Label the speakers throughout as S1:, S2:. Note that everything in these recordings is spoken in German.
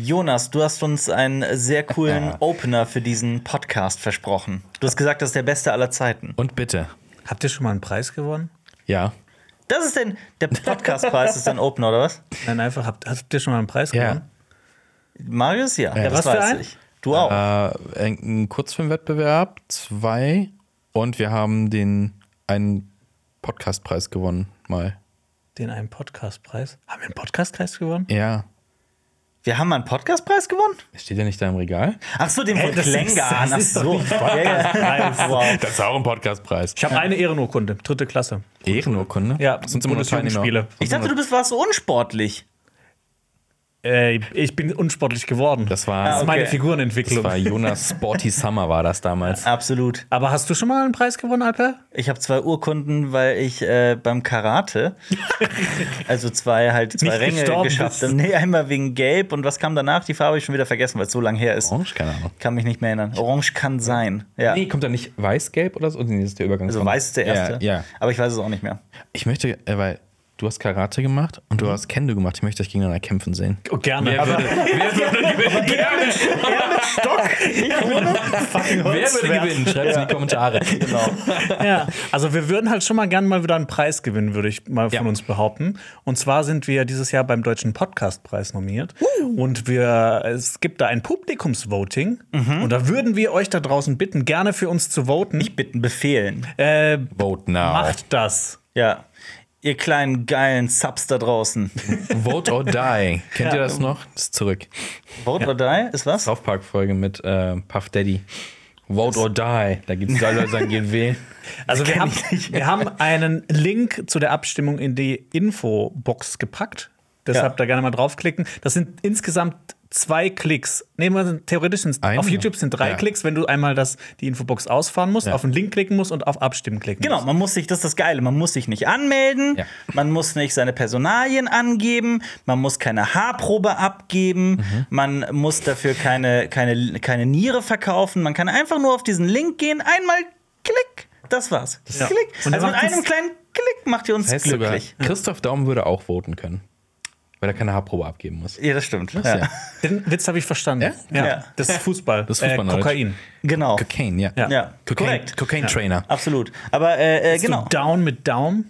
S1: Jonas, du hast uns einen sehr coolen Opener für diesen Podcast versprochen. Du hast gesagt, das ist der beste aller Zeiten.
S2: Und bitte.
S3: Habt ihr schon mal einen Preis gewonnen?
S2: Ja.
S1: Das ist denn der Podcastpreis ist dein Opener oder was?
S3: Nein, einfach, habt, habt ihr schon mal einen Preis
S2: Ja.
S3: gewonnen?
S1: Marius, ja,
S2: Ja,
S1: das
S3: was für
S1: weiß
S3: ein?
S1: ich. Du auch.
S2: Äh, ein Kurzfilmwettbewerb, zwei. Und wir haben den einen Podcastpreis gewonnen mal.
S3: Den einen Podcastpreis? Haben wir einen Podcastpreis gewonnen?
S2: Ja.
S1: Wir haben mal einen Podcastpreis gewonnen?
S2: Steht der nicht da im Regal?
S1: Ach so, den von
S3: das ist-
S1: Klenga
S3: das
S1: an. Ach
S3: ist doch
S1: so.
S3: nicht
S1: Ja, ja. wow.
S2: Das ist auch ein Podcastpreis.
S3: Ich habe eine Ehrenurkunde, dritte Klasse.
S2: Ehrenurkunde?
S3: Ja,
S2: Sind immer nur Teilnehmer.
S3: Bundesjugendspiele.
S1: Ich dachte, du bist warst so unsportlich.
S3: Äh, ich bin unsportlich geworden.
S2: Das war,
S3: Das ist
S1: okay.
S3: meine
S2: das
S3: Figurenentwicklung.
S2: war Jonas Sporty Summer war das damals.
S1: Absolut.
S3: Aber hast du schon mal einen Preis gewonnen, Alper?
S1: Ich habe zwei Urkunden, weil ich äh, beim Karate, also zwei halt zwei
S3: Nicht
S1: Ränge
S3: gestorben
S1: geschafft
S3: bist.
S1: habe. Nee, einmal wegen Gelb und was kam danach? Die Farbe habe ich schon wieder vergessen, weil es so lang her ist.
S2: Orange, keine Ahnung.
S1: Kann mich nicht mehr erinnern. Orange kann sein. Ja.
S2: Nee, kommt da nicht weiß-gelb oder so? Nee, das ist der Übergang.
S1: Also weiß ist der erste.
S2: Ja, ja.
S1: Aber ich weiß es auch nicht mehr.
S2: Ich möchte, äh, weil du hast Karate gemacht und du hast Kendo gemacht. Ich möchte dich gegeneinander kämpfen sehen.
S3: Oh, gerne.
S2: Wer würde, wer würde gewinnen? Wer würde gewinnen? Schreibt es in die Kommentare.
S1: Genau.
S3: ja. Also wir würden halt schon mal gern mal wieder einen Preis gewinnen, würde ich mal von
S2: Ja.
S3: uns behaupten. Und zwar sind wir dieses Jahr beim Deutschen Podcastpreis nominiert. Und wir, es gibt da ein Publikumsvoting. Und da würden wir euch da draußen bitten, gerne für uns zu voten.
S1: Bitten befehlen.
S3: äh,
S2: Vote now.
S3: macht das.
S1: Ja. Ihr kleinen geilen Subs da draußen.
S2: Vote or die. Kennt ihr das noch? Das ist zurück.
S1: Vote or die ist was?
S2: South Park Folge mit äh, Puff Daddy. Vote or die. Da gibt es Leute, die sagen, gehen wählen.
S3: Also wir haben, wir haben einen Link zu der Abstimmung in die Infobox gepackt. Deshalb
S1: Ja.
S3: da gerne mal draufklicken. Das sind insgesamt zwei Klicks. Nehmen wir theoretisch sind's,
S2: Ein,
S3: auf
S2: ja.
S3: YouTube sind drei
S2: Ja.
S3: Klicks, wenn du einmal das, die Infobox ausfahren musst, auf den Link klicken musst und auf Abstimmen klicken
S1: Genau,
S3: musst.
S1: man muss sich, das ist das Geile, man muss sich nicht anmelden,
S2: Ja.
S1: man muss nicht seine Personalien angeben, man muss keine Haarprobe abgeben,
S2: Mhm.
S1: man muss dafür keine, keine, keine Niere verkaufen, man kann einfach nur auf diesen Link gehen, einmal klick, das war's.
S3: Ja.
S1: Klick.
S3: Und
S1: also
S3: dann
S1: mit
S3: macht
S1: einem
S3: es-
S1: kleinen Klick macht ihr uns
S2: Heißt sogar,
S1: glücklich.
S2: Christoph Daum würde auch voten können. Weil er keine Haarprobe abgeben muss.
S1: Ja, das stimmt.
S2: Ja.
S1: Ja.
S3: Den Witz habe ich verstanden.
S1: Ja?
S3: Ja.
S1: Ja.
S3: Das ist Fußball. Äh,
S2: Das ist Fußball-Knowledge.
S3: Kokain.
S1: Genau.
S2: Cocaine, ja.
S3: Ja.
S1: Ja,
S2: Cocaine,
S1: korrekt.
S2: Cocaine Trainer.
S1: Absolut. Aber äh, äh, genau,
S3: So down mit Daumen.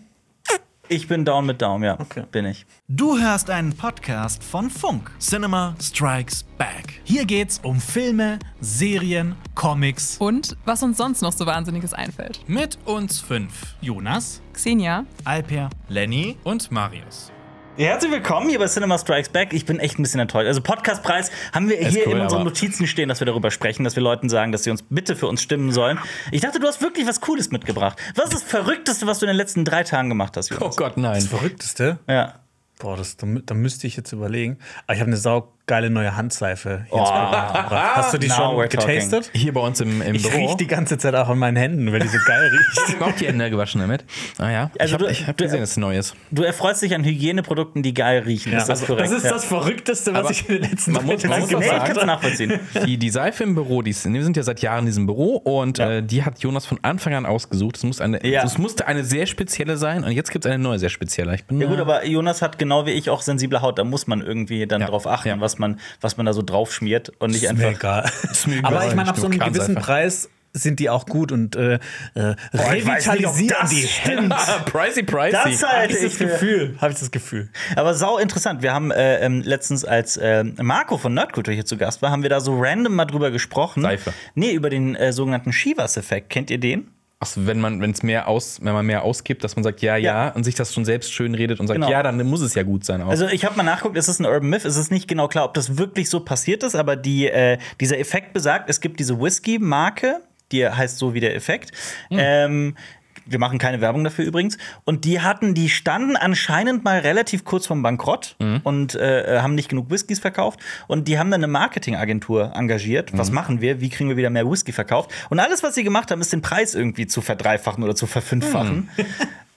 S1: ich bin down mit Daumen, ja.
S3: Okay.
S1: Bin ich.
S4: Du hörst einen Podcast von Funk.
S5: Cinema Strikes Back. Hier geht's um Filme, Serien, Comics
S6: Und was uns sonst noch so Wahnsinniges einfällt.
S5: mit uns fünf. Jonas,
S6: Xenia,
S4: Alper.
S5: Lenny und Marius.
S1: Herzlich willkommen hier bei Cinema Strikes Back. Ich bin echt ein bisschen enttäuscht. Also Podcastpreis haben wir hier
S2: cool,
S1: in unseren
S2: aber-
S1: Notizen stehen, dass wir darüber sprechen, dass wir Leuten sagen, dass sie uns bitte für uns stimmen sollen. Ich dachte, du hast wirklich was Cooles mitgebracht. Was ist das Verrückteste, was du in den letzten drei Tagen gemacht hast?
S2: Oh
S1: Jonas?
S2: Gott, nein.
S3: Das Verrückteste.
S1: Ja.
S3: Boah, das, da, mü- da müsste ich jetzt überlegen. Aber ich habe eine saugeile neue Handseife. Jetzt mitgebracht. Hast du die
S1: Oh. Now we're
S3: schon
S1: talking.
S3: getastet?
S2: Hier bei uns im, im
S3: Ich
S2: Büro.
S3: riech die ganze Zeit auch an meinen Händen, weil die so geil riecht.
S2: auch die Hände gewaschen damit. Ah ja.
S1: Also
S2: ich
S1: du-
S2: habe hab
S1: du-
S2: gesehen, dass es neu ist.
S1: Du erfreust dich an Hygieneprodukten, die geil riechen. ist das
S3: Also,
S1: korrekt?
S3: ist
S1: ja.
S3: das Verrückteste, was
S2: Aber
S3: ich in den letzten
S2: man muss-
S3: drei
S2: man
S3: Tagen
S2: muss doch
S1: Nee, ich
S3: gemacht
S1: kann es
S3: habe.
S1: nachvollziehen.
S2: Die, die Seife im Büro, die, ist, wir sind ja seit Jahren in diesem Büro und äh, die hat Jonas von Anfang an ausgesucht. Es, muss eine,
S1: Ja.
S2: es musste eine sehr spezielle sein und jetzt gibt es eine neue sehr spezielle. Ich bin,
S1: Ja gut,
S2: äh,
S1: aber Jonas hat genau wie ich auch sensible Haut. Da muss man irgendwie dann
S2: Ja.
S1: drauf achten,
S2: Ja.
S1: was, man, was man da so drauf schmiert und nicht
S3: Ist mir
S1: einfach.
S3: egal.
S2: mir egal.
S3: Aber ich meine, ab so einem
S2: Nur
S3: gewissen
S2: Kernseife.
S3: Preis sind die auch gut und äh, äh,
S1: ich weiß nicht, ob
S3: revitalisieren
S1: das
S3: die
S1: stimmt.
S2: pricey, pricey.
S1: Das halte
S3: Habe ich das
S1: ich für
S3: Gefühl. Habe ich das Gefühl.
S1: Aber sau interessant. Wir haben äh, ähm, letztens, als ähm, Marco von Nerdkultur hier zu Gast war, haben wir da so random mal drüber gesprochen.
S2: Seife.
S1: Nee, über den äh, sogenannten Shivas-Effekt. Kennt ihr den?
S2: Also wenn man wenn's mehr aus, wenn man mehr ausgibt, dass man sagt ja, ja,
S1: Ja.
S2: und sich das schon selbst schön redet und sagt
S1: Genau.
S2: ja, dann muss es ja gut sein auch.
S1: Also ich habe mal nachgeguckt, es ist ein Urban Myth, es ist nicht genau klar, ob das wirklich so passiert ist, aber die, äh, dieser Effekt besagt, es gibt diese Whisky-Marke, die heißt so wie der Effekt. Ähm, wir machen keine Werbung dafür übrigens. Und die hatten, die standen anscheinend mal relativ kurz vom Bankrott und äh, haben nicht genug Whiskys verkauft. Und die haben dann eine Marketingagentur engagiert. Was machen wir? Wie kriegen wir wieder mehr Whisky verkauft? Und alles, was sie gemacht haben, ist den Preis irgendwie zu verdreifachen oder zu verfünffachen.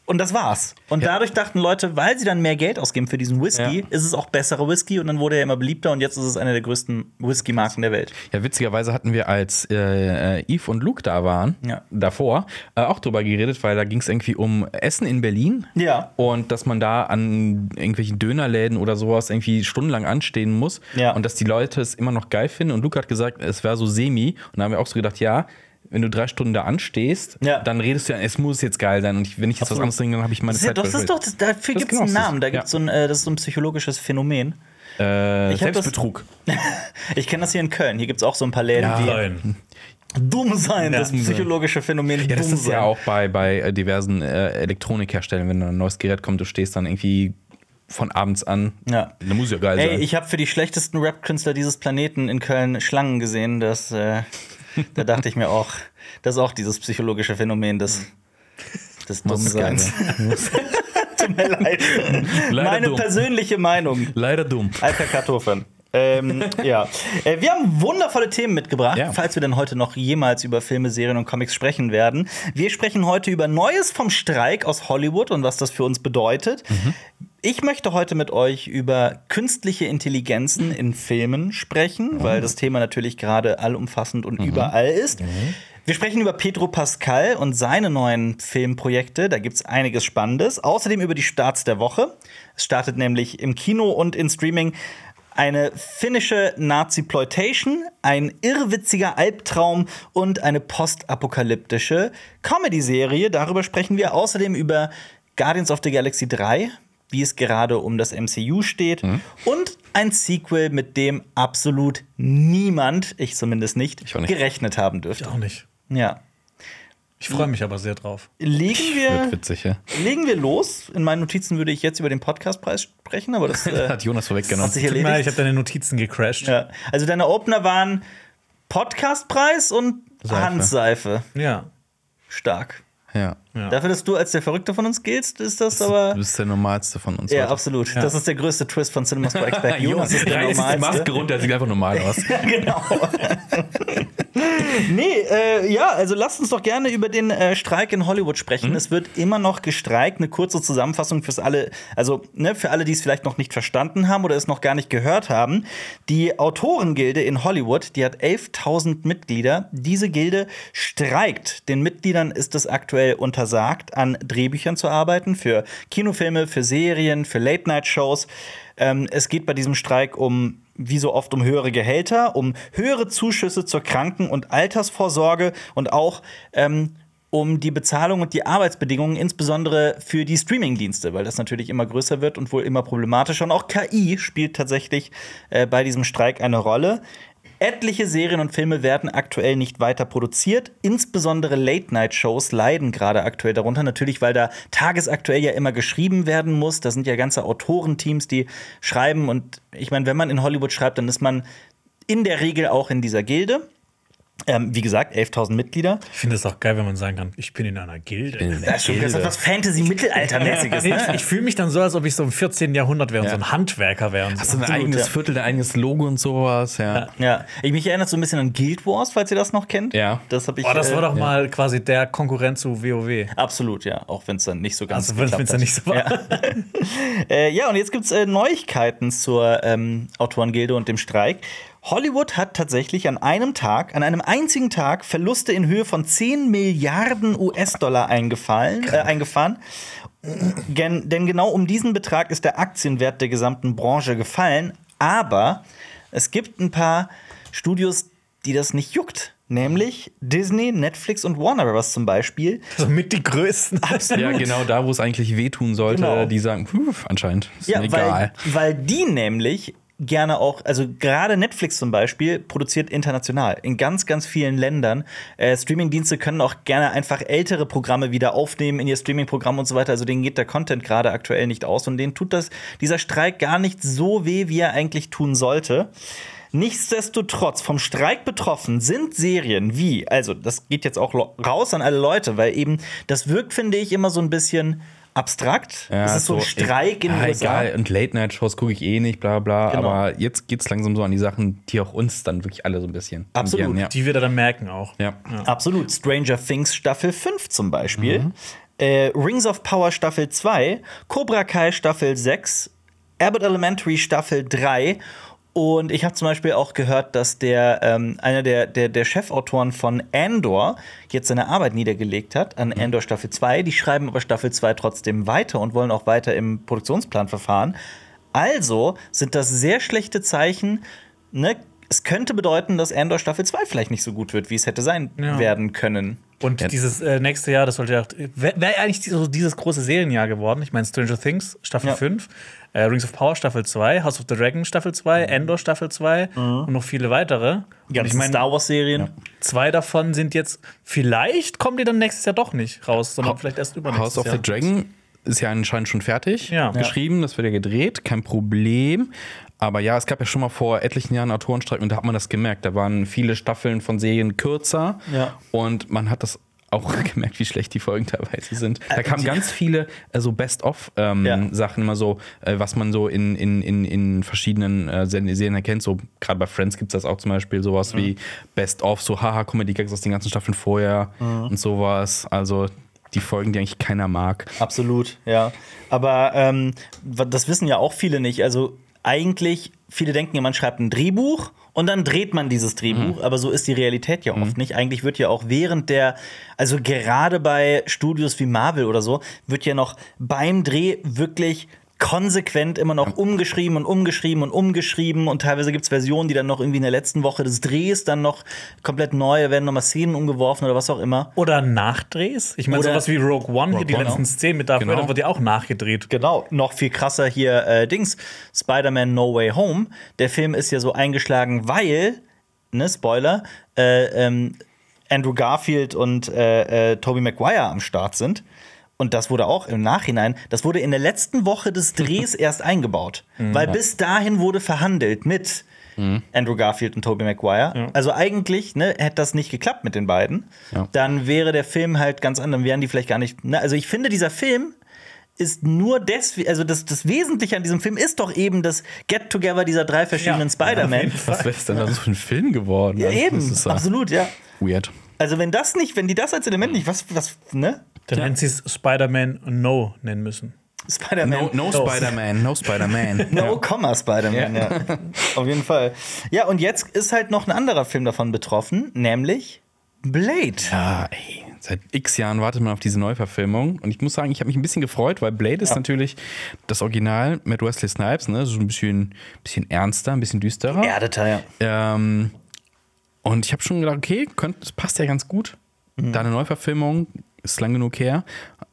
S1: Und das war's. Und dadurch dachten Leute, weil sie dann mehr Geld ausgeben für diesen Whisky,
S2: Ja.
S1: ist es auch besserer Whisky und dann wurde er immer beliebter und jetzt ist es einer der größten Whisky-Marken der Welt.
S2: Ja, witzigerweise hatten wir, als äh, äh, Yves und Luke da waren,
S1: Ja.
S2: davor, äh, auch drüber geredet, weil da ging es irgendwie um Essen in Berlin.
S1: Ja.
S2: Und dass man da an irgendwelchen Dönerläden oder sowas irgendwie stundenlang anstehen muss.
S1: Ja.
S2: Und dass die Leute es immer noch geil finden. Und Luke hat gesagt, es wäre so semi. Und da haben wir auch so gedacht, ja. Wenn du drei Stunden da anstehst,
S1: Ja.
S2: dann redest du ja, es muss jetzt geil sein. Und ich, wenn ich jetzt was
S1: Absolut.
S2: anderes trinke, dann habe ich meine
S1: Das ist, ja,
S2: Zeit
S1: doch, das ist doch,
S2: verschwendet.
S1: das, dafür
S2: Das
S1: gibt
S2: genau
S1: es einen
S2: das ist-
S1: Namen. Da
S2: ja.
S1: gibt's so ein, äh, das ist so ein psychologisches Phänomen.
S2: äh,
S1: ich hab das-
S2: Selbstbetrug.
S1: Ich kenne das hier in Köln. Hier gibt es auch so ein paar Läden,
S3: Nein.
S1: die dumm sein, das psychologische Phänomen.
S2: Ja, das
S1: dumm
S2: ist ja auch bei, bei äh, diversen äh, Elektronikherstellern, wenn da ein neues Gerät kommt, du stehst dann irgendwie von abends an.
S1: Ja.
S2: Dann muss ja geil
S1: Ey,
S2: sein.
S1: ich habe für die schlechtesten Rap-Künstler dieses Planeten in Köln Schlangen gesehen. Das, äh, da dachte ich mir auch, das ist auch dieses psychologische Phänomen des, des Dummseins. Tut mir leid.
S2: Leider
S1: Meine
S2: dumm.
S1: persönliche Meinung.
S2: Leider dumm.
S1: Alter Kartoffeln. ähm, ja. Äh, wir haben wundervolle Themen mitgebracht,
S2: Ja.
S1: falls wir denn heute noch jemals über Filme, Serien und Comics sprechen werden. Wir sprechen heute über Neues vom Streik aus Hollywood und was das für uns bedeutet. Ich möchte heute mit euch über künstliche Intelligenzen in Filmen sprechen, weil das Thema natürlich gerade allumfassend und überall ist. Wir sprechen über Pedro Pascal und seine neuen Filmprojekte. Da gibt es einiges Spannendes. Außerdem über die Starts der Woche. Es startet nämlich im Kino und in Streaming eine finnische Nazi-Ploitation, ein irrwitziger Albtraum und eine postapokalyptische Comedy-Serie. Darüber sprechen wir außerdem über Guardians of the Galaxy 3, wie es gerade um das MCU steht.
S2: Hm.
S1: Und ein Sequel, mit dem absolut niemand, ich zumindest nicht,
S2: auch nicht.
S1: gerechnet haben dürfte.
S3: Auch nicht.
S1: Ja.
S3: Ich freue mich aber sehr drauf.
S1: Legen wir,
S2: Wird witzig, ja.
S1: legen wir los. In meinen Notizen würde ich jetzt über den Podcastpreis sprechen, aber das äh,
S2: Hat Jonas vorweggenommen.
S1: hat sich
S3: Tut mir leid,
S1: erledigt.
S3: ich habe deine Notizen gecrashed.
S1: Ja. Also deine Opener waren Podcastpreis und
S2: Seife.
S1: Handseife.
S3: Ja.
S1: Stark.
S2: Ja.
S3: Ja.
S1: Dafür, dass du als der Verrückte von uns giltst, ist das aber.
S2: Du bist der Normalste von uns.
S1: Ja,
S2: heute. Ah,
S1: absolut. Das ist der größte Twist von Cinema Strikes Back. Jonas ist der
S2: Rein die
S1: normalste.
S2: Maske runter, sieht einfach normal aus.
S1: genau. nee, äh, ja, also lasst uns doch gerne über den äh, Streik in Hollywood sprechen. Es wird immer noch gestreikt. Eine kurze Zusammenfassung fürs alle, also ne, für alle, die es vielleicht noch nicht verstanden haben oder es noch gar nicht gehört haben. Die Autorengilde in Hollywood, die hat 11.000 Mitglieder. Diese Gilde streikt. Den Mitgliedern ist es aktuell untersagt, an Drehbüchern zu arbeiten für Kinofilme, für Serien, für Late-Night-Shows. Ähm, es geht bei diesem Streik um, wie so oft, um höhere Gehälter, um höhere Zuschüsse zur Kranken- und Altersvorsorge und auch ähm, um die Bezahlung und die Arbeitsbedingungen, insbesondere für die Streamingdienste, weil das natürlich immer größer wird und wohl immer problematischer. Und auch KI spielt tatsächlich äh, bei diesem Streik eine Rolle. Etliche Serien und Filme werden aktuell nicht weiter produziert. Insbesondere Late-Night-Shows leiden gerade aktuell darunter. Natürlich, weil da tagesaktuell ja immer geschrieben werden muss. Da sind ja ganze Autorenteams, die schreiben. Und ich meine, wenn man in Hollywood schreibt, dann ist man in der Regel auch in dieser Gilde. Ähm, wie gesagt, 11.000 Mitglieder.
S3: Ich finde es auch geil, wenn man sagen kann, ich bin in einer Gilde.
S1: Das ist schon ganz was Fantasy-Mittelaltermäßiges.
S3: Ich, ne? ich fühle mich dann so, als ob ich so im 14. Jahrhundert wäre und so ein Handwerker wäre. und
S2: Hast
S3: So.
S2: du ein eigenes
S1: ja.
S2: Viertel, dein eigenes Logo und sowas, ja.
S1: Ja, ich mich erinnert so ein bisschen an Guild Wars, falls ihr das noch kennt.
S2: Ja.
S1: Das habe ich.
S3: Oh, das war
S1: äh,
S3: doch mal quasi der Konkurrent zu WoW.
S1: Absolut, ja. Auch wenn es dann nicht so ganz.
S3: Also, wenn
S1: geklappt
S3: es
S1: hat.
S3: dann nicht so war.
S1: Äh, ja, und jetzt gibt es äh, Neuigkeiten zur ähm, Autorengilde und dem Streik. Hollywood hat tatsächlich an einem Tag, an einem einzigen Tag, Verluste in Höhe von 10 Milliarden US-Dollar eingefallen, äh, eingefahren. Gen denn genau um diesen Betrag ist der Aktienwert der gesamten Branche gefallen. Aber es gibt ein paar Studios, die das nicht juckt. Nämlich Disney, Netflix und Warner Bros. zum Beispiel.
S3: Also mit die größten.
S1: Absolut.
S2: Ja, genau da, wo es eigentlich wehtun sollte,
S1: Genau.
S2: die sagen, pf, anscheinend. Ist
S1: Ja,
S2: mir ne? egal.
S1: Weil, weil die nämlich gerne auch, also gerade Netflix zum Beispiel, produziert international in ganz, ganz vielen Ländern. Äh, Streamingdienste können auch gerne einfach ältere Programme wieder aufnehmen in ihr Streamingprogramm und so weiter. Also denen geht der Content gerade aktuell nicht aus und denen tut das, dieser Streik gar nicht so weh, wie er eigentlich tun sollte. Nichtsdestotrotz, vom Streik betroffen sind Serien wie, also das geht jetzt auch lo- raus an alle Leute, weil eben das wirkt, finde ich, immer so ein bisschen abstrakt.
S2: Ja,
S1: es ist so ein Streik in den
S2: ja,
S1: USA.
S2: Egal, und Late-Night-Shows gucke ich eh nicht, bla bla.
S1: Genau.
S2: Aber jetzt geht es langsam so an die Sachen, die auch uns dann wirklich alle so ein bisschen.
S1: Absolut.
S2: tangieren,
S3: Die wir da dann merken auch.
S2: Ja. ja.
S1: Absolut. Stranger Things Staffel 5 zum Beispiel. äh, Rings of Power Staffel 2, Cobra Kai Staffel 6, Abbott Elementary Staffel 3. Und ich habe zum Beispiel auch gehört, dass der ähm, einer der, der, der Chefautoren von Andor jetzt seine Arbeit niedergelegt hat an Andor Staffel 2. Die schreiben aber Staffel 2 trotzdem weiter und wollen auch weiter im Produktionsplan verfahren. Also sind das sehr schlechte Zeichen. Ne? Es könnte bedeuten, dass Andor Staffel 2 vielleicht nicht so gut wird, wie es hätte sein
S3: Ja.
S1: werden können.
S3: Und dieses äh, nächste Jahr, das sollte ja. Wäre wär eigentlich die- so dieses große Serienjahr geworden. Ich meine, Stranger Things, Staffel
S1: Ja.
S3: 5, äh, Rings of Power, Staffel 2, House of the Dragon, Staffel 2, Endor, Staffel 2 und noch viele weitere.
S1: Ja,
S3: und ich
S1: ich
S3: meine,
S1: Star Wars-Serien.
S3: zwei davon sind jetzt. Vielleicht kommen die dann nächstes Jahr doch nicht raus, sondern vielleicht erst übernächstes
S2: House of
S3: Jahr.
S2: the Dragon ist ja anscheinend schon fertig
S3: Ja.
S2: geschrieben, das wird ja gedreht, kein Problem. Aber ja, es gab ja schon mal vor etlichen Jahren Autorenstreik und da hat man das gemerkt. Da waren viele Staffeln von Serien kürzer
S1: Ja.
S2: und man hat das auch gemerkt, wie schlecht die Folgen teilweise sind. Da kamen ganz viele äh, so Best-of-Sachen
S1: Ja.
S2: immer so, äh, was man so in, in, in, in verschiedenen äh, Sen- Serien erkennt. So gerade bei Friends gibt es das auch zum Beispiel sowas
S1: Mhm.
S2: wie Best-of, so haha, Comedy-Gags aus den ganzen Staffeln vorher
S1: Mhm.
S2: und sowas. Also die Folgen, die eigentlich keiner mag.
S1: Absolut, ja. Aber ähm, wa- das wissen ja auch viele nicht. Also eigentlich, viele denken ja, man schreibt ein Drehbuch und dann dreht man dieses
S3: Mhm.
S1: Drehbuch, aber so ist die Realität ja oft nicht. Eigentlich wird ja auch während der, also gerade bei Studios wie Marvel oder so, wird ja noch beim Dreh wirklich konsequent immer noch umgeschrieben und umgeschrieben und umgeschrieben und teilweise gibt es Versionen, die dann noch irgendwie in der letzten Woche des Drehs dann noch komplett neu, werden nochmal Szenen umgeworfen oder was auch immer.
S3: Oder Nachdrehs? Ich meine,
S1: Oder-
S3: sowas wie Rogue One, hier
S2: Rogue
S3: die
S2: One,
S3: letzten
S2: ja.
S3: Szenen mit Darth
S2: Genau.
S3: Vader wird ja auch nachgedreht.
S1: Genau, noch viel krasser hier äh, Dings, Spider-Man No Way Home. Der Film ist ja so eingeschlagen, weil, ne, Spoiler, äh, ähm, Andrew Garfield und äh, äh, Tobey Maguire am Start sind. Und das wurde auch im Nachhinein, das wurde in der letzten Woche des Drehs erst eingebaut. Weil bis dahin wurde verhandelt mit Andrew Garfield und Tobey Maguire. Also eigentlich ne, hätte das nicht geklappt mit den beiden.
S2: Ja.
S1: Dann wäre der Film halt ganz anders, wären die vielleicht gar nicht. Ne? Also ich finde, dieser Film ist nur deswegen, also das, das Wesentliche an diesem Film ist doch eben das Get-Together dieser drei verschiedenen
S3: Ja,
S1: Spider-Man.
S2: Was wäre das denn da so für ein Film geworden?
S1: Ja,
S2: Also,
S1: eben,
S2: das ist ja
S1: absolut, ja.
S2: Weird.
S1: Also wenn das nicht, wenn die das als Element nicht, was, was, ne?
S3: Dann hätten sie es Spider-Man No nennen müssen.
S1: Spider-Man.
S2: Spider-Man, no Spider-Man.
S1: No Komma Spider-Man, ja. Auf jeden Fall. Ja, und jetzt ist halt noch ein anderer Film davon betroffen, nämlich Blade.
S2: Ja, Ah, ey, seit x Jahren wartet man auf diese Neuverfilmung. Und ich muss sagen, ich habe mich ein bisschen gefreut, weil Blade ist natürlich das Original mit Wesley Snipes, ne? So ein bisschen, bisschen ernster, ein bisschen düsterer.
S1: Erdeter, ja.
S2: Ähm, und ich habe schon gedacht, okay, könnt, das passt ja ganz gut. Da eine Neuverfilmung, ist lang genug her.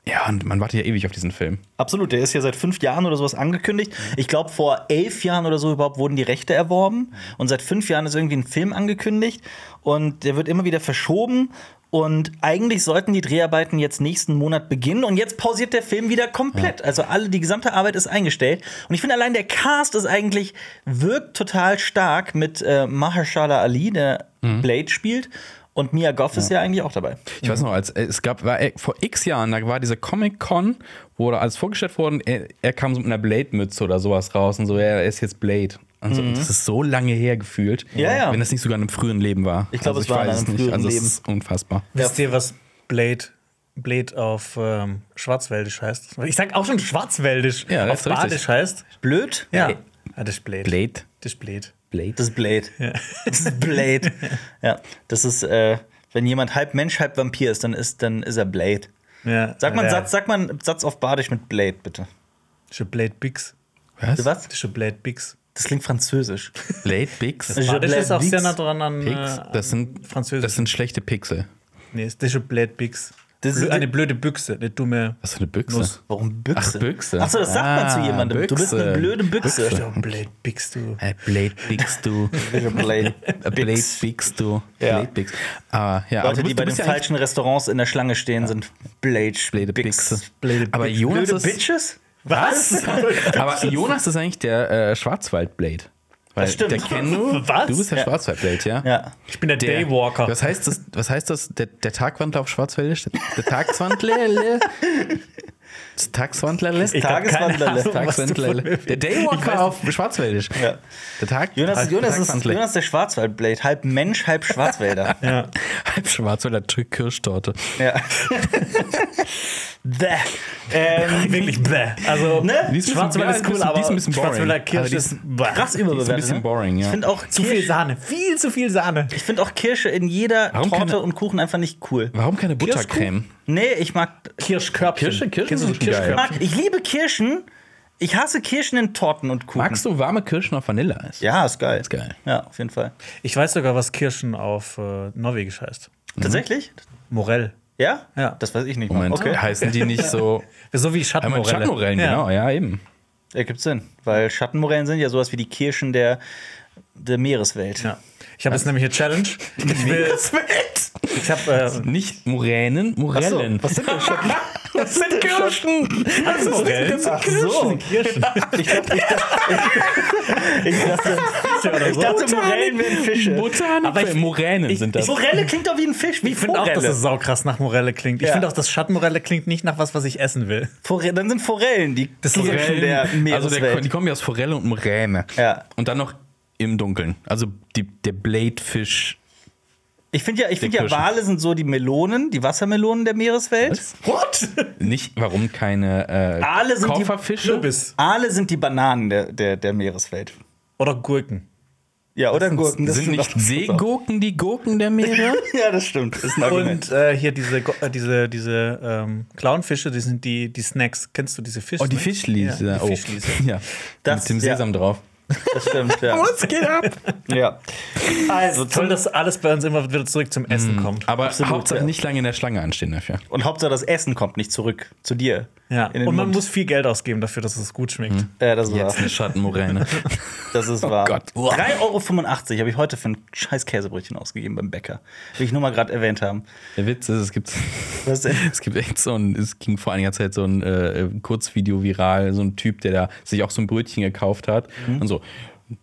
S2: Ja, und man wartet ja ewig auf diesen Film.
S1: Absolut, der ist ja seit fünf Jahren oder sowas angekündigt. Ich glaube, vor elf Jahren oder so überhaupt wurden die Rechte erworben. Und seit fünf Jahren ist irgendwie ein Film angekündigt. Und der wird immer wieder verschoben. Und eigentlich sollten die Dreharbeiten jetzt nächsten Monat beginnen. Und jetzt pausiert der Film wieder komplett. Also alle, die gesamte Arbeit ist eingestellt. Und ich finde allein der Cast ist eigentlich, wirkt total stark mit äh, Mahershala Ali, der Blade spielt. Und Mia Goff ist ja eigentlich auch dabei.
S2: Ich weiß noch, als äh, es gab, war, äh, vor x Jahren, da war diese Comic-Con, wo da alles vorgestellt wurde, und er, er kam so mit einer Blade-Mütze oder sowas raus und so, ja, er ist jetzt Blade. Und so, und Das ist so lange her gefühlt,
S1: Mhm. Ja, ja.
S2: wenn das nicht sogar in einem frühen Leben war.
S1: Ich glaube, es war in einem frühen
S2: Also, es
S1: Leben.
S2: ist unfassbar.
S3: Wisst ihr, was Blade, Blade auf ähm, Schwarzwäldisch heißt? Ich sag auch schon Schwarzwäldisch.
S2: Ja,
S3: auf
S2: das ist richtig.
S3: Badisch heißt.
S1: Blöd?
S3: Ja. Ah, das ist Blade.
S2: Blade.
S3: Das ist Blade.
S2: Blade.
S1: Das ist Blade. Das ist Blade. ja, das ist, äh, wenn jemand halb Mensch, halb Vampir ist, dann ist, dann ist er Blade.
S3: Ja.
S1: Sag mal, einen
S3: ja.
S1: Satz, sag mal einen Satz auf Badisch mit Blade, bitte.
S3: Das ist Blade Bix.
S2: Was?
S1: Was?
S3: Das ist Blade Bix.
S1: Das klingt französisch.
S2: Blade Bigs?
S1: ist
S3: Badisch
S1: Blade
S3: ist auch
S1: Bix.
S3: sehr nah dran an
S2: Pigs?
S3: äh,
S2: Das sind,
S3: Französisch.
S2: das sind schlechte Pixel.
S3: nee, das ist Blade Bix.
S1: Das ist-
S3: eine blöde Büchse, eine dumme.
S2: Das ist eine Büchse.
S3: Nuss.
S1: Warum Büchse?
S2: Ach, Büchse.
S1: Achso, das sagt man
S2: Ah,
S1: zu jemandem. Du bist eine
S2: Büchse.
S1: blöde Büchse.
S3: Ja, Blade Bix, du.
S2: Äh, Blade Bigs, du.
S1: Blade.
S2: Äh, Blade Bigs, du.
S1: Ja.
S2: Blade Bigs. Ah, ja, aber
S1: Leute,
S2: du
S1: die bei den
S2: bist- du bist ja eigentlich-
S1: falschen Restaurants in der Schlange stehen, sind Blade,
S2: Blade Bixe.
S1: Bix.
S2: Aber
S1: Bix.
S2: Jonas
S1: blöde
S2: ist-
S1: Bitches?
S3: Was?
S2: Aber Jonas ist eigentlich der äh, Schwarzwald-Blade. Weil
S1: Das stimmt.
S2: Der Kenno,
S3: Was?
S2: du bist der
S1: Ja.
S2: Schwarzwald-Blade, ja?
S1: Ja.
S3: Ich bin der,
S2: Der,
S3: Daywalker.
S2: Was heißt das? Was heißt das? Der, der Tagwandler auf Schwarzwäldisch? Der, der Tagswandlerle? Das Tagswandlerle?
S3: Ich hab keine
S1: Tageswandlerle.
S3: Ahnung, was du von
S2: Tagswandlerle.
S3: mir
S2: Der Daywalker auf Schwarzwäldisch.
S1: Ja.
S2: Der Tag.
S1: Jonas,
S2: Tag-
S1: Jonas,
S2: der
S1: ist,
S2: Tagwandler.
S1: Jonas ist der Schwarzwald-Blade. Halb Mensch, halb Schwarzwälder.
S2: Halb Schwarzwälder Kirschtorte.
S1: ja. Bäh. Ähm,
S3: Wirklich bäh. Also,
S1: Ne?
S3: ne?
S1: Die
S2: ist ein bisschen-
S3: Schwarzwälder
S2: ja, die
S3: ist cool,
S2: ist ein-
S3: aber
S2: die ist ein bisschen boring.
S3: Schwarzwälder
S2: Aber
S3: Kirsch
S2: die ist
S3: ist bäh.
S1: krass
S2: Die ist
S1: überbewertet.
S2: ein bisschen
S1: ne?
S2: boring, ja.
S1: Ich finde auch
S3: Zu viel
S1: Kirsch-
S3: Sahne. Viel zu viel Sahne.
S1: Ich finde auch Kirsche in jeder
S2: Warum keine-
S1: Torte und Kuchen einfach nicht cool.
S2: Warum keine Buttercreme?
S1: Nee, ich mag.
S3: Kirschkörbchen.
S2: Kirsche- Kirschen
S3: Kennst du
S2: sind
S3: so
S2: geil.
S1: Ich,
S3: Kirschkörbchen?
S1: mag, ich liebe Kirschen. Ich hasse Kirschen in Torten und Kuchen.
S2: Magst du warme Kirschen auf Vanilleeis?
S1: Ja, ist geil.
S2: Ist geil.
S1: Ja, auf jeden Fall.
S3: Ich weiß sogar, was Kirschen auf äh, Norwegisch heißt.
S1: Tatsächlich?
S3: Morell.
S1: Ja?
S3: Ja.
S1: Das weiß ich nicht. mal.
S2: Mhm. Moment, Halt.
S1: Okay.
S2: heißen die nicht so.
S3: So wie
S2: Einmal
S3: Schattenmorelle.
S2: Schattenmorellen,
S3: Ja.
S2: genau, ja, eben.
S1: Ergibt Sinn. Weil Schattenmorellen sind ja sowas wie die Kirschen der, der Meereswelt.
S3: Ja. Ich habe jetzt nämlich eine Challenge. Ich will. Ich habe. Äh,
S2: Nicht Muränen, Morellen.
S1: Ach so, was sind denn Schatten?
S2: das sind Kirschen? Das ist
S3: Morellen?
S1: Ach so. Ich
S3: Kirschen.
S1: dachte, ich dachte, ich dachte, ich dachte Morellen wären Fische.
S2: Botanik.
S3: Aber ich-
S2: Muränen sind das.
S1: Morelle klingt doch wie ein Fisch, wie
S3: Ich finde auch, dass es saukrass nach Morelle klingt. Ich
S1: Ja.
S3: finde auch, dass Schattenmorelle klingt nicht nach was, was ich essen will.
S1: Forelle, dann sind Forellen die
S3: Das sind
S1: Kirschen der
S2: also
S1: Meereswelt.
S2: der, die kommen ja aus Forelle und Muräne.
S1: Ja.
S2: Und dann noch im Dunkeln. Also die, der Bladefisch.
S1: ich finde ja, ich find ja,
S2: Kirschen.
S1: Wale sind so die Melonen, die Wassermelonen der Meereswelt.
S3: What?
S2: Nicht, warum keine äh,
S1: Aale sind die-
S2: Kofferfische?
S3: Kürbis.
S1: Aale sind die Bananen der, der, der Meereswelt.
S3: Oder Gurken.
S1: Ja, oder Gurken.
S2: Sind
S1: stimmt
S2: nicht
S1: auch.
S2: Seegurken die Gurken der Meere?
S1: Ja, das stimmt. Das ist ein Argument.
S3: Und äh, hier diese, Go- äh, diese, diese ähm, Clownfische, die sind die, die Snacks. Kennst du diese Fische?
S2: Oh, die Fischliese.
S3: Ja, die
S2: oh.
S3: Fischliese.
S2: Ja.
S1: Das-
S2: Mit dem
S1: ja.
S2: Sesam drauf.
S1: Das stimmt, ja.
S2: Was geht ab?
S1: ja. Also,
S3: Toll, dass alles bei uns immer wieder zurück zum Essen kommt.
S2: Aber
S1: Absolut,
S2: Hauptsache
S1: ja.
S2: nicht lange in der Schlange anstehen dafür.
S1: und Hauptsache, das Essen kommt nicht zurück zu dir.
S3: ja.
S1: In den
S3: Und man
S1: Mund.
S3: muss viel Geld ausgeben dafür, dass es gut schmeckt.
S1: Äh, das ist
S2: Jetzt
S1: wahr.
S2: eine Schattenmoräne.
S1: Das ist wahr.
S2: Gott.
S1: 3,85 Euro habe ich heute für ein scheiß Käsebrötchen ausgegeben beim Bäcker. Will ich nur mal gerade erwähnt haben.
S2: Der Witz ist, es gibt,
S1: Was denn?
S2: es gibt echt so ein, es ging vor einiger Zeit so ein äh, Kurzvideo viral, so ein Typ, der da sich auch so ein Brötchen gekauft hat und so.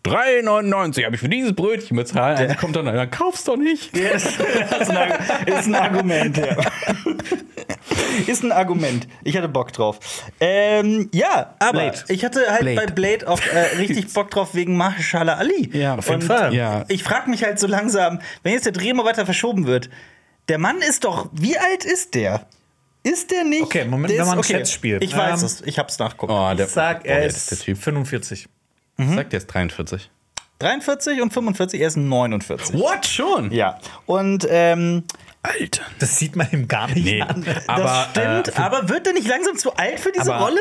S2: 3,99 habe ich für dieses Brötchen bezahlt. Also kommt dann, einer, kauf's doch nicht.
S1: Das ist ein, Arg- ist ein Argument, ja. Ist ein Argument. Ich hatte Bock drauf. Ähm, ja, aber
S3: Blade.
S1: ich hatte halt
S2: Blade.
S1: bei Blade auch äh, richtig Bock drauf wegen Mahershala Ali.
S2: Ja, auf jeden
S1: Und
S3: Fall.
S2: Ja.
S1: Ich frage mich halt so langsam, wenn jetzt der Dreh mal weiter verschoben wird, der Mann ist doch, wie alt ist der? Ist der nicht?
S3: Okay, Moment,
S1: der
S3: wenn
S1: ist-
S3: man Chats spielt.
S1: Ich weiß
S3: Ähm,
S1: es, ich hab's nachguckt.
S2: Oh,
S3: Ich sag, er
S2: boah,
S3: ist
S2: der Typ.
S3: 45.
S2: Sagt, der ist 43.
S1: 43 und 45, er ist 49.
S2: What? Schon?
S1: Ja. Und ähm,
S2: Alter.
S3: Das sieht man ihm gar nicht
S2: Nee.
S3: an.
S2: Aber,
S1: das stimmt,
S2: äh, für-
S1: aber wird er nicht langsam zu alt für diese
S2: aber
S1: Rolle?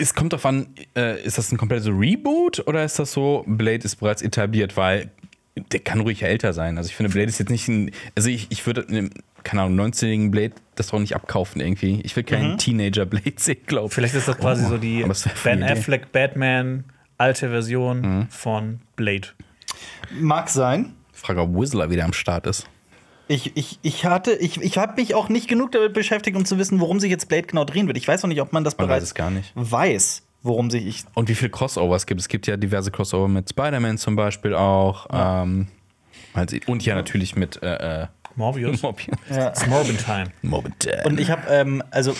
S2: Es kommt darauf an, äh, ist das ein komplettes Reboot oder ist das so, Blade ist bereits etabliert, weil der kann ruhig älter sein. Also ich finde, Blade ist jetzt nicht ein. Also ich, ich würde einem, keine Ahnung, 19-jährigen Blade das doch nicht abkaufen irgendwie. Ich will keinen
S1: Mhm.
S2: Teenager-Blade sehen, glaube ich.
S3: Vielleicht ist das quasi
S2: Oh,
S3: so die
S2: aber es wär voll
S3: Ben
S2: eine Idee. Mhm.
S3: Affleck Batman alte Version von Blade.
S1: Mag sein.
S2: Frage, ob Whistler wieder am Start ist.
S1: Ich, ich, ich hatte, ich, ich habe mich auch nicht genug damit beschäftigt, um zu wissen, worum sich jetzt Blade genau drehen wird. Ich weiß noch nicht, ob man das
S2: Man
S1: bereits
S2: weiß es gar nicht.
S1: weiß, worum sich ich.
S2: Und wie viele Crossovers gibt es? Es gibt ja diverse Crossover mit Spider-Man zum Beispiel auch. Ähm, also- und ja, natürlich mit äh, äh,
S3: Morbius.
S2: Mobius.
S3: It's Morbin Time.
S2: Mobius.
S1: Und ich habe, ähm, also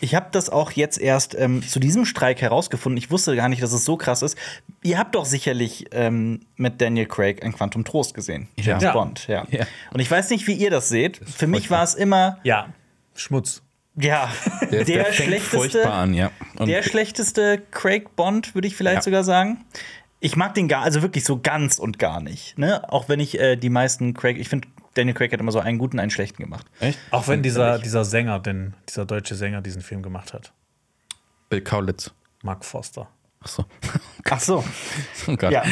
S1: ich habe das auch jetzt erst ähm, zu diesem Streik herausgefunden. Ich wusste gar nicht, dass es so krass ist. Ihr habt doch sicherlich ähm, mit Daniel Craig ein Quantum Trost gesehen. James
S2: Ja.
S1: Bond, ja.
S2: Ja.
S1: Und ich weiß nicht, wie ihr das seht. Für mich
S2: furchtbar.
S1: war es immer,
S3: Ja, Schmutz.
S1: ja, der,
S2: fängt
S1: schlechteste.
S2: furchtbar an, ja. Und
S1: der schlechteste Craig Bond, würde ich vielleicht
S2: Ja.
S1: sogar sagen. Ich mag den gar, also wirklich so ganz und gar nicht. Ne? Auch wenn ich äh, die meisten Craig, ich finde, Daniel Craig hat immer so einen guten, einen schlechten gemacht.
S2: echt?
S3: Auch wenn dieser, dieser Sänger, den, dieser deutsche Sänger diesen Film gemacht hat.
S2: Bill Kaulitz.
S3: Mark Forster.
S2: Achso.
S1: Ach so.
S2: Oh Gott.
S1: Ja.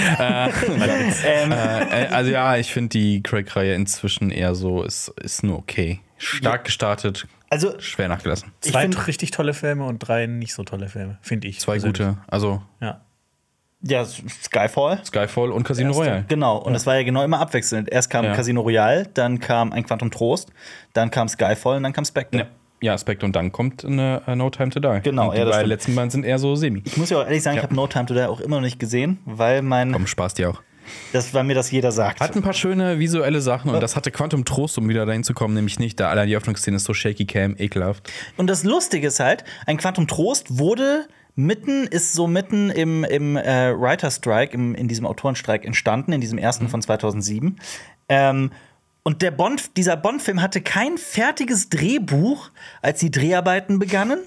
S1: ähm,
S2: Äh, also ja, ich finde die Craig-Reihe inzwischen eher so, ist, ist nur okay. Stark gestartet,
S1: also,
S2: schwer nachgelassen.
S1: Ich
S3: Zwei
S1: find-
S3: richtig tolle Filme und drei nicht so tolle Filme, finde ich.
S2: Zwei
S3: persönlich.
S2: gute, also
S3: Ja.
S1: ja, Skyfall.
S2: Skyfall und Casino Royale.
S1: Genau, und das war ja genau immer abwechselnd. Erst kam
S2: Ja.
S1: Casino Royale, dann kam ein Quantum Trost, dann kam Skyfall und dann kam Spectre.
S2: Ja. ja, Aspekt und dann kommt eine, äh, No Time to Die.
S1: Genau,
S2: und die
S1: ja, das
S2: beiden
S1: stimmt.
S2: letzten beiden sind eher so semi.
S1: Ich muss ja auch ehrlich sagen,
S2: Ja.
S1: ich habe No Time to Die auch immer noch nicht gesehen, weil mein,
S2: Komm, Spaß dir auch.
S1: das, weil mir das jeder sagt.
S2: Hat ein paar schöne visuelle Sachen und das hatte Quantum Trost, um wieder dahin zu kommen, nämlich nicht, da allein die Öffnungsszene ist so shaky cam, ekelhaft.
S1: Und das Lustige ist halt, ein Quantum Trost wurde mitten, ist so mitten im, im äh, Writer Strike, im, in diesem Autorenstreik entstanden, in diesem ersten von 2007. Ähm, Und der Bond, dieser Bond-Film hatte kein fertiges Drehbuch, als die Dreharbeiten begannen.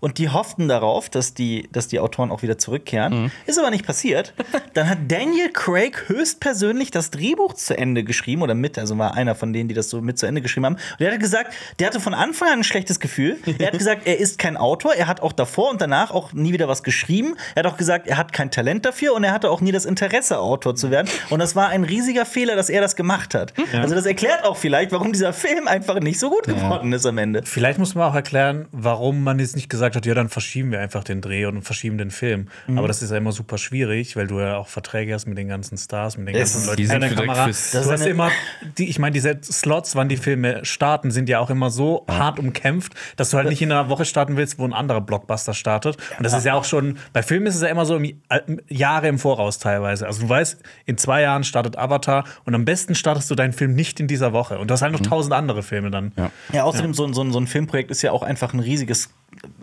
S1: Und die hofften darauf, dass die, dass die Autoren auch wieder zurückkehren. Ist aber nicht passiert. Dann hat Daniel Craig höchstpersönlich das Drehbuch zu Ende geschrieben oder mit, also war einer von denen, die das so mit zu Ende geschrieben haben. Und er hat gesagt, der hatte von Anfang an ein schlechtes Gefühl. Er hat gesagt, er ist kein Autor. Er hat auch davor und danach auch nie wieder was geschrieben. Er hat auch gesagt, er hat kein Talent dafür und er hatte auch nie das Interesse, Autor zu werden. Und das war ein riesiger Fehler, dass er das gemacht hat. Also das erklärt auch vielleicht, warum dieser Film einfach nicht so gut geworden ist am Ende.
S3: Vielleicht muss man auch erklären, warum man jetzt nicht gesagt hat, ja, dann verschieben wir einfach den Dreh und verschieben den Film. Aber das ist ja immer super schwierig, weil du ja auch Verträge hast mit den ganzen Stars, mit den
S1: Es
S3: ganzen
S1: ist-
S3: Leuten
S2: die sind
S3: hinter der
S2: direkt
S3: Kamera.
S1: Das
S2: fürs-
S3: du
S1: ist
S3: hast
S1: eine-
S3: immer, die, ich meine, diese Slots, wann die Filme starten, sind ja auch immer so hart umkämpft, dass du halt nicht in einer Woche starten willst, wo ein anderer Blockbuster startet. Und das ist ja auch schon, bei Filmen ist es ja immer so im, I- im- Jahre im Voraus teilweise. Also du weißt, in zwei Jahren startet Avatar und am besten startest du deinen Film nicht in dieser Woche. Und du hast halt noch tausend andere Filme dann.
S2: Ja.
S1: Ja, außerdem So, ein- so, ein- so ein Filmprojekt ist ja auch einfach ein riesiges,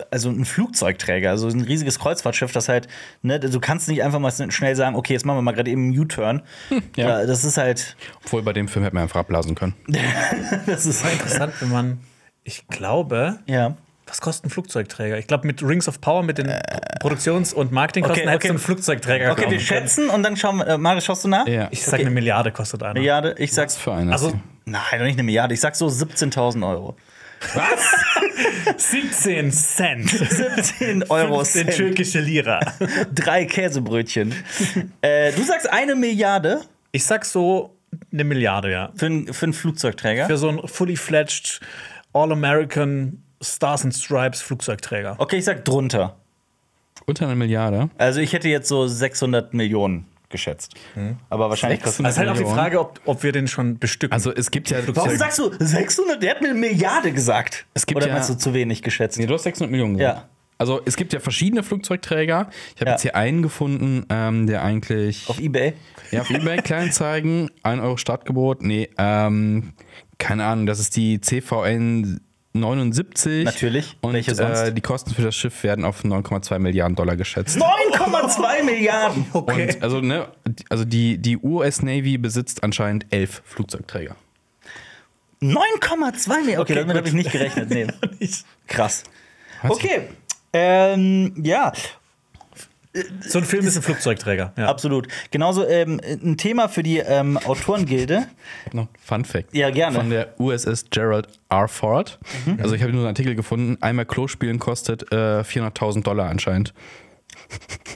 S1: also ein Flugzeugträger, also ein riesiges Kreuzfahrtschiff, das halt, ne, du kannst nicht einfach mal schnell sagen, okay, jetzt machen wir mal gerade eben einen U-Turn.
S2: ja.
S1: Ja, Das ist halt,
S2: Obwohl bei dem Film hätte man einfach abblasen können.
S1: das ist halt,
S3: Interessant, wenn man, ich glaube,
S1: ja.
S3: Was kostet ein Flugzeugträger? Ich glaube, mit Rings of Power, mit den Pro- Produktions- und Marketingkosten
S1: okay,
S3: hättest du
S1: okay.
S3: einen Flugzeugträger
S1: Okay, wir
S3: kaufen können.
S1: schätzen und dann schauen wir, äh, Mare, schaust du nach?
S2: Ja.
S3: Ich sag, eine Milliarde kostet einer.
S1: Milliarde, ich sag's,
S2: Was für einer.
S3: Also
S1: nein, doch nicht eine Milliarde, ich sag so 17.000 Euro.
S3: 17 Cent.
S1: 17 Euro
S3: 17
S1: Cent,
S3: türkische Lira.
S1: drei Käsebrötchen. äh, du sagst eine Milliarde
S3: Ich sag so eine Milliarde, ja.
S1: für, n- für einen Flugzeugträger.
S3: Für so einen fully fledged All-American Stars and Stripes Flugzeugträger.
S1: okay, ich sag drunter.
S2: unter einer Milliarde.
S1: Also ich hätte jetzt so 600 Millionen geschätzt. Aber wahrscheinlich kostet
S3: Das ist halt auch die
S2: Millionen.
S3: Frage, ob, ob wir den schon bestücken.
S2: Also es gibt ja.
S1: Warum sagst du 600? Der hat mir eine Milliarde gesagt.
S2: Es gibt
S1: Oder
S2: ja-
S1: meinst du zu wenig geschätzt?
S2: Nee, du hast 600 Millionen gesagt.
S1: Ja.
S2: Also es gibt ja verschiedene Flugzeugträger. Ich habe
S1: Ja.
S2: jetzt hier einen gefunden, ähm, der eigentlich.
S1: Auf Ebay?
S2: ja, auf eBay Kleinanzeigen, 1 Euro Startgebot. Nee, ähm, keine Ahnung, das ist die CVN 79.
S1: Natürlich.
S2: Und
S1: Welche sonst?
S2: Äh, die Kosten für das Schiff werden auf 9,2 Milliarden Dollar geschätzt.
S1: 9,2 Milliarden!
S3: okay.
S2: Und also, ne, also die, die US Navy besitzt anscheinend elf Flugzeugträger.
S1: 9,2 Milliarden! Okay,
S3: Okay,
S1: damit
S3: gut.
S1: habe ich nicht gerechnet. Nee. Krass.
S2: Weiß
S1: Okay. Ähm, ja,
S3: so ein Film ist ein Flugzeugträger. Ja.
S1: absolut. Genauso ähm, ein Thema für die ähm, Autorengilde.
S2: Noch Fun Fact.
S1: Ja, gerne.
S2: Von der USS Gerald R. Ford. Also ich habe nur einen Artikel gefunden. Einmal Klo spielen kostet äh, 400.000 Dollar anscheinend.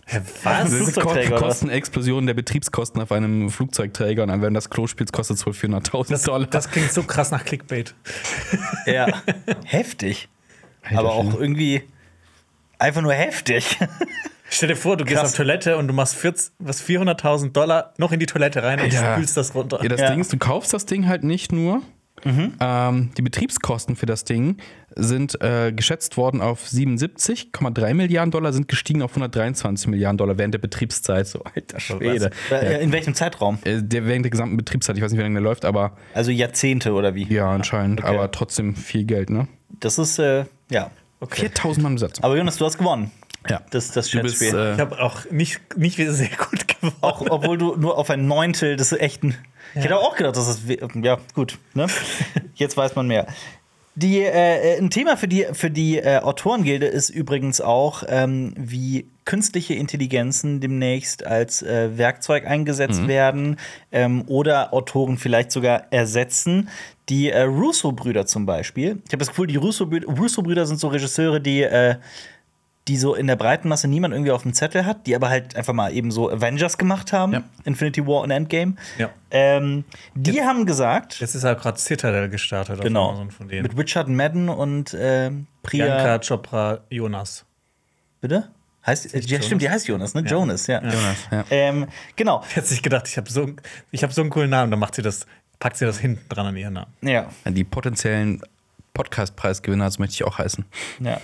S3: Hä, Was?
S1: Flugzeugträger,
S2: Das ist eine Ko-
S1: oder was?
S2: Kostenexplosion der Betriebskosten auf einem Flugzeugträger und während das Klo spielst, kostet es wohl 400.000
S3: Das,
S2: Dollar.
S3: das klingt so krass nach Clickbait.
S1: Ja. heftig. Aber auch irgendwie einfach nur heftig.
S3: Stell dir vor, du gehst
S1: Krass.
S3: auf Toilette und du machst 40 was 400.000 Dollar noch in die Toilette rein und
S2: Ja.
S3: spülst das runter.
S2: Ja, das
S1: Ja.
S2: Ding ist, du kaufst das Ding halt nicht nur. Ähm, die Betriebskosten für das Ding sind äh, geschätzt worden auf 77,3 Milliarden Dollar, sind gestiegen auf 123 Milliarden Dollar während der Betriebszeit. So, alter Schwede. Ja.
S1: Äh, In welchem Zeitraum?
S2: Äh, Der während der gesamten Betriebszeit, ich weiß nicht, wie lange der läuft, aber
S1: Also Jahrzehnte oder wie?
S2: ja, anscheinend. Aber trotzdem viel Geld, ne?
S1: Das ist, äh, ja.
S2: 4000 Mann Besatzung.
S1: Aber Jonas, du hast gewonnen.
S2: Ja.
S1: Das, das
S2: du bist,
S1: Schätzspiel.
S2: äh,
S3: Ich habe auch nicht, nicht sehr gut gewonnen.
S1: Auch, obwohl du nur auf ein Neuntel des echten. Ich hätte auch gedacht, dass das. we- Ja, gut. Ne? Jetzt weiß man mehr. Die, äh, ein Thema für die, für die äh, Autorengilde ist übrigens auch, ähm, wie künstliche Intelligenzen demnächst als äh, Werkzeug eingesetzt werden ähm, oder Autoren vielleicht sogar ersetzen. Die äh, Russo-Brüder zum Beispiel. Ich habe das Gefühl, die Russo-Brü- Russo-Brüder sind so Regisseure, die äh, die so in der breiten Masse niemand irgendwie auf dem Zettel hat, die aber halt einfach mal eben so Avengers gemacht haben,
S2: Ja.
S1: Infinity War und Endgame.
S3: Ja.
S1: Ähm, die haben gesagt,
S3: Jetzt ist halt gerade Citadel gestartet. auf
S1: genau,
S3: Amazon von
S1: mit
S3: denen.
S1: Richard Madden und ähm, Priya.
S3: Bianca Chopra Jonas.
S1: Bitte? Heißt, äh, ja, stimmt, die heißt Jonas, ne? Jonas, ja. Jonas,
S2: ja.
S1: Ähm, genau,
S3: Ich hätte sich gedacht, ich habe so, einen- ich hab so einen coolen Namen, dann macht sie das, packt sie das hinten dran an ihren Namen.
S1: ja.
S2: die potenziellen Podcast-Preisgewinner, so möchte ich auch heißen.
S1: ja.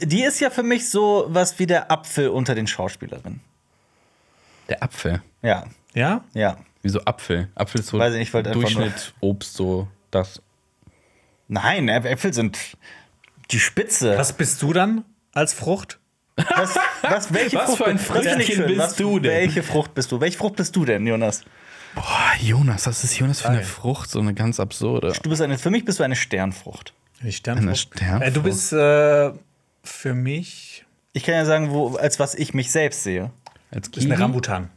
S1: Die- die ist ja für mich so was wie der Apfel unter den Schauspielerinnen.
S2: Der Apfel.
S1: Ja,
S3: Ja?
S1: ja.
S2: Wieso Apfel? Apfel ist so
S1: Weiß ich nicht, ich wollte einfach
S2: Durchschnitt, Obst, so das.
S1: Nein, Ä- Äpfel sind die Spitze.
S3: Was bist du dann als Frucht?
S1: Was, was, welche
S2: Was
S1: Frucht
S2: für ein
S1: das finde ich
S2: Fröschchen
S1: schön.
S2: bist
S1: was,
S2: du denn?
S1: Welche Frucht bist du? Welche Frucht bist du denn, Jonas?
S2: Boah, Jonas, das ist Jonas für eine Frucht, so eine ganz absurde.
S1: Du bist eine, für mich bist du eine Sternfrucht.
S3: Die Sternfrucht.
S2: Eine Sternfrucht.
S3: Äh, du bist äh, für mich
S1: Ich kann ja sagen, wo, als was ich mich selbst sehe.
S2: Als
S3: ist eine Rambutan.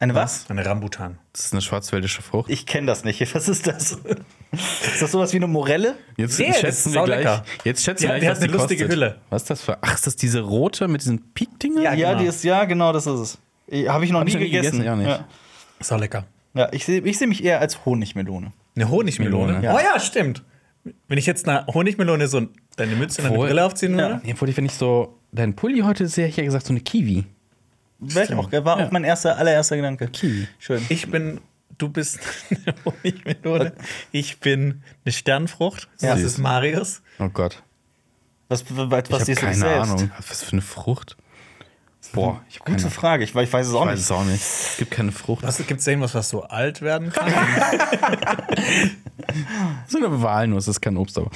S1: Eine was?
S3: Eine Rambutan.
S2: Das ist eine schwarzwäldische Frucht.
S1: Ich kenne das nicht. Was ist das? ist das sowas wie eine Morelle?
S2: Jetzt
S3: Nee, das
S2: schätzen
S3: ist
S2: wir gleich.
S3: saulecker.
S2: Jetzt schätzen
S3: Die-
S2: wir
S3: die
S2: gleich,
S3: hat eine lustige
S2: kostet.
S3: Hülle.
S2: Was ist das für? Ach, ist das diese rote mit diesen Peak-Dingen?
S3: Ja,
S1: Ja,
S3: genau.
S1: die ist, ja, genau, das ist es. Habe ich noch nie
S2: ich noch nie
S1: gegessen.
S2: gegessen, ja, nicht.
S1: Ja.
S3: Ist auch lecker.
S1: Ja, ich sehe ich seh mich eher als Honigmelone.
S3: Eine Honigmelone.
S2: Melone, ja.
S3: Oh ja, stimmt. Wenn ich jetzt eine Honigmelone so deine Mütze und deine
S2: Obwohl-
S3: Brille aufziehen würde.
S1: Ja.
S2: Nee, Obwohl ich, wenn ich so dein Pulli heute sehe, hätte ich ja gesagt, so eine Kiwi.
S1: Wär ich auch, war auch mein erster, allererster Gedanke.
S2: Kiwi.
S1: Schön.
S3: Ich bin, du bist eine Honigmelone. Ich bin eine Sternfrucht. Das
S2: Süß.
S3: ist Marius.
S2: Oh Gott.
S1: Was, was, was
S2: Ich habe
S1: siehst du dich
S2: keine
S1: selbst?
S2: Ahnung. Was für eine Frucht? Boah, ich habe keine
S1: Gute Frage, ich, ich weiß es auch
S2: Ich weiß
S1: nicht.
S2: es auch nicht. Es gibt keine Frucht.
S3: Was gibt's da irgendwas, was so alt werden kann?
S2: So eine Walnuss ist kein Obst, aber.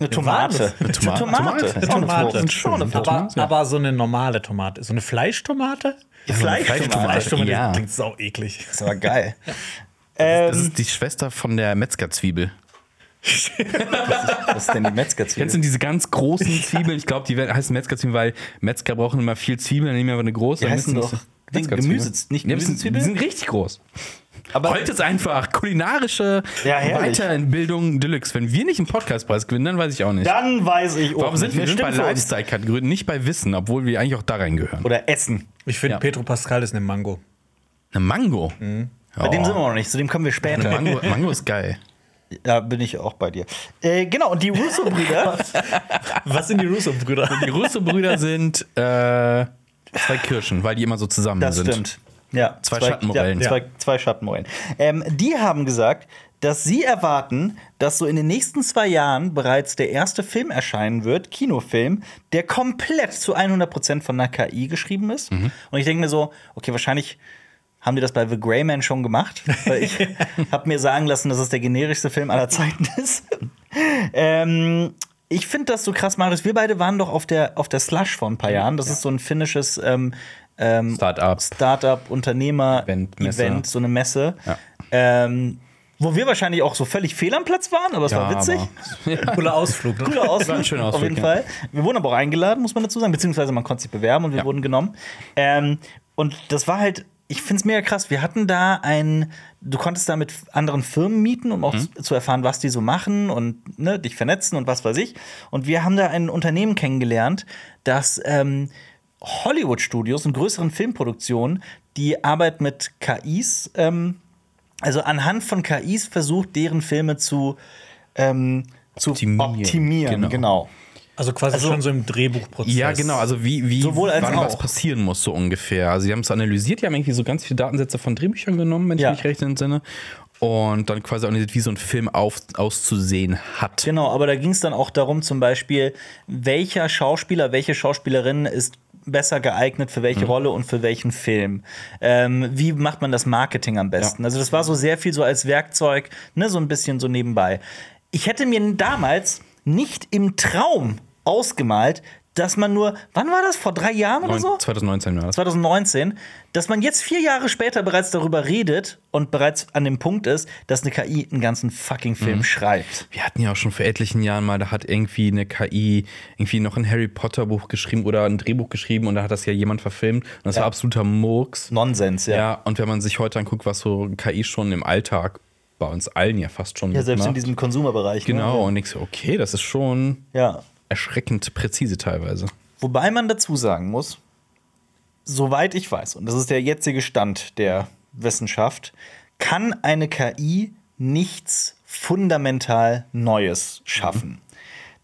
S1: Eine
S3: Walnuss.
S1: Tomate.
S2: Eine
S1: Tomate.
S2: Tomate. Tomate.
S1: Eine Tomate.
S3: Tomate.
S1: Eine Tomate.
S2: Tomate.
S3: aber, aber so eine normale Tomate. So eine Fleischtomate?
S1: Fleischtomate.
S3: Fleischtomate
S2: Ja.
S3: klingt sau eklig.
S1: Das war geil.
S2: Das
S1: Ähm,
S2: ist die Schwester von der Metzgerzwiebel.
S1: was ist denn die
S2: Kennst du
S1: Metzgerzwiebel?
S2: diese ganz großen Zwiebeln? Ich glaube, die werden- heißen Metzgerzwiebeln, weil Metzger brauchen immer viel Zwiebeln, dann nehmen wir aber eine große.
S1: Die
S2: dann
S1: heißen
S2: müssen
S1: doch
S2: das-
S1: Ding-
S2: Metzgerzwiebeln.
S1: Gemüse- nicht
S2: Ja, die sind-
S1: Gemüsezwiebeln?
S2: Die sind richtig groß.
S1: Aber
S2: Heute ist einfach kulinarische
S1: Ja, herrlich.
S2: Weiterbildung Deluxe. Wenn wir nicht einen Podcastpreis gewinnen, dann weiß ich auch nicht.
S1: dann weiß ich, oh,
S2: Warum sind wir
S1: stimmt
S2: bei
S1: für uns.
S2: Lifestyle-Kategorien, nicht bei Wissen, obwohl wir eigentlich auch da reingehören?
S1: Oder Essen.
S3: Ich finde,
S2: Ja.
S3: Petro Pascal ist eine Mango.
S2: Eine Mango.
S1: Hm. Bei dem sind wir noch nicht, zu dem kommen wir später.
S2: Eine Mango, Mango ist geil.
S1: Da bin ich auch bei dir. Äh, genau, und die Russo-Brüder.
S3: Was sind die Russo-Brüder?
S2: Die Russo-Brüder sind äh, zwei Kirschen, weil die immer so zusammen
S1: Das
S2: sind.
S1: stimmt. Ja,
S2: Zwei Schattenmorellen.
S1: Ja, zwei, zwei Schattenmorellen. Ähm, die haben gesagt, dass sie erwarten, dass so in den nächsten zwei Jahren bereits der erste Film erscheinen wird, Kinofilm, der komplett zu 100% von einer KI geschrieben ist.
S2: Mhm.
S1: Und ich denke mir so, okay, wahrscheinlich haben die das bei The Grey Man schon gemacht. Weil ich habe mir sagen lassen, dass es der generischste Film aller Zeiten ist. Ähm, ich finde das so krass, Marius. Wir beide waren doch auf der, auf der Slush vor ein paar Jahren. Das ist so ein finnisches ähm, ähm,
S2: Start-ups.
S1: Startup, Unternehmer,
S2: Event,
S1: Event,
S2: Messe.
S1: so eine Messe.
S2: Ja.
S1: Ähm, wo wir wahrscheinlich auch so völlig fehl am Platz waren, aber es war witzig.
S3: Cooler Ausflug. Ne?
S1: Cooler
S2: War
S1: Ausflug,
S2: ein schöner
S1: auf jeden
S2: Ausflug, ja.
S1: Fall. Wir wurden aber auch eingeladen, muss man dazu sagen, beziehungsweise man konnte sich bewerben und wir
S2: Ja.
S1: wurden genommen. Ähm, und das war halt, ich finde es mega krass, wir hatten da einen, du konntest da mit anderen Firmen mieten, um auch
S2: Mhm.
S1: zu erfahren, was die so machen und ne, dich vernetzen und was weiß ich. Und wir haben da ein Unternehmen kennengelernt, das ähm, Hollywood-Studios und größeren Filmproduktionen die Arbeit mit KIs ähm, also anhand von KIs versucht, deren Filme zu, ähm, zu
S2: Optimieren,
S1: optimieren.
S2: genau.
S1: Genau.
S3: Also quasi
S1: Also-
S3: schon so im Drehbuchprozess.
S2: Ja, genau. Also wie, wie
S1: Sowohl als
S2: wann
S1: auch.
S2: was passieren muss, so ungefähr. Also sie haben es analysiert, die haben irgendwie so ganz viele Datensätze von Drehbüchern genommen, wenn
S1: Ja.
S2: ich mich recht entsinne. Und dann quasi analysiert, wie so ein Film auf, auszusehen hat.
S1: Genau, aber da ging es dann auch darum, zum Beispiel, welcher Schauspieler, welche Schauspielerin ist besser geeignet für welche Rolle und für welchen Film. Ähm, wie macht man das Marketing am besten? Also das war so sehr viel so als Werkzeug, ne, so ein bisschen so nebenbei. Ich hätte mir damals nicht im Traum ausgemalt, dass man nur, wann war das? Vor drei Jahren oder
S2: Neun-
S1: so?
S2: 2019 war das.
S1: 2019, dass man jetzt vier Jahre später bereits darüber redet und bereits an dem Punkt ist, dass eine KI einen ganzen fucking
S2: Mhm.
S1: Film schreibt.
S2: Wir hatten ja auch schon vor etlichen Jahren mal, da hat irgendwie eine KI irgendwie noch ein Harry Potter Buch geschrieben oder ein Drehbuch geschrieben und da hat das ja jemand verfilmt und das war absoluter Murks.
S1: Nonsens, ja.
S2: Ja. und wenn man sich heute anguckt, was so KI schon im Alltag bei uns allen ja fast schon
S1: Ja, selbst in
S2: mitmacht.
S1: diesem Konsumerbereich.
S2: Genau,
S1: Ne?
S2: und ich so, okay, das ist schon
S1: Ja. Mhm.
S2: erschreckend präzise teilweise.
S1: Wobei man dazu sagen muss, soweit ich weiß, und das ist der jetzige Stand der Wissenschaft, kann eine KI nichts fundamental Neues schaffen.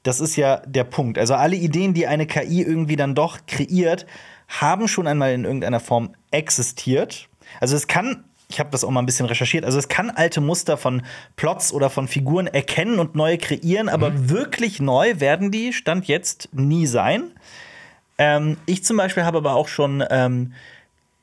S1: Das ist ja der Punkt. Also alle Ideen, die eine KI irgendwie dann doch kreiert, haben schon einmal in irgendeiner Form existiert. Also es kann, ich habe das auch mal ein bisschen recherchiert, also es kann alte Muster von Plots oder von Figuren erkennen und neue kreieren, aber wirklich neu werden die Stand jetzt nie sein. Ähm, ich zum Beispiel habe aber auch schon ähm,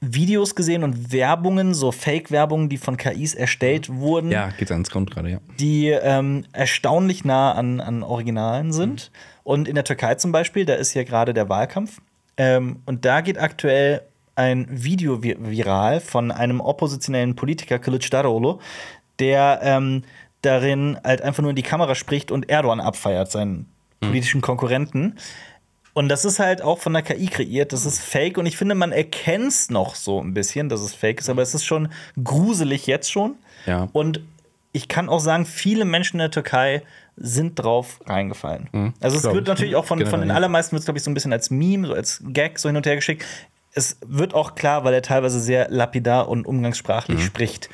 S1: Videos gesehen und Werbungen, so Fake-Werbungen, die von KIs erstellt wurden
S2: Ja, geht ans Grund gerade, ja.
S1: die ähm, erstaunlich nah an, an Originalen sind. Und in der Türkei zum Beispiel, da ist ja gerade der Wahlkampf. Ähm, und da geht aktuell ein Video vi viral von einem oppositionellen Politiker, Kılıçdaroğlu, der ähm, darin halt einfach nur in die Kamera spricht und Erdogan abfeiert, seinen politischen Konkurrenten. Und das ist halt auch von der KI kreiert, das ist fake und ich finde, man erkennt es noch so ein bisschen, dass es fake ist, aber es ist schon gruselig jetzt schon.
S2: Ja.
S1: Und ich kann auch sagen, viele Menschen in der Türkei sind drauf reingefallen. Also es
S2: Mhm. glaub
S1: wird
S2: ich.
S1: natürlich auch von, von
S2: Generell,
S1: den
S2: ja.
S1: allermeisten wird glaube ich so ein bisschen als Meme, so als Gag so hin und her geschickt. Es wird auch klar, weil er teilweise sehr lapidar und umgangssprachlich
S2: Mhm.
S1: spricht.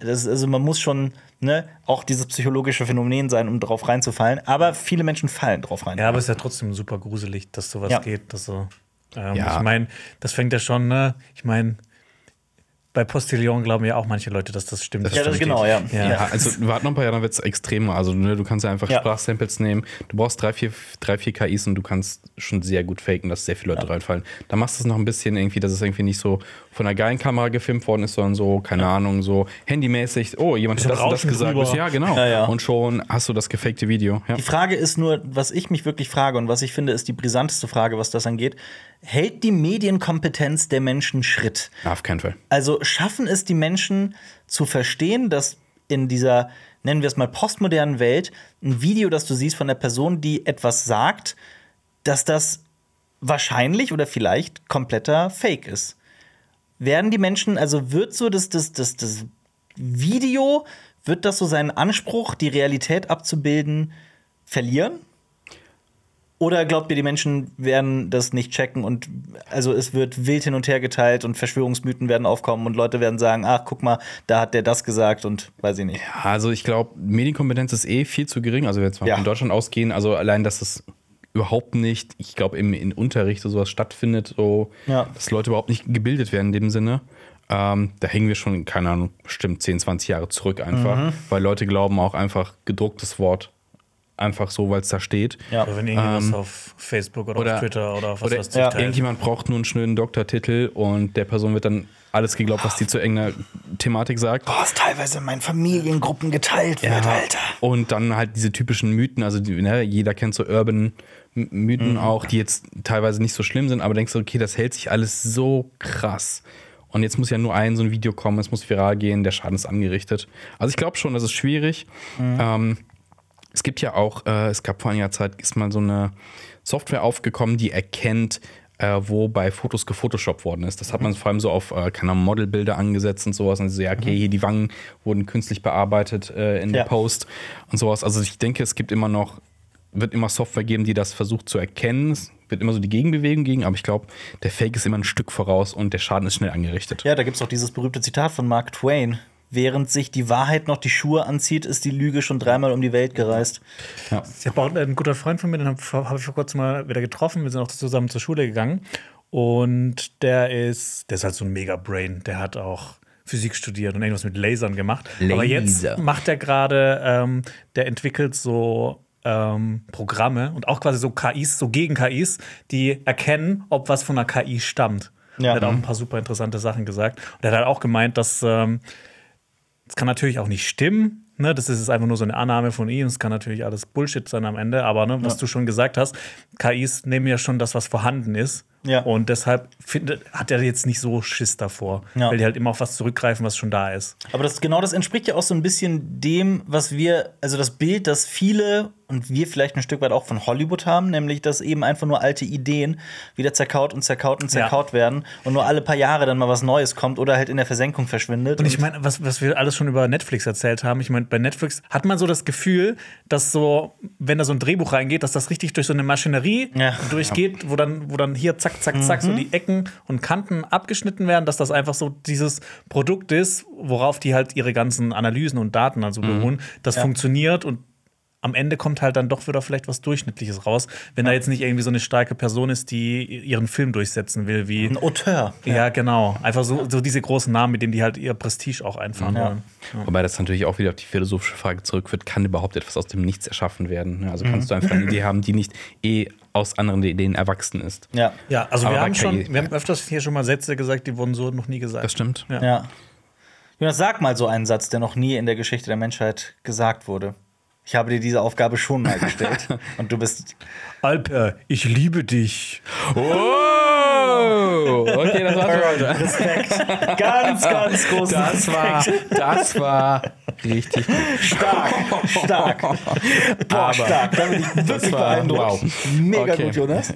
S1: Das ist, also man muss schon ne, auch dieses psychologische Phänomen sein, um drauf reinzufallen. Aber viele Menschen fallen drauf rein.
S3: Ja, aber es ist ja trotzdem super gruselig, dass sowas
S1: Ja.
S3: geht. Dass so, ähm,
S2: Ja.
S3: Ich meine, das fängt ja schon, ne? Ich meine, bei Postillon glauben ja auch manche Leute, dass das stimmt.
S1: Ja, das genau, ja.
S3: Ja.
S2: Ja, also warte noch ein paar Jahre, dann wird es extremer. Also ne, du kannst ja einfach
S1: Ja.
S2: Sprachsamples nehmen. Du brauchst drei vier, drei, vier KIs und du kannst schon sehr gut faken, dass sehr viele Leute reinfallen. Da machst du es noch ein bisschen irgendwie, dass es irgendwie nicht so von einer geilen Kamera gefilmt worden ist, sondern so, keine Ahnung, so handymäßig, oh, jemand hat das und das
S3: Rauschen
S2: gesagt.
S3: drüber.
S2: Ja, genau.
S1: ja.
S2: Und schon hast du das gefakte Video. Ja.
S1: Die Frage ist nur, was ich mich wirklich frage und was ich finde, ist die brisanteste Frage, was das angeht. Hält die Medienkompetenz der Menschen Schritt?
S2: Na, auf keinen Fall.
S1: Also schaffen es die Menschen zu verstehen, dass in dieser, nennen wir es mal, postmodernen Welt, ein Video, das du siehst von der Person, die etwas sagt, dass das wahrscheinlich oder vielleicht kompletter Fake ist. Werden die Menschen, also wird so das, das, das, das Video, wird das so seinen Anspruch, die Realität abzubilden, verlieren? Oder glaubt ihr, die Menschen werden das nicht checken und also es wird wild hin und her geteilt und Verschwörungsmythen werden aufkommen und Leute werden sagen, ach guck mal, da hat der das gesagt und weiß ich nicht.
S2: Also ich glaube, Medienkompetenz ist eh viel zu gering. Also wenn wir jetzt mal
S1: Ja.
S2: von Deutschland ausgehen, also allein, dass es überhaupt nicht, ich glaube, im in Unterricht oder sowas stattfindet, so,
S1: Ja.
S2: dass Leute überhaupt nicht gebildet werden in dem Sinne. Ähm, da hängen wir schon, keine Ahnung, bestimmt 10, 20 Jahre zurück einfach,
S1: Mhm.
S2: weil Leute glauben auch einfach gedrucktes Wort einfach so, weil es da steht.
S1: Ja.
S3: Oder wenn irgendwas auf Facebook oder, auf Twitter oder auf was
S2: oder
S3: weiß ich
S1: ja.
S3: teilt.
S2: Irgendjemand braucht nur einen schönen Doktortitel und der Person wird dann alles geglaubt, was die zu irgendeiner Thematik sagt.
S1: Was teilweise in meinen Familiengruppen geteilt wird, Alter.
S2: Und dann halt diese typischen Mythen, also die, ne, jeder kennt so Urban-Mythen auch, die jetzt teilweise nicht so schlimm sind, aber denkst du, okay, das hält sich alles so krass. Und jetzt muss ja nur ein so ein Video kommen, es muss viral gehen, der Schaden ist angerichtet. Also ich glaube schon, das ist schwierig. Ähm, es gibt ja auch, äh, es gab vor einiger Zeit, ist mal so eine Software aufgekommen, die erkennt, äh, wo bei Fotos gefotoshoppt worden ist. Das hat man vor allem so auf, äh, keine Ahnung, Modelbilder angesetzt und sowas. Und so, ja, okay, hier die Wangen wurden künstlich bearbeitet äh, in
S1: Ja.
S2: der Post und sowas. Also ich denke, es gibt immer noch, wird immer Software geben, die das versucht zu erkennen. Es wird immer so die Gegenbewegung gegen, aber ich glaube, der Fake ist immer ein Stück voraus und der Schaden ist schnell angerichtet.
S1: Ja, da gibt es auch dieses berühmte Zitat von Mark Twain. Während sich die Wahrheit noch die Schuhe anzieht, ist die Lüge schon dreimal um die Welt gereist.
S3: Ich hab auch, ein guter Freund von mir, den habe hab ich vor kurzem mal wieder getroffen. Wir sind auch zusammen zur Schule gegangen. Und der ist, der ist halt so ein Mega-Brain. Der hat auch Physik studiert und irgendwas mit Lasern gemacht. Aber jetzt
S2: Laser.
S3: macht er gerade, ähm, der entwickelt so ähm, Programme und auch quasi so KIs, so gegen KIs, die erkennen, ob was von einer KI stammt.
S1: Ja.
S3: Er hat auch ein paar super interessante Sachen gesagt. Und er hat halt auch gemeint, dass ähm, das kann natürlich auch nicht stimmen. Ne? Das ist jetzt einfach nur so eine Annahme von ihm. Es kann natürlich alles Bullshit sein am Ende. Aber ne, was du schon gesagt hast, KIs nehmen ja schon das, was vorhanden ist.
S1: Ja.
S3: Und deshalb findet, hat er jetzt nicht so Schiss davor,
S1: Ja.
S3: weil die halt immer auf was zurückgreifen, was schon da ist.
S1: Aber das, genau das entspricht ja auch so ein bisschen dem, was wir, also das Bild, das viele und wir vielleicht ein Stück weit auch von Hollywood haben, nämlich dass eben einfach nur alte Ideen wieder zerkaut und zerkaut und zerkaut werden und nur alle paar Jahre dann mal was Neues kommt oder halt in der Versenkung verschwindet.
S3: Und ich meine, was, was wir alles schon über Netflix erzählt haben, ich meine, bei Netflix hat man so das Gefühl, dass so, wenn da so ein Drehbuch reingeht, dass das richtig durch so eine Maschinerie
S1: Ja.
S3: durchgeht, wo dann, wo dann hier zack, zack, zack, so die Ecken und Kanten abgeschnitten werden, dass das einfach so dieses Produkt ist, worauf die halt ihre ganzen Analysen und Daten also beruhen. Das funktioniert und am Ende kommt halt dann doch wieder vielleicht was Durchschnittliches raus, wenn da jetzt nicht irgendwie so eine starke Person ist, die ihren Film durchsetzen will, wie
S1: ein Auteur.
S3: ja, genau. Einfach so, so diese großen Namen, mit denen die halt ihr Prestige auch einfahren wollen.
S2: Wobei das natürlich auch wieder auf die philosophische Frage zurückführt, kann überhaupt etwas aus dem Nichts erschaffen werden? Ne? Also kannst du einfach eine Idee haben, die nicht eh aus anderen Ideen erwachsen ist.
S1: Ja.
S3: Ja, also
S2: Aber
S3: wir
S2: bei
S3: haben schon,
S2: KI
S3: wir haben öfters hier schon mal Sätze gesagt, die wurden so noch nie gesagt.
S2: Das stimmt.
S3: Ja.
S1: Ja. Jonas, sag mal so einen Satz, der noch nie in der Geschichte der Menschheit gesagt wurde. Ich habe dir diese Aufgabe schon mal gestellt und du bist
S3: Alper, ich liebe dich.
S2: Oh! Wow! Okay, das war's. für heute.
S1: Ganz, ganz groß.
S2: Das war, das war richtig gut.
S1: stark, stark. Boah,
S2: Aber-
S1: stark. Da bin ich
S2: Das
S1: wirklich
S2: war-
S1: beeindruckt. Mega
S2: Okay.
S1: gut, Jonas.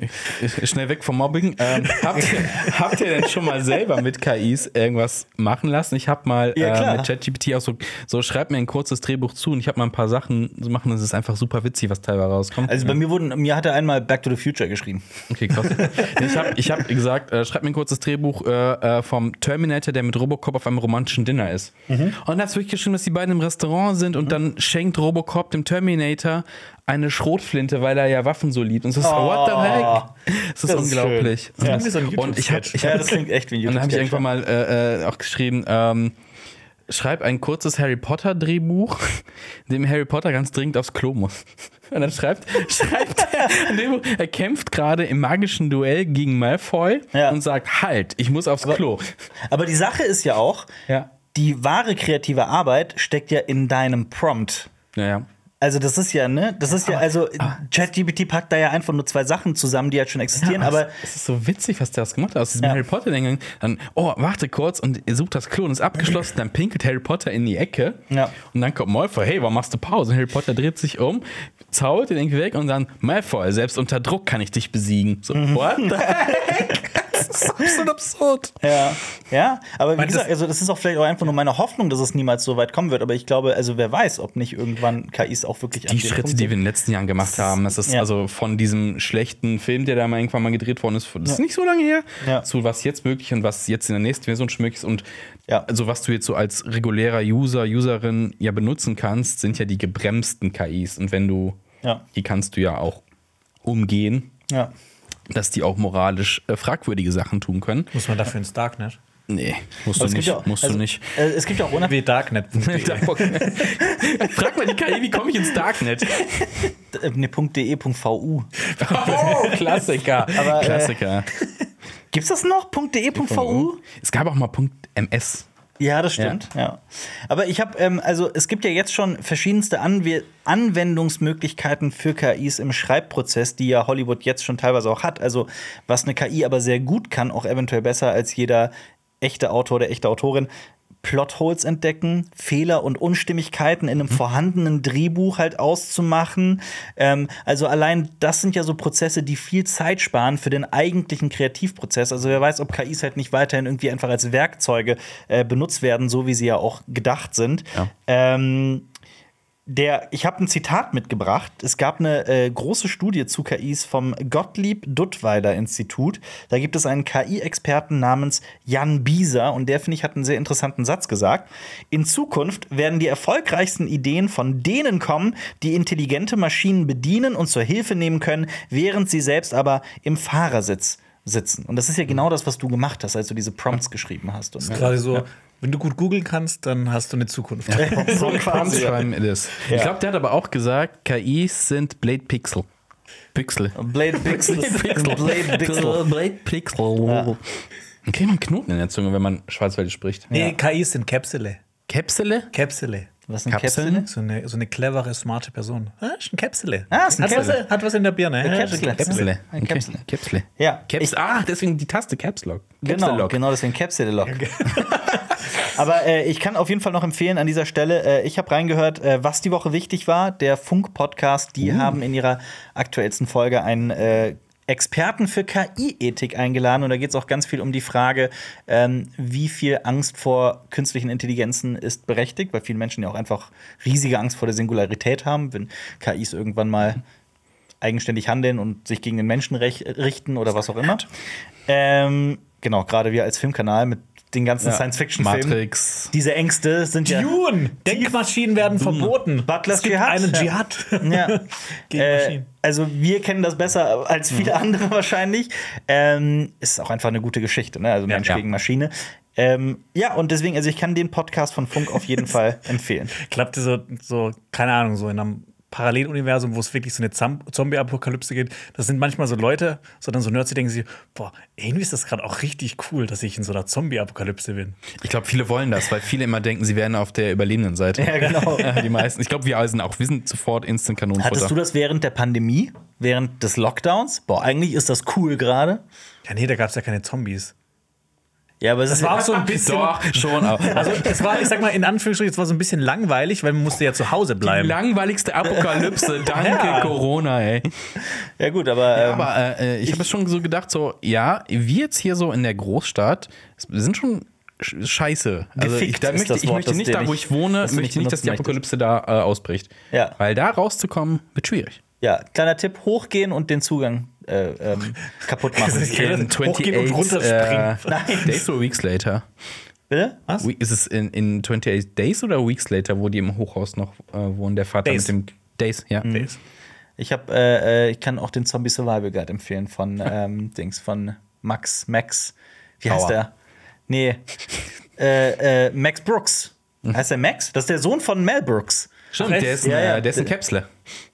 S2: Schnell weg vom Mobbing. Ähm, habt, ihr, habt ihr denn schon mal selber mit KIs irgendwas machen lassen? Ich habe mal
S1: Ja,
S2: äh,
S1: klar.
S2: mit ChatGPT auch so, so, schreib mir ein kurzes Drehbuch zu und ich habe mal ein paar Sachen zu machen. Das ist einfach super witzig, was teilweise rauskommt.
S1: Also bei mir wurden, mir hat er einmal Back to the Future geschrieben.
S2: Okay, krass. Nee, ich habe ich hab gesagt, äh, schreib mir ein kurzes Drehbuch äh, äh, vom Terminator, der mit Robocop auf einem romantischen Dinner ist.
S3: Mhm.
S2: Und da ist wirklich geschrieben, dass die beiden im Restaurant sind und dann schenkt Robocop dem Terminator eine Schrotflinte, weil er ja Waffen so liebt. Und es ist, what the heck? Es ist
S1: das ist
S2: unglaublich.
S3: Oh. Das ist irgendwie so ein
S2: und ich habe
S3: YouTube-Sketch.
S2: ich
S1: Ja,
S2: hab,
S1: das klingt echt wie ein
S2: und dann habe ich
S1: YouTube-Sketch.
S2: irgendwann mal äh, äh, auch geschrieben, ähm, schreib ein kurzes Harry Potter Drehbuch, in dem Harry Potter ganz dringend aufs Klo muss. Und dann schreibt, schreibt er, in dem, er kämpft gerade im magischen Duell gegen Malfoy
S1: Ja.
S2: und sagt, halt, ich muss aufs Klo.
S1: Aber die Sache ist ja auch,
S2: Ja.
S1: die wahre kreative Arbeit steckt ja in deinem Prompt.
S2: Naja.
S1: Also das ist ja, ne? Das ist ja, also
S2: Ah.
S1: ChatGPT packt da ja einfach nur zwei Sachen zusammen, die halt schon existieren,
S2: Ja,
S1: aber
S2: es, es ist so witzig, was der das gemacht hat. Aus diesem
S1: Ja.
S2: Harry Potter Ding dann, oh, warte kurz und er sucht das Klo und ist abgeschlossen, dann pinkelt Harry Potter in die Ecke
S1: Ja.
S2: und dann kommt Malfoy, hey, warum machst du Pause? Und Harry Potter dreht sich um, zaubert den irgendwie weg und dann Malfoy, selbst unter Druck kann ich dich besiegen. So,
S1: Mhm.
S2: what the heck? Das ist absolut absurd.
S1: Ja, ja, aber wie
S3: Meint
S1: gesagt,
S3: das-
S1: also das ist auch vielleicht auch einfach nur meine Hoffnung, dass es niemals so weit kommen wird. Aber ich glaube, also wer weiß, ob nicht irgendwann KIs auch wirklich
S2: Die Schritte, die wir in den letzten Jahren gemacht haben, das ist
S1: Ja.
S2: also von diesem schlechten Film, der da mal irgendwann mal gedreht worden ist, das ist nicht so lange her,
S1: Ja.
S2: zu was jetzt möglich und was jetzt in der nächsten Version schon möglich ist und
S1: Ja.
S2: also was du jetzt so als regulärer User, Userin ja benutzen kannst, sind ja die gebremsten KIs und wenn du,
S1: Ja.
S2: die kannst du ja auch umgehen,
S1: Ja.
S2: dass die auch moralisch äh, fragwürdige Sachen tun können.
S3: Muss man dafür ins Darknet?
S2: Nee, musst
S1: Aber es
S2: du
S1: gibt
S2: nicht,
S1: ja auch-
S2: musst
S1: also,
S2: du nicht.
S1: Äh, es gibt ja auch unabhängig.
S3: www.darknet.de
S2: Frag mal die KI, wie komme ich ins Darknet?
S1: Ne, .de.vu.
S2: Oh, Klassiker.
S1: Aber, äh,
S2: Klassiker.
S1: Gibt's das noch? E, .de.vu?
S2: Es gab auch mal Punkt MS.
S1: Ja, das stimmt. Ja. Aber ich habe, ähm, also es gibt ja jetzt schon verschiedenste Anwe Anwendungsmöglichkeiten für KIs im Schreibprozess, die ja Hollywood jetzt schon teilweise auch hat. Also was eine KI aber sehr gut kann, auch eventuell besser als jeder echte Autor oder echte Autorin. Plotholes entdecken, Fehler und Unstimmigkeiten in einem vorhandenen Drehbuch halt auszumachen. Ähm, also allein das sind ja so Prozesse, die viel Zeit sparen für den eigentlichen Kreativprozess. Also wer weiß, ob KIs halt nicht weiterhin irgendwie einfach als Werkzeuge äh, benutzt werden, so wie sie ja auch gedacht sind.
S2: Ja.
S1: Ähm, der, ich habe ein Zitat mitgebracht. Es gab eine äh, große Studie zu KIs vom Gottlieb Duttweiler Institut. Da gibt es einen KI-Experten namens Jan Bieser und der, finde ich, hat einen sehr interessanten Satz gesagt. In Zukunft werden die erfolgreichsten Ideen von denen kommen, die intelligente Maschinen bedienen und zur Hilfe nehmen können, während sie selbst aber im Fahrersitz sitzen. Und das ist ja genau das, was du gemacht hast, als du diese Prompts geschrieben hast. Und,
S3: Quasi so, wenn du gut googeln kannst, dann hast du eine Zukunft.
S1: so quasi.
S2: Prime it is. Ich glaube, der hat aber auch gesagt, KIs sind Blade Pixel. Pixel.
S1: Blade Pixel. Blade Pixel.
S2: Blade Pixel. Ja. Dann kriegt man Knoten in der Zunge, wenn man Schwarzwäldisch spricht.
S3: Nee, KIs sind Käpsele.
S2: Kapsele?
S3: Käpsele.
S1: Was sind
S2: Kapseln?
S1: Kapseln?
S3: So eine, so eine clevere, smarte Person. Ah, ist ein Käpsele.
S1: Ah, ist ein
S3: hat,
S1: Käpsele.
S3: was, hat was in der Birne. Ah, ist ein
S1: Käpsele.
S2: Kapsele.
S1: Ein Kapsele.
S2: Kapsele.
S1: Ja.
S2: Caps ah, deswegen die Taste Caps Lock. Capsule
S1: Genau,
S2: Lock.
S1: genau deswegen Capsule Lock. Aber äh, ich kann auf jeden Fall noch empfehlen an dieser Stelle, äh, ich habe reingehört, äh, was die Woche wichtig war. Der Funk-Podcast, die haben in ihrer aktuellsten Folge einen äh, Experten für KI-Ethik eingeladen. Und da geht es auch ganz viel um die Frage, ähm, wie viel Angst vor künstlichen Intelligenzen ist berechtigt, weil viele Menschen ja auch einfach riesige Angst vor der Singularität haben, wenn KIs irgendwann mal eigenständig handeln und sich gegen den Menschen rech- richten oder was auch immer. Ähm, genau, gerade wir als Filmkanal mit den ganzen
S2: Ja.
S1: Science-Fiction-Filmen.
S2: Matrix.
S1: Diese Ängste sind ja.
S3: Dune! Denkmaschinen werden verboten.
S1: Butlers
S3: es gibt
S1: Dschihad.
S3: einen
S1: Ja.
S3: Dschihad.
S1: ja.
S3: Gegen
S1: äh,
S3: Maschinen.
S1: also wir kennen das besser als viele andere wahrscheinlich. Ähm, ist auch einfach eine gute Geschichte, ne? Also Mensch
S2: ja.
S1: gegen Maschine. Ähm, ja, und deswegen, also ich kann den Podcast von Funk auf jeden Fall empfehlen.
S3: Klappt so, so, keine Ahnung, so in einem Paralleluniversum, wo es wirklich so eine Zam- Zombie-Apokalypse geht. Das sind manchmal so Leute, sondern so Nerds, die denken sich, boah, irgendwie ist das gerade auch richtig cool, dass ich in so einer Zombie-Apokalypse bin.
S2: Ich glaube, viele wollen das, weil viele immer denken, sie wären auf der überlebenden Seite.
S1: Ja, genau.
S2: Die meisten. Ich glaube, wir alle sind auch, wir sind sofort Instant Kanonenfutter.
S1: Hattest du das während der Pandemie? während des Lockdowns. Boah, eigentlich ist das cool gerade.
S3: Ja, nee, da gab es ja keine Zombies.
S1: Ja, aber es
S3: Das
S1: ist
S3: war auch so ein bisschen.
S2: Doch, schon. aber-
S3: Also, es war, ich sag mal, in Anführungsstrichen, es war so ein bisschen langweilig, weil man musste ja zu Hause bleiben.
S2: Langweiligste Apokalypse. Danke,
S3: Ja.
S2: Corona, ey.
S1: Ähm, ja gut, aber, ähm,
S2: Aber äh, äh, ich habe schon so gedacht, so, ja, wir jetzt hier so in der Großstadt sind schon sch- scheiße. Also ich,
S1: Gefickt
S2: da
S1: ist
S2: möchte,
S1: das
S2: ich
S1: Wort,
S2: möchte
S1: das
S2: nicht
S1: dir
S2: da, wo
S1: nicht-
S2: ich wohne,
S1: das du
S2: möchte
S1: nicht
S2: ich nicht, dass die
S1: benutzen
S2: Apokalypse da äh, ausbricht.
S1: Ja.
S2: Weil da rauszukommen, wird schwierig.
S1: ja, kleiner Tipp: Hochgehen und den Zugang äh, ähm, kaputt machen.
S3: Das ist ja-
S2: In
S3: Hochgehen und
S2: 28,
S3: runterspringen.
S2: äh, Days or Weeks Later.
S1: Bitte?
S2: We ist es in, in 28 Days oder Weeks Later, wo die im Hochhaus noch äh, wohnen, der Vater
S3: Days.
S2: mit dem Days, ja.
S3: Days.
S1: Ich habe, äh, äh, ich kann auch den Zombie Survival Guide empfehlen von ähm, Dings von Max Max. Wie heißt
S2: Bauer.
S1: der? Nee, äh, äh, Max Brooks.
S3: Mhm.
S1: Heißt der Max? Das ist der Sohn von Mel Brooks.
S2: Stimmt, der ist, ein,
S1: Ja, ja.
S2: äh, der ist ein Käpsler.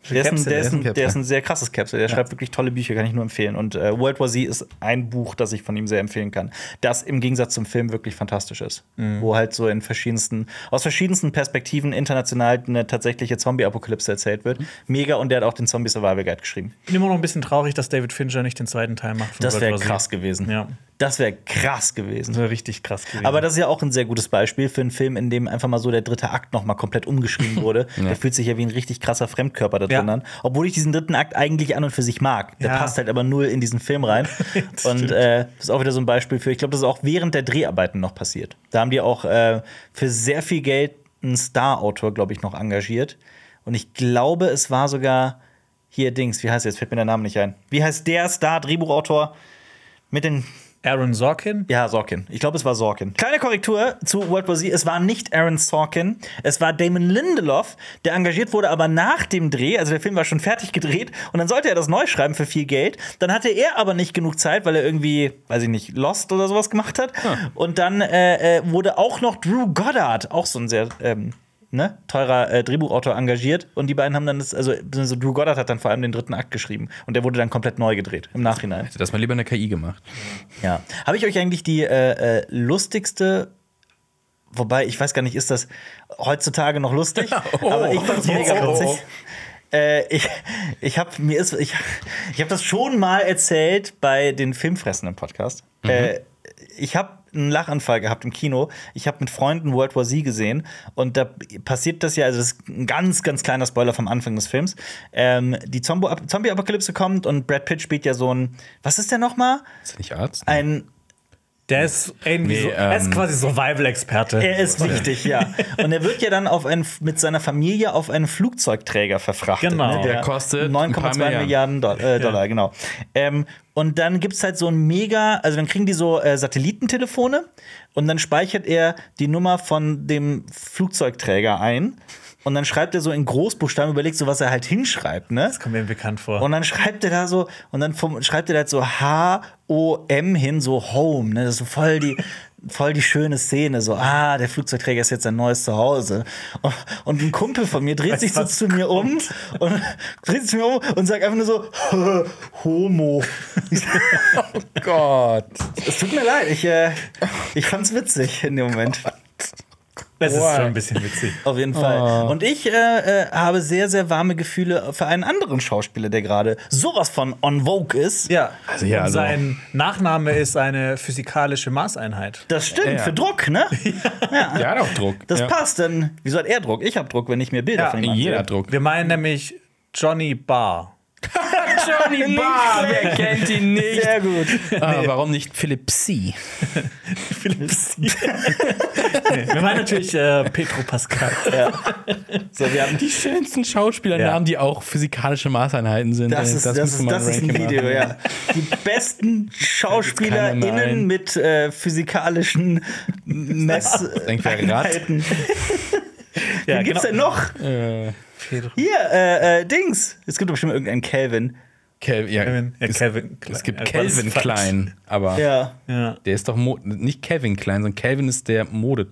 S1: Der ist, ein,
S2: Capsule,
S1: der, ist ein,
S2: Capsule.
S1: der ist ein sehr krasses Capsule. Der schreibt wirklich tolle Bücher, kann ich nur empfehlen. Und äh, World War Z ist ein Buch, das ich von ihm sehr empfehlen kann. Das im Gegensatz zum Film wirklich fantastisch ist. Wo halt so in verschiedensten, aus verschiedensten Perspektiven international eine tatsächliche Zombie-Apokalypse erzählt wird. Mega, und der hat auch den Zombie Survival Guide geschrieben.
S3: Ich bin immer noch ein bisschen traurig, dass David Fincher nicht den zweiten Teil macht. von
S1: Das
S3: World
S1: wäre
S3: War Z.
S1: krass gewesen.
S3: Ja.
S1: Das wäre krass gewesen.
S3: Das wäre richtig krass gewesen.
S1: Aber das ist ja auch ein sehr gutes Beispiel für einen Film, in dem einfach mal so der dritte Akt nochmal komplett umgeschrieben wurde. Der fühlt sich ja wie ein richtig krasser Fremdkörper da
S3: Ja.
S1: drin an. Obwohl ich diesen dritten Akt eigentlich an und für sich mag. Der
S3: Ja.
S1: passt halt aber null in diesen Film rein.
S3: Das
S1: und
S3: stimmt.
S1: äh, das ist auch wieder so ein Beispiel für, ich glaube, das ist auch während der Dreharbeiten noch passiert. Da haben die auch äh, für sehr viel Geld einen Star-Autor, glaube ich, noch engagiert. Und ich glaube, es war sogar hier Dings, wie heißt er jetzt? Fällt mir der Name nicht ein. Wie heißt der Star-Drehbuchautor mit den
S3: Aaron Sorkin?
S1: ja, Sorkin. Ich glaube, es war Sorkin. Kleine Korrektur zu World War Z. Es war nicht Aaron Sorkin. Es war Damon Lindelof, der engagiert wurde, aber nach dem Dreh. Also der Film war schon fertig gedreht und dann sollte er das neu schreiben für viel Geld. Dann hatte er aber nicht genug Zeit, weil er irgendwie, weiß ich nicht, Lost oder sowas gemacht hat. Und dann äh, äh, wurde auch noch Drew Goddard, auch so ein sehr ähm, ne, teurer äh, Drehbuchautor, engagiert. Und die beiden haben dann das, also beziehungsweise Drew Goddard hat dann vor allem den dritten Akt geschrieben und der wurde dann komplett neu gedreht im Nachhinein.
S2: Hätte das mal lieber in der KI gemacht.
S1: Ja. Habe ich euch eigentlich die äh, äh, lustigste, wobei ich weiß gar nicht, ist das heutzutage noch lustig? aber ich fand's mega
S2: oh,
S1: lustig.
S2: oh.
S1: Äh, ich ich habe mir ist ich, ich habe das schon mal erzählt bei den Filmfressen im Podcast. Äh, ich habe einen Lachanfall gehabt im Kino. Ich habe mit Freunden World War Z gesehen und da passiert das ja, also das ist ein ganz ganz kleiner Spoiler vom Anfang des Films. Ähm, die Zombo- Zombie Apokalypse kommt und Brad Pitt spielt ja so ein was ist der noch mal?
S2: Ist er nicht Arzt?
S1: Ein
S3: Der ist irgendwie
S2: Nee,
S3: so, er ist
S2: ähm,
S3: quasi Survival-Experte.
S1: Er ist wichtig, ja. Und er wird ja dann auf einen, mit seiner Familie auf einen Flugzeugträger verfrachtet. ne?
S3: Genau.
S2: Der kostet ein paar
S1: 9,2
S2: Milliarden.
S1: Milliarden Do äh, Dollar, genau. Ähm, und dann gibt es halt so ein mega, also dann kriegen die so äh, Satellitentelefone und dann speichert er die Nummer von dem Flugzeugträger ein. Und dann schreibt er so in Großbuchstaben, überlegt so, was er halt hinschreibt, ne?
S3: Das kommt mir bekannt vor.
S1: Und dann schreibt er da so, und dann vom, schreibt er da halt so H-O-M hin, so Home. Ne? Das ist so voll die, voll die schöne Szene. So, ah, der Flugzeugträger ist jetzt sein neues Zuhause. Und, und ein Kumpel von mir dreht sich so zu mir um und dreht sich zu mir um und sagt einfach nur so, Homo.
S2: Gott.
S1: Es tut mir leid, ich, äh, ich fand's witzig in dem Moment.
S3: das ist schon ein bisschen witzig.
S1: Auf jeden
S2: Oh.
S1: Fall. Und ich äh, äh, habe sehr, sehr warme Gefühle für einen anderen Schauspieler, der gerade sowas von on vogue ist.
S3: Ja.
S2: Also ja,
S3: Und
S2: also-
S3: sein Nachname ist eine physikalische Maßeinheit.
S1: Das stimmt,
S2: Ja.
S1: für Druck, ne?
S2: Der hat auch Druck.
S1: Das
S2: ja.
S1: passt, denn wieso hat er Druck? Ich habe Druck, wenn ich mir Bilder
S3: Ja,
S1: von ihm ansehe.
S2: Jeder hat Druck.
S3: Wir meinen nämlich Johnny Barr.
S2: Johnny Barr, wer kennt ihn nicht?
S1: Sehr gut.
S2: Ah, warum nicht Philipp C?
S3: Wir meinen natürlich äh, Petro Pascal.
S1: So, wir haben
S2: Die schönsten Schauspielernamen, die auch physikalische Maßeinheiten sind.
S1: das
S2: Ey,
S1: ist, das
S2: müsste
S1: ist,
S2: man
S1: das ist ein
S2: Ranking
S1: Video,
S2: machen.
S1: ja. Die besten
S2: keiner mehr
S1: SchauspielerInnen
S2: ein.
S1: mit äh, physikalischen Mess.
S2: Denkt wer Rad?
S1: Einheiten.
S2: genau.
S3: Ja, genau.
S1: Wen gibt's denn noch?
S2: Äh,
S1: Hier, äh, äh, Dings. Es gibt doch bestimmt irgendeinen Calvin.
S2: Kel ja,
S3: Kevin, ja,
S2: es,
S3: Kevin Klein.
S2: es gibt
S3: Äh,
S2: Calvin
S3: was- was-
S2: Klein, aber
S1: Ja.
S3: Ja.
S2: der ist doch Mo nicht Kevin Klein, sondern Calvin ist der Mode.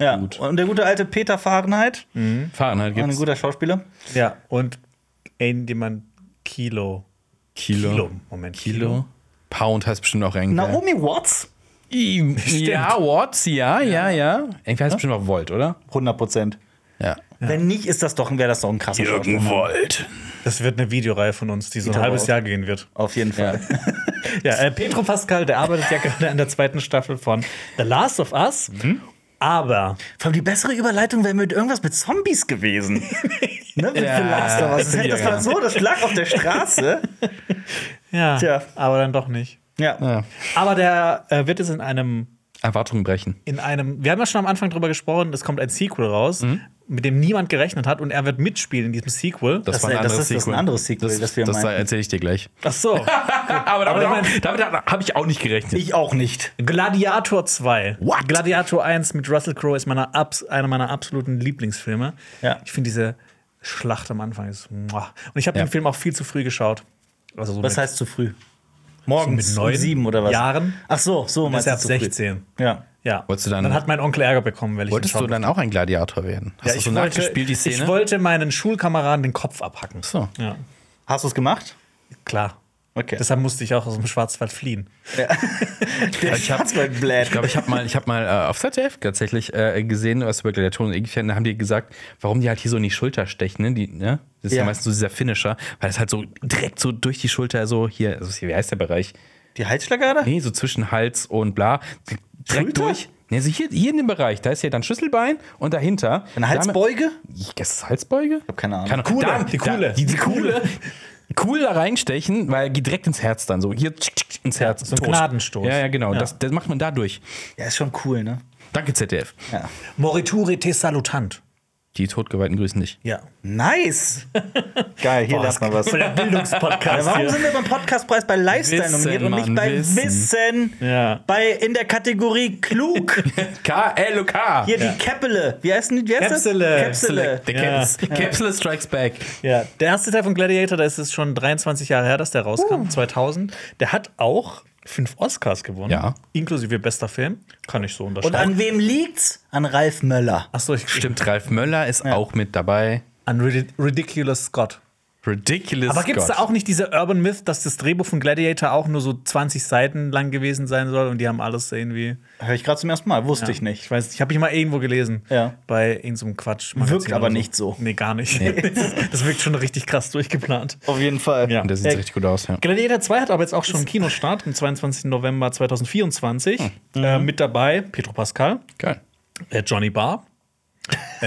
S1: ja.
S2: Gut.
S1: Und der gute alte Peter Fahrenheit,
S2: Fahrenheit
S1: auch ein
S2: gibt's.
S1: guter Schauspieler.
S3: ja, und irgendjemand Kilo.
S2: Kilo.
S3: Kilo. Moment.
S2: Kilo. Pound heißt bestimmt auch irgendwie.
S1: Naomi Watts?
S2: I-
S3: Stimmt.
S2: Ja, Watts, ja, ja, ja. Irgendwie heißt bestimmt auch Volt, oder?
S1: 100 Prozent.
S2: Ja.
S1: Wenn nicht, ist das doch, wäre das doch ein krasser Schauspieler.
S2: Wollt.
S3: Das wird eine Videoreihe von uns, die so ein
S1: Peter
S3: halbes
S1: Wout.
S3: Jahr gehen wird.
S1: Auf jeden Fall.
S3: Ja, äh, Petro Pascal, der arbeitet ja gerade an der zweiten Staffel von The Last of Us. Aber
S1: Vor allem die bessere Überleitung wäre mit irgendwas mit Zombies gewesen. ne, mit The Last of Us. Das, hätte- das war so, das lag auf der Straße.
S3: ja,
S1: Tja.
S3: aber dann doch nicht.
S1: ja.
S2: Ja.
S3: Aber der äh, wird es in einem,
S2: Erwartungen brechen.
S3: in einem. Wir haben ja schon am Anfang drüber gesprochen, es kommt ein Sequel raus,
S2: Mhm.
S3: mit dem niemand gerechnet hat und er wird mitspielen in diesem Sequel.
S1: Das sei- das ist- das ist ein anderes Sequel,
S2: das,
S1: das wir
S2: das
S1: meinten.
S2: erzähle ich dir gleich.
S3: Ach so.
S2: aber damit,
S3: Aber ich
S2: habe ich auch nicht gerechnet.
S1: Ich auch nicht.
S3: Gladiator 2. Gladiator 1 mit Russell Crowe ist meiner, abs- einer meiner absoluten Lieblingsfilme.
S1: Ja.
S3: Ich finde diese Schlacht am Anfang ist. muah. Und ich habe den Film auch viel zu früh geschaut. Also so
S1: Was
S3: mit-
S1: heißt zu früh? Morgens
S3: Mit neun
S1: um sieben oder was?
S3: Jahren?
S1: Ach so, so
S3: Das
S1: meinst
S3: ist ja
S1: du
S3: ab
S1: zu früh.
S3: 16.
S1: Ja.
S3: Ja.
S2: Wolltest du dann-
S3: hat mein Onkel Ärger bekommen, weil ich
S2: Wolltest
S3: ihn
S2: du dann auch ein Gladiator werden? Hast
S3: ja,
S2: du
S3: ich
S2: so
S3: wollte,
S2: nachgespielt, die Szene?
S3: Ich wollte meinen Schulkameraden den Kopf abhacken.
S2: so.
S3: Ja,
S1: Hast du es gemacht?
S3: klar.
S1: Okay.
S3: Deshalb musste ich auch aus dem Schwarzwald fliehen.
S2: ich hab-
S1: Schwarzwaldblatt.
S2: Ich glaube, ich habe mal, ich hab mal äh, auf ZDF tatsächlich äh, gesehen, was über Gladiatoren und Ingefähren, da haben die gesagt, warum die halt hier so in die Schulter stechen. Ne? Die, ne? Das ist ja.
S1: Ja.
S2: meistens so dieser Finisher, weil das halt so direkt so durch die Schulter so hier, also hier wie heißt der Bereich?
S1: Die Halsschlagader?
S2: Nee, so zwischen Hals und bla. Direkt
S1: Schulter?
S2: durch. Nee, also hier, hier in dem Bereich, da ist ja dann Schlüsselbein und dahinter.
S1: Eine Halsbeuge?
S2: Ich guess Halsbeuge? Ich
S1: hab keine Ahnung.
S2: Keine
S3: Kuhle,
S2: Da,
S3: die
S2: die
S3: Kuhle.
S2: Kuhle. Da, die, die Kuhle. Cool da reinstechen, weil geht direkt ins Herz dann so. Hier tschick, tschick, ins Herz.
S3: so ein
S2: Tot.
S3: Gnadenstoß.
S2: Ja, ja, genau. Das, das macht man da durch.
S1: Ja, ist schon cool, ne?
S2: Danke, ZDF.
S1: Ja.
S3: Morituri te salutant.
S2: Die Todgeweihten grüßen dich.
S3: Ja.
S1: Nice! Geil, hier lass mal was.
S3: Voll der
S1: Ja,
S3: Bildungspodcast
S1: warum
S3: hier.
S1: sind wir beim Podcastpreis bei Lifestyle
S2: Wissen,
S1: nominiert und nicht
S2: Mann,
S1: bei
S2: Wissen.
S1: Wissen?
S3: Ja.
S1: Bei in der Kategorie klug.
S2: K-L-O-K.
S1: Hier die Käppele. Wie heißt denn wie heißt das?
S3: Käpsele.
S1: Käpsele.
S2: Der
S3: Ja.
S2: Caps- Capsule Strikes Back.
S3: Ja, der erste Teil von Gladiator, da ist es schon 23 Jahre her, dass der rauskam, 2000. Der hat auch fünf Oscars gewonnen,
S2: Ja.
S3: inklusive bester Film. Kann ich so
S1: Und
S3: unterschreiben.
S1: an wem liegt's? An Ralf Möller.
S3: Achso, ich
S2: Stimmt, Ralf Möller ist auch mit dabei.
S3: An Rid Ridiculous Scott.
S2: Ridiculous.
S3: Aber gibt es da
S2: Gott.
S3: auch nicht diese Urban Myth, dass das Drehbuch von Gladiator auch nur so 20 Seiten lang gewesen sein soll und die haben alles irgendwie.
S1: Hör ich gerade zum ersten Mal, wusste ich
S3: Ich
S1: nicht.
S3: weiß nicht, habe ich mal irgendwo gelesen.
S1: Ja.
S3: Bei irgendeinem Quatsch.
S1: Wirkt aber nicht so.
S3: Nee, gar nicht. das wirkt schon richtig krass durchgeplant.
S1: Auf jeden Fall.
S3: Ja.
S2: Und Der sieht richtig gut aus, ja.
S3: Gladiator 2 hat aber jetzt auch schon einen Kinostart am 22. November 2024. Äh, mit dabei Petro Pascal,
S2: Geil.
S3: äh, Johnny Barr,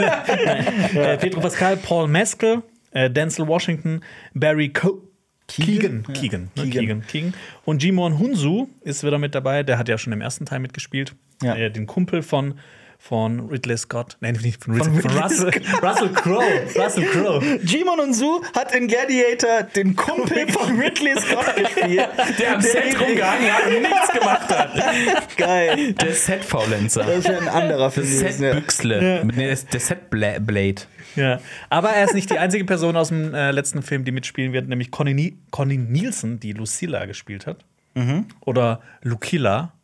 S3: äh, äh, Petro Pascal, Paul Mescal, äh, Denzel Washington, Barry Co Keegan. Keegan. Keegan, ne? Keegan. Keegan. Und Jimon Hunsu ist wieder mit dabei. Der hat ja schon im ersten Teil mitgespielt.
S1: Ja.
S3: Äh, den Kumpel von, von Ridley Scott. Nein, nicht von Ridley, von, Russell, Russell Crowe. Russell Crowe.
S1: Jimon und Su hat in Gladiator den Kumpel von Ridley Scott gespielt.
S2: Der am Set rumgehangen hat und nichts gemacht hat.
S1: Geil.
S2: Der Set-Faulenzer.
S1: Das ist ja ein anderer Film. gewesen, ja.
S2: Set-Büchsle. Nee, das- der Set-Blade.
S3: Ja. Aber er ist nicht die einzige Person aus dem äh, letzten Film, die mitspielen wird, nämlich Connie, Ni Connie Nielsen, die Lucilla gespielt hat.
S2: Mhm.
S3: Oder Lucilla.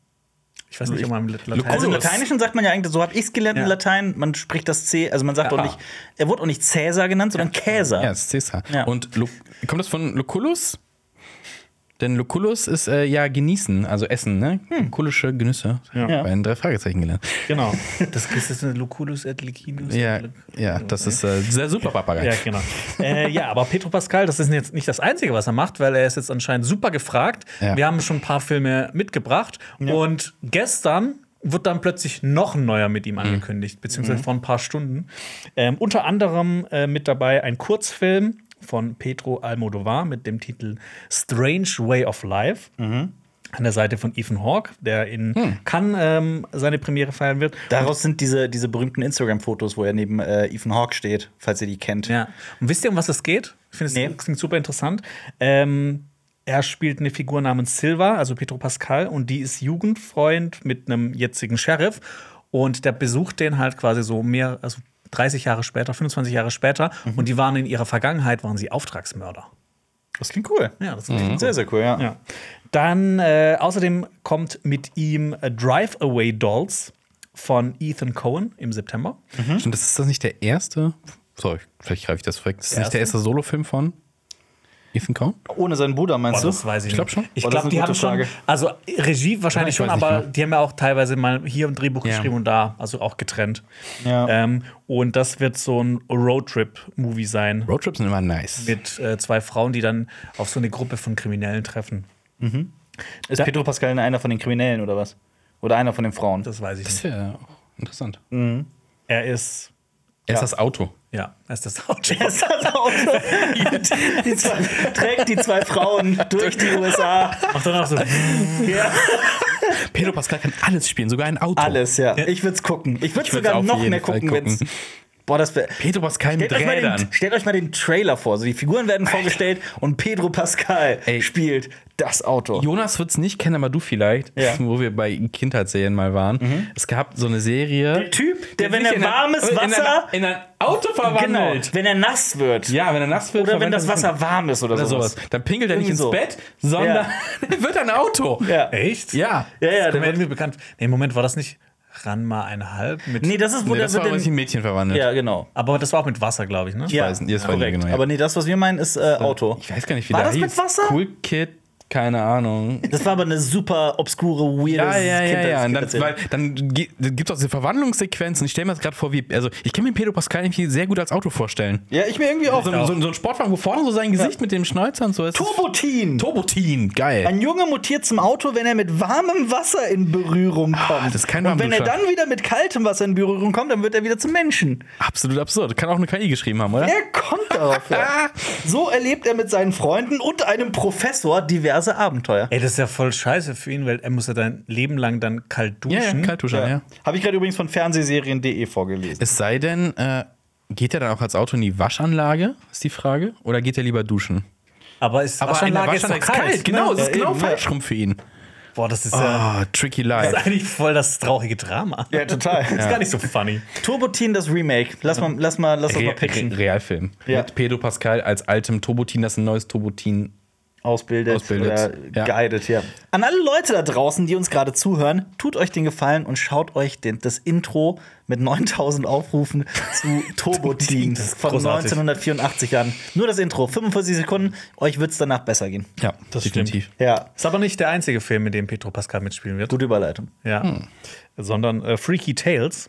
S3: Ich weiß nicht, ob man im Latein
S1: Also im
S2: Lucullus.
S1: Lateinischen sagt man ja eigentlich, so habe ich es gelernt
S3: Ja.
S1: in Latein, man spricht das C, also man sagt
S2: Ja.
S1: auch nicht, er wurde auch nicht Cäsar genannt, sondern Käser.
S2: Ja, das ist Caesar.
S1: Ja.
S2: Und Lu kommt das von Lucullus? Denn Lucullus ist äh, ja genießen, also essen, ne? Lucullische Genüsse. Ja. Bei den drei Fragezeichen gelernt.
S3: Genau. Das ist das eine Lucullus et Licinus.
S2: Ja, ja das ist äh, sehr super Papagei.
S3: Ja, genau. äh, ja, aber Petro Pascal, das ist jetzt nicht das Einzige, was er macht, weil er ist jetzt anscheinend super gefragt.
S2: Ja.
S3: Wir haben schon ein paar Filme mitgebracht. Und gestern wird dann plötzlich noch ein neuer mit ihm angekündigt, beziehungsweise vor ein paar Stunden. Ähm, unter anderem äh, mit dabei ein Kurzfilm von Pedro Almodovar mit dem Titel Strange Way of Life. An der Seite von Ethan Hawke, der in Cannes ähm, seine Premiere feiern wird.
S1: Daraus sind diese, diese berühmten Instagram-Fotos, wo er neben äh, Ethan Hawke steht, falls ihr die kennt.
S3: Ja. Und wisst ihr, um was es geht? Ich finde, es
S1: Nee.
S3: klingt super interessant. Ähm, er spielt eine Figur namens Silva, also Pedro Pascal, und die ist Jugendfreund mit einem jetzigen Sheriff. Und der besucht den halt quasi so mehr, also 30 Jahre später, 25 Jahre später. Und die waren in ihrer Vergangenheit, waren sie Auftragsmörder.
S1: Das klingt cool.
S3: Ja, das klingt
S1: Sehr, sehr cool, Mhm. ja.
S3: ja. Dann äh, außerdem kommt mit ihm äh, Drive Away Dolls von Ethan Cohen im September.
S2: Stimmt, das ist das nicht der erste. Sorry, vielleicht greife ich das vorweg. Das ist
S3: Der
S2: nicht der erste Solo-Film von Ethan Cohen?
S1: Ohne seinen Bruder, meinst du?
S3: Boah, das weiß ich,
S2: Ich glaub
S3: nicht.
S2: schon.
S3: Ich
S1: Boah, das
S3: glaube,
S1: ist eine
S3: die haben
S1: gute
S3: schon.
S1: Frage.
S3: Also Regie wahrscheinlich
S2: Ich
S3: schon,
S2: weiß nicht
S3: aber
S2: mehr.
S3: die haben ja auch teilweise mal hier ein Drehbuch
S2: Ja.
S3: geschrieben und da, also auch getrennt.
S1: Ja.
S3: Ähm, und das wird so ein Roadtrip-Movie sein.
S2: Roadtrips sind immer nice.
S3: Mit äh, zwei Frauen, die dann auf so eine Gruppe von Kriminellen treffen.
S1: Ist Pedro Pascal denn einer von den Kriminellen oder was? Oder einer von den Frauen?
S3: Das weiß ich
S2: Das ist
S3: nicht.
S2: ja auch interessant.
S3: Er ist,
S2: Er ist das Auto.
S3: ja, er ist das Auto.
S1: Das hat auch die zwei, trägt die zwei Frauen durch die USA.
S3: Macht dann auch so.
S2: Pedro Pascal kann alles spielen, sogar ein Auto.
S1: Alles, ja. Ich würde es gucken. Ich würde es
S2: würd's
S1: sogar
S2: auf
S1: noch
S2: jeden
S1: mehr
S2: Fall
S1: gucken, wenn's.
S2: gucken.
S1: Boah, das wäre.
S2: Pedro Pascal mit
S1: Stellt euch, mal
S2: Rädern.
S1: den, stellt euch mal den Trailer vor. So, die Figuren werden vorgestellt und Pedro Pascal
S2: Ey.
S1: spielt das Auto.
S2: Jonas wird es nicht kennen, aber du vielleicht,
S1: Ja. Mhm.
S2: wo wir bei Kindheitsserien mal waren. Es gab so eine Serie.
S1: Der Typ, der, wenn
S2: sich
S1: er
S2: in ein-
S1: warmes
S2: in ein-
S1: Wasser-
S2: In ein Auto verwandelt.
S1: Genau. Wenn er nass wird.
S2: Ja, wenn er nass wird.
S1: Oder wenn
S2: verwendet
S1: das
S2: er sich-
S1: Wasser warm ist oder,
S2: oder
S1: sowas.
S2: sowas. Dann pinkelt er nicht
S1: Irgendwie
S2: ins
S1: so.
S2: Bett, sondern er wird ein Auto.
S1: Ja.
S3: Echt?
S2: Ja.
S1: Ja, ja, genau.
S3: Das kommt
S1: der
S3: mir irgendwie bekannt. Nee, Moment, war das nicht Ranma eineinhalb? Mit,
S1: Nee, das ist, wo
S2: Nee,
S1: der
S2: das war
S1: wird
S2: aber
S1: in-
S2: nicht in Mädchen verwandelt.
S1: Ja, genau.
S3: aber das war auch mit Wasser, glaube ich, ne?
S1: Ja,
S2: weiß nicht, das weiß ich
S1: korrekt.
S2: genau, ja.
S1: Aber nee, das, was wir meinen, ist äh, Auto.
S2: Ich weiß gar nicht, wie
S1: War
S2: der
S1: das mit
S2: hieß.
S1: Wasser?
S2: Cool Kid, keine Ahnung.
S1: Das war aber eine super obskure, weirde
S2: Ja, ja, ja, ja. Und dann,
S1: Kindheits-
S2: weil, dann gibt es auch diese Verwandlungssequenz und ich stelle mir das gerade vor, wie. Also, ich kann mir Pedro Pascal irgendwie sehr gut als Auto vorstellen.
S1: ja, ich mir irgendwie auch.
S2: So, so, so ein Sportwagen, wo vorne so sein Gesicht mit dem Schnäuzer und so ist.
S1: Turbotin!
S2: Turbotin, geil.
S1: Ein Junge mutiert zum Auto, wenn er mit warmem Wasser in Berührung kommt.
S2: Ah, das ist kein
S1: Und wenn er
S2: Warmduscher.
S1: dann wieder mit kaltem Wasser in Berührung kommt, dann wird er wieder zum Menschen.
S2: Absolut absurd. Kann auch eine KI geschrieben haben, oder?
S1: Er kommt darauf. Ja. So erlebt er mit seinen Freunden und einem Professor diverse Abenteuer.
S3: Ey, das ist ja voll scheiße für ihn, weil er muss ja dein Leben lang dann kalt duschen.
S2: Ja, ja, Kaltuscher, ja.
S1: Habe ich gerade übrigens von fernsehserien.de vorgelesen.
S2: Es sei denn, äh, geht er dann auch als Auto in die Waschanlage, ist die Frage? Oder geht er lieber duschen?
S3: Aber ist Waschanlage ist doch kalt. ne?
S2: genau, es
S1: Ja,
S2: ist genau
S1: eben,
S2: falsch rum für ihn.
S3: Boah, das ist ja
S2: Ah, tricky
S3: das
S2: life.
S3: ist eigentlich voll das traurige Drama.
S1: Ja, total.
S3: Das ist gar nicht so funny.
S1: Turbotin, das Remake. Lass mal, lass mal, lass uns mal
S2: Re
S1: pitchen.
S2: Re Realfilm.
S1: Ja.
S2: Mit Pedro Pascal als altem Turbotin, das ein neues Turbotin.
S1: ausbildet,
S2: Ausbildet,
S1: oder
S2: ja.
S1: guidet, ja. An alle Leute da draußen, die uns gerade zuhören, tut euch den Gefallen und schaut euch den, das Intro mit 9000 Aufrufen zu Turbo Team
S3: Das ist
S1: von
S3: großartig.
S1: 1984 an. Nur das Intro, 45 Sekunden, euch wird es danach besser gehen.
S2: Ja, das definitiv.
S1: Ja,
S3: Ist aber nicht der einzige Film, in dem Petro Pascal mitspielen wird.
S1: gute Überleitung.
S3: Ja. Sondern äh, Freaky Tales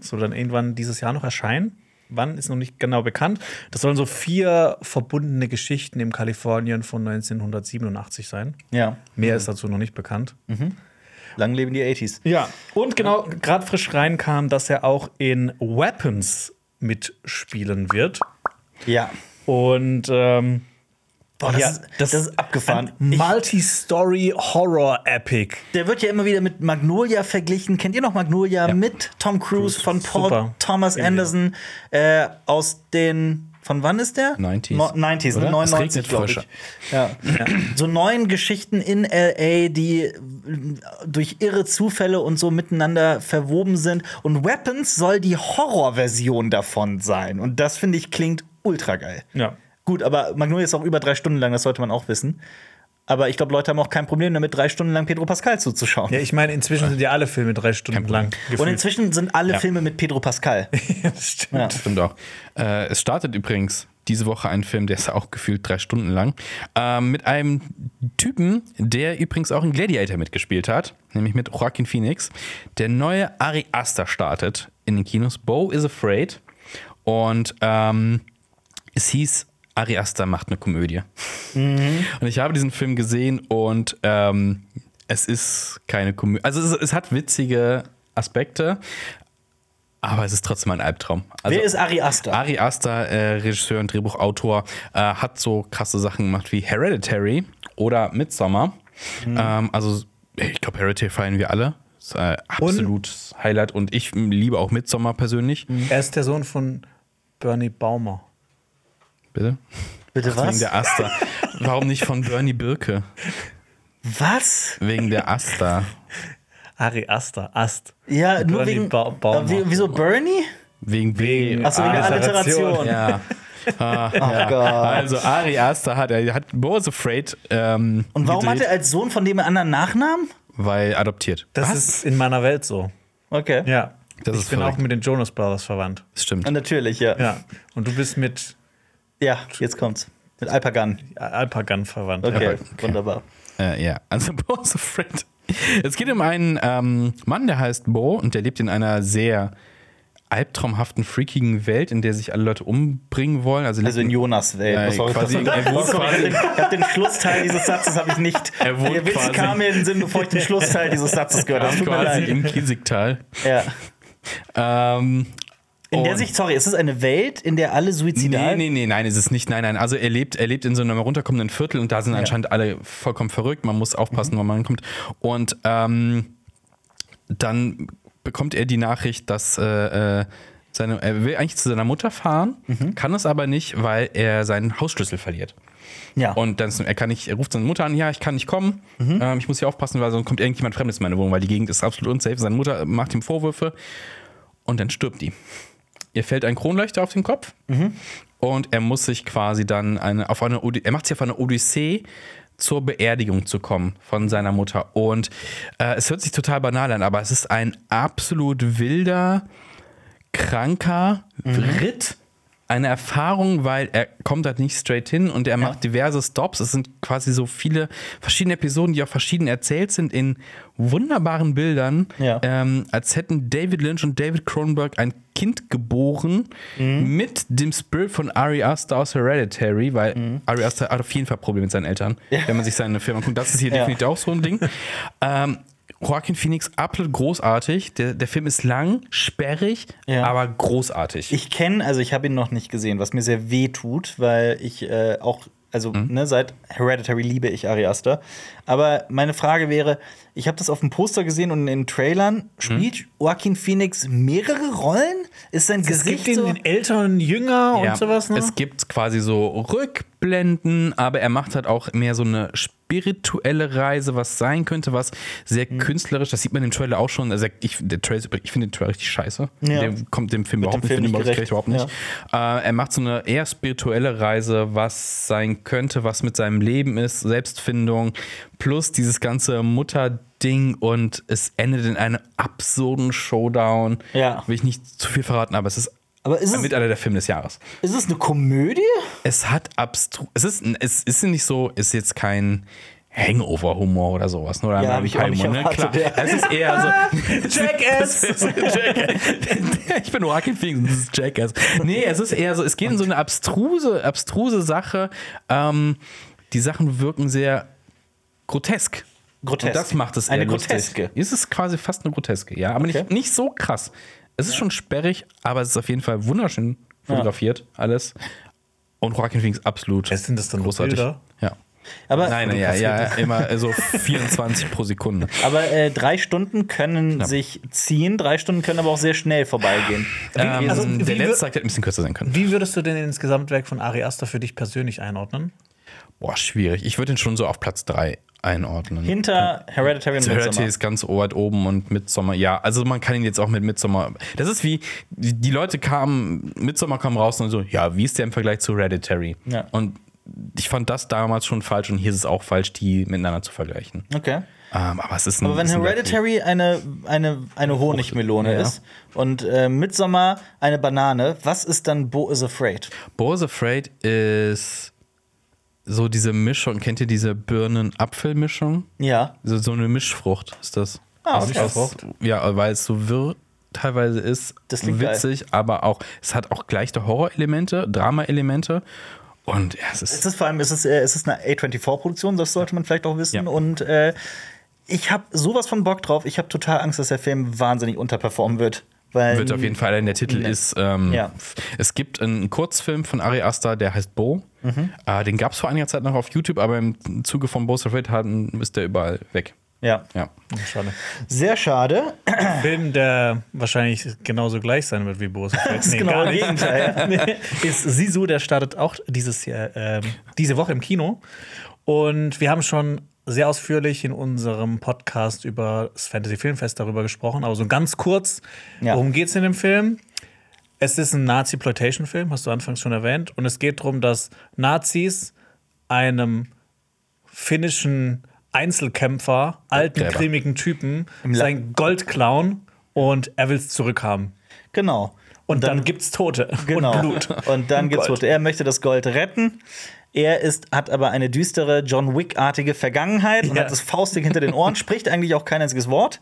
S3: soll dann irgendwann dieses Jahr noch erscheinen. Wann ist noch nicht genau bekannt. Das sollen so vier verbundene Geschichten im Kalifornien von 1987 sein.
S1: Ja,
S3: Mehr ist dazu noch nicht bekannt.
S1: lang leben die 80s.
S3: Ja, und genau, gerade frisch reinkam, dass er auch in Weapons mitspielen wird.
S1: Ja.
S3: Und ähm,
S1: Boah, das,
S3: ja,
S1: ist, das, ist abgefahren.
S3: ein
S1: Ich,
S3: Multi-Story-Horror-Epic.
S1: der wird ja immer wieder mit Magnolia verglichen. Kennt ihr noch Magnolia mit Tom Cruise von Paul
S3: super.
S1: Thomas Anderson äh, aus den von wann ist der?
S2: 90s,
S1: No, 90s, ne? 99
S2: oder? Es regnet
S1: glaube ich.
S2: frischer.
S1: Ja. So neuen Geschichten in LA, die äh, durch irre Zufälle und so miteinander verwoben sind und Weapons soll die Horrorversion davon sein und das finde ich klingt ultra geil.
S3: Ja.
S1: Gut, aber Magnolia ist auch über drei Stunden lang, das sollte man auch wissen. Aber ich glaube, Leute haben auch kein Problem damit, drei Stunden lang Pedro Pascal zuzuschauen.
S3: Ja, ich meine, inzwischen sind ja alle Filme drei Stunden lang.
S1: und
S3: gefühlt.
S1: inzwischen sind alle Filme mit Pedro Pascal.
S3: Das stimmt.
S1: Ja.
S2: Stimmt auch. Äh, es startet übrigens diese Woche ein Film, der ist auch gefühlt drei Stunden lang, ähm, mit einem Typen, der übrigens auch in Gladiator mitgespielt hat, nämlich mit Joaquin Phoenix. Der neue Ari Aster startet in den Kinos. Bo is Afraid. Und ähm, es hieß, Ari Aster macht eine Komödie. Und ich habe diesen Film gesehen und ähm, es ist keine Komödie. Also es, es hat witzige Aspekte, aber es ist trotzdem ein Albtraum. Also,
S1: Wer ist Ari Aster?
S2: Ari Aster, äh, Regisseur und Drehbuchautor, äh, hat so krasse Sachen gemacht wie Hereditary oder Midsommar. Ähm, also, ich glaube, Hereditary feiern wir alle. Ist äh, absolutes Highlight und ich m, liebe auch Midsommar persönlich.
S3: Mhm. Er ist der Sohn von Bernie Baumer.
S2: Bitte?
S1: Bitte
S2: Wegen
S1: was?
S2: der Aster. Warum nicht von Bernie Birke?
S1: Was?
S2: Wegen der Aster.
S3: Ari Aster, Ast.
S1: Ja, nur
S3: Bernie
S1: wegen.
S3: Ba
S1: Äh,
S3: Baumer.
S1: wie- wieso Bernie?
S2: Wegen
S3: Wegen-
S2: B.
S1: Achso, wegen der
S3: Alliteration.
S1: Alliteration.
S2: Ja. Ah, ja.
S1: Oh Gott.
S2: Also Ari Aster hat, er hat Boris Afraid ähm,
S1: Und warum
S2: gedreht,
S1: hat er als Sohn von dem einen anderen Nachnamen?
S2: weil adoptiert.
S3: Das ist in meiner Welt so.
S1: Okay.
S3: Ja.
S2: Das
S3: ich
S2: ist
S3: bin
S2: verrückt.
S3: auch mit den Jonas Brothers verwandt.
S2: Das stimmt.
S1: Natürlich, ja. ja.
S3: Ja. Und du bist mit
S1: jetzt kommt's. Mit Alpagan.
S3: Alpagan verwandt.
S1: Okay,
S2: Okay.
S1: wunderbar.
S2: Äh, ja, also Bo's a Friend. Es geht um einen ähm, Mann, der heißt Bo und der lebt in einer sehr albtraumhaften, freakigen Welt, in der sich alle Leute umbringen wollen. Also,
S1: Also in Jonas Welt.
S2: Äh,
S1: Was soll ich
S2: quasi,
S1: das-
S2: er wohnt quasi,
S1: Ich habe den Schlussteil dieses Satzes habe ich nicht.
S2: Er wohnt
S1: Der Witz
S2: quasi-
S1: kam mir in den Sinn, bevor ich den Schlussteil dieses Satzes gehört habe. Tut mir
S2: quasi
S1: leid.
S2: im Kiesigtal.
S1: Ja.
S2: Ähm,
S1: In der
S2: und-
S1: sich, sorry, ist es eine Welt, in der alle suizidal
S2: Nee, nee, nee, nein, ist es nicht. Nein, nein. Also er lebt, er lebt in so einem runterkommenden Viertel und da sind anscheinend alle vollkommen verrückt. Man muss aufpassen, wann man ankommt. Und ähm, dann bekommt er die Nachricht, dass äh, äh, seine, er will eigentlich zu seiner Mutter fahren, kann es aber nicht, weil er seinen Hausschlüssel verliert.
S1: Ja.
S2: Und dann ist, er kann nicht, er ruft seine Mutter an, ja, ich kann nicht kommen, ähm, ich muss hier aufpassen, weil sonst kommt irgendjemand Fremdes in meine Wohnung, weil die Gegend ist absolut unsafe. Seine Mutter macht ihm Vorwürfe und dann stirbt die. Ihr fällt ein Kronleuchter auf den Kopf und er muss sich quasi dann eine, auf eine, Odys- er macht sich auf eine Odyssee zur Beerdigung zu kommen von seiner Mutter. Und äh, es hört sich total banal an, aber es ist ein absolut wilder, kranker Ritt. Eine Erfahrung, weil er kommt halt nicht straight hin und er macht diverse Stops. Es sind quasi so viele verschiedene Episoden, die auch verschieden erzählt sind in wunderbaren Bildern.
S1: Ja.
S2: Ähm, als hätten David Lynch und David Cronenberg ein Kind geboren
S1: Mhm.
S2: mit dem Spirit von Ari Aster aus Hereditary, weil
S1: Mhm.
S2: Ari Aster hat auf jeden Fall Probleme mit seinen Eltern, wenn man sich seine Firma anguckt. Das ist hier
S1: Ja.
S2: definitiv auch so ein Ding. ähm, Joaquin Phoenix, absolut großartig. Der, der Film ist lang, sperrig,
S1: Ja.
S2: aber großartig.
S1: Ich kenne, also ich habe ihn noch nicht gesehen, was mir sehr weh tut, weil ich äh, auch, also
S2: Mhm.
S1: ne, seit Hereditary liebe ich Ari Aster. Aber meine Frage wäre, ich habe das auf dem Poster gesehen und in den Trailern.
S2: Mhm.
S1: Spielt Joaquin Phoenix mehrere Rollen? Ist sein
S3: Es gibt
S1: Gesicht
S3: den,
S1: so?
S3: den Eltern Jünger
S2: Ja,
S3: und
S1: ne?
S3: sowas noch.
S2: Es gibt quasi so Rückblenden, aber er macht halt auch mehr so eine spirituelle Reise, was sein könnte, was sehr
S1: Mhm.
S2: künstlerisch, das sieht man im Trailer auch schon. Also ich, der Trailer, ist übrig- ich finde den Trailer richtig scheiße.
S1: Ja.
S2: Der kommt dem Film überhaupt
S1: dem Film
S2: nicht,
S1: nicht
S2: finde ich überhaupt
S1: gerecht,
S2: nicht. Äh, er macht so eine eher spirituelle Reise, was sein könnte, was mit seinem Leben ist, Selbstfindung, plus dieses ganze Mutter-Ding und es endet in einem absurden Showdown.
S1: Ja.
S2: Will ich nicht zu viel verraten, aber es ist
S1: Aber ist es,
S2: mit einer der Filme des Jahres.
S1: ist es eine Komödie?
S2: Es hat abstru. Es ist, es ist nicht so, ist jetzt kein Hangover-Humor oder sowas. Oder
S1: Ja, hab ich auch nicht
S2: Palmo,
S1: erwartet,
S2: ne? Klar.
S1: ja.
S2: Es ist eher so.
S3: Jackass!
S2: ich bin Joaquin Phoenix, das ist Jackass. Nee, es ist eher so, es geht in so eine abstruse, abstruse Sache. Ähm, die Sachen wirken sehr grotesk.
S1: Grotesk.
S2: Und das macht es eher
S1: Eine
S2: lustig.
S1: groteske.
S2: Es ist quasi fast eine groteske, ja. Aber nicht,
S1: Okay.
S2: nicht so krass. Es ist schon sperrig, aber es ist auf jeden Fall wunderschön fotografiert, alles. Und Joaquin Phoenix absolut.
S3: Was sind das denn, Bilder? Also
S2: Ja.
S1: Aber,
S2: Nein, ja, ja, immer so 24 pro Sekunde.
S1: aber äh, drei Stunden können sich ziehen, drei Stunden können aber auch sehr schnell vorbeigehen.
S2: Ähm,
S3: also, wie
S2: der
S3: wir-
S2: letzte Tag hätte ein bisschen kürzer sein können.
S3: Wie würdest du denn ins Gesamtwerk von Ari Aster für dich persönlich einordnen?
S2: Boah, schwierig. Ich würde ihn schon so auf Platz 3 einordnen.
S1: Hinter Hereditary und
S2: Hereditary
S1: Midsommar.
S2: ist ganz weit oben und Midsommar, ja, also man kann ihn jetzt auch mit Midsommar. Das ist wie, die die Leute kamen, Midsommar kam raus und so, ja, wie ist der im Vergleich zu Hereditary?
S1: Ja.
S2: Und ich fand das damals schon falsch und hier ist es auch falsch, die miteinander zu vergleichen.
S1: Okay.
S2: Ähm, aber es ist ein,
S1: Aber wenn
S2: ist ein
S1: Hereditary eine, eine, eine Honigmelone
S2: Ja.
S1: ist und äh, Midsommar eine Banane, was ist dann Bo is Afraid?
S2: Bo's Afraid ist so diese Mischung, kennt ihr diese Birnen-Apfel-Mischung?
S1: Ja.
S2: So, so eine Mischfrucht ist das.
S1: Ah,
S2: Also
S1: okay.
S2: das- Ja, weil es so wirr teilweise ist,
S1: Das klingt
S2: witzig, aber auch, es hat auch gleiche Horror-Elemente, Drama-Elemente. Und ja, es
S1: Es
S2: ist.
S1: ist vor allem, es ist, äh, es ist eine A24-Produktion, das sollte man vielleicht auch wissen.
S2: Ja.
S1: Und äh, ich habe sowas von Bock drauf. Ich habe total Angst, dass der Film wahnsinnig unterperformen wird. Weil
S2: Wird auf jeden Fall, allein der Titel ist. Ähm,
S1: Ja.
S2: Es gibt einen Kurzfilm von Ari Aster, der heißt Bo.
S1: Mhm.
S2: Äh, den gab es vor einiger Zeit noch auf YouTube, aber im Zuge von Bo's Afraid hatten, ist der überall weg.
S1: Ja.
S2: Ja.
S3: Schade.
S1: Sehr schade.
S3: Film, der wahrscheinlich genauso gleich sein wird wie Boris. Das
S1: ist genau das Gegenteil.
S3: ist Sisu, der startet auch dieses Jahr, ähm, diese Woche im Kino. Und wir haben schon sehr ausführlich in unserem Podcast über das Fantasy Filmfest darüber gesprochen, aber so ganz kurz,
S1: Ja.
S3: worum geht es in dem Film? Es ist ein Nazi-Ploitation-Film, hast du anfangs schon erwähnt. Und es geht darum, dass Nazis einem finnischen Einzelkämpfer, alten,
S2: Gräber.
S3: cremigen Typen, sein Gold klauen und er will es zurückhaben.
S1: genau.
S3: Und dann, gibt's Tote
S1: Genau.
S3: und Blut. Oh
S1: Und dann gibt's
S3: Gold.
S1: Tote. Er möchte das Gold retten. Er ist, hat aber eine düstere John Wick-artige Vergangenheit und
S3: Ja.
S1: hat das faustig hinter den Ohren, spricht eigentlich auch kein einziges Wort.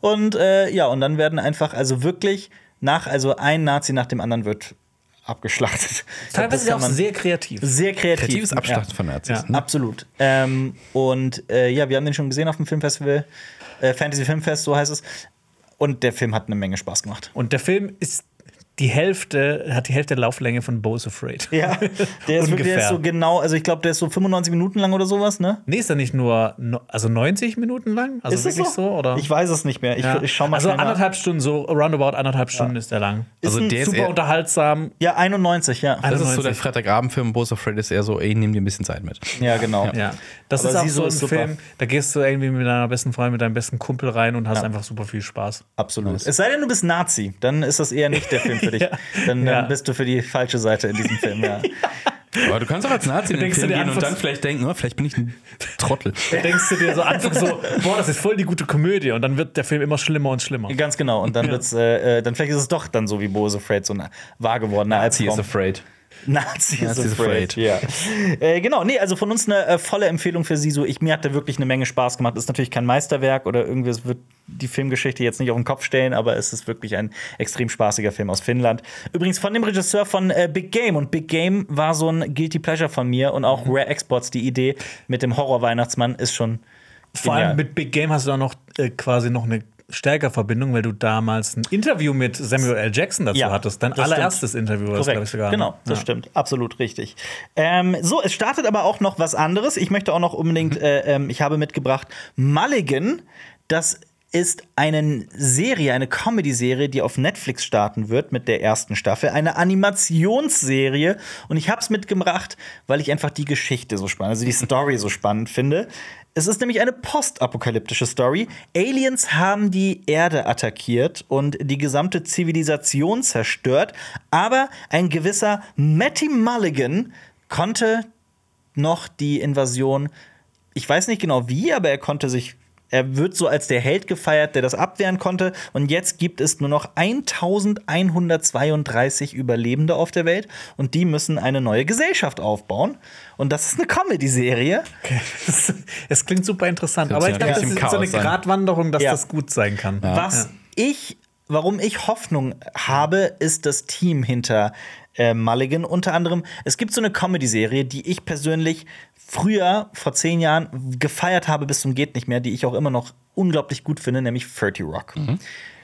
S1: Und äh, ja, und dann werden einfach, also wirklich nach, also ein Nazi nach dem anderen wird abgeschlachtet. Ich glaub, das
S3: Teilweise
S1: kann
S3: auch
S1: man-
S3: sehr kreativ.
S1: sehr kreativ.
S2: Kreatives Abschlachten von Nazis.
S3: Ja.
S2: ne?
S1: Absolut. Ähm, und äh, ja, wir haben den schon gesehen auf dem Filmfestival, äh, Fantasy Filmfest, so heißt es. Und der Film hat eine Menge Spaß gemacht.
S3: Und der Film ist die Hälfte, hat die Hälfte der Lauflänge von Bo's Afraid.
S1: Ja, der ist wirklich
S3: Ungefähr.
S1: der ist so genau, also ich glaube, der ist so 95 Minuten lang oder sowas, ne?
S3: Nee, ist er nicht nur no, also 90 Minuten lang? Also
S1: Ist es
S3: wirklich so? oder?
S1: Ich weiß es nicht mehr. Ich,
S3: Ja.
S1: ich schau mal
S3: Also
S1: schnell nach.
S3: anderthalb Stunden, so roundabout anderthalb Stunden ist er lang.
S1: Ist
S2: Also
S1: ein
S2: der ist
S3: Super
S2: eher,
S3: unterhaltsam.
S1: Ja, 91, ja.
S2: das ist so
S3: 91.
S2: der Freitagabendfilm, Boss of Fred ist eher so, ey, nimm dir ein bisschen Zeit mit.
S1: Ja, genau.
S3: Ja. Das
S1: Aber
S3: ist auch
S1: Siso
S3: so ein
S1: ist super.
S3: Film, da gehst du irgendwie mit deiner besten Freundin, mit deinem besten Kumpel rein und hast einfach super viel Spaß.
S1: Absolut. Es sei denn, du bist Nazi, dann ist das eher nicht der Film für dich.
S3: Ja.
S1: Dann, dann
S3: Ja.
S1: bist du für die falsche Seite in diesem Film, ja.
S2: Aber du kannst auch als Nazi in den
S3: Denkst du
S2: Film
S3: dir
S2: gehen und
S3: anfangs-
S2: dann vielleicht denken, oh, vielleicht bin ich ein Trottel.
S3: Da denkst du dir so einfach so, boah, das ist voll die gute Komödie und dann wird der Film immer schlimmer und schlimmer.
S1: Ganz genau. Und dann wird's, äh, äh, dann vielleicht ist es doch dann so wie Bose Fred, so na- wahr gewordener
S2: Nazi is
S1: Albtraum.
S2: afraid.
S1: Nazi is
S2: Nazi is
S1: afraid. Ja. Äh, genau, nee, also von uns eine äh, volle Empfehlung für Sisu. Ich, mir hat da wirklich eine Menge Spaß gemacht. Ist natürlich kein Meisterwerk oder irgendwie, es wird die Filmgeschichte jetzt nicht auf den Kopf stellen, aber es ist wirklich ein extrem spaßiger Film aus Finnland. Übrigens von dem Regisseur von äh, Big Game. Und Big Game war so ein Guilty Pleasure von mir und auch Rare Exports, die Idee mit dem Horror-Weihnachtsmann ist schon.
S3: Vor
S1: genial.
S3: allem mit Big Game hast du da noch äh, quasi noch eine stärkere Verbindung, weil du damals ein Interview mit Samuel L. Jackson dazu
S1: Ja,
S3: hattest. Dein
S1: das stimmt.
S3: allererstes Interview war das, glaube ich,
S1: Korrekt.
S3: sogar. ne?
S1: Genau, das
S3: ja.
S1: stimmt. Absolut richtig. Ähm, so, es startet aber auch noch was anderes. Ich möchte auch noch unbedingt,
S3: Mhm.
S1: äh, ähm, ich habe mitgebracht Mulligan. Das ist eine Serie, eine Comedy-Serie, die auf Netflix starten wird mit der ersten Staffel. Eine Animationsserie. Und ich habe es mitgebracht, weil ich einfach die Geschichte so spannend, also die Story so spannend finde. Es ist nämlich eine postapokalyptische Story. Aliens haben die Erde attackiert und die gesamte Zivilisation zerstört, aber ein gewisser Matty Mulligan konnte noch die Invasion, ich weiß nicht genau wie, aber er konnte sich er wird so als der Held gefeiert, der das abwehren konnte. Und jetzt gibt es nur noch 1132 Überlebende auf der Welt. Und die müssen eine neue Gesellschaft aufbauen. Und das ist eine Comedy-Serie.
S3: Das- Es klingt super interessant,
S2: Das
S3: aber
S2: wird
S3: ich glaube, das
S2: ziemlich
S3: ist
S2: im
S3: so eine
S2: Chaos sein.
S3: Gratwanderung, dass
S1: Ja.
S3: das gut sein kann.
S1: Was ich, warum ich Hoffnung habe, ist das Team hinter äh, Mulligan. Unter anderem, es gibt so eine Comedy-Serie, die ich persönlich früher, vor zehn Jahren, gefeiert habe bis zum Geht nicht mehr, die ich auch immer noch unglaublich gut finde, nämlich 30 Rock.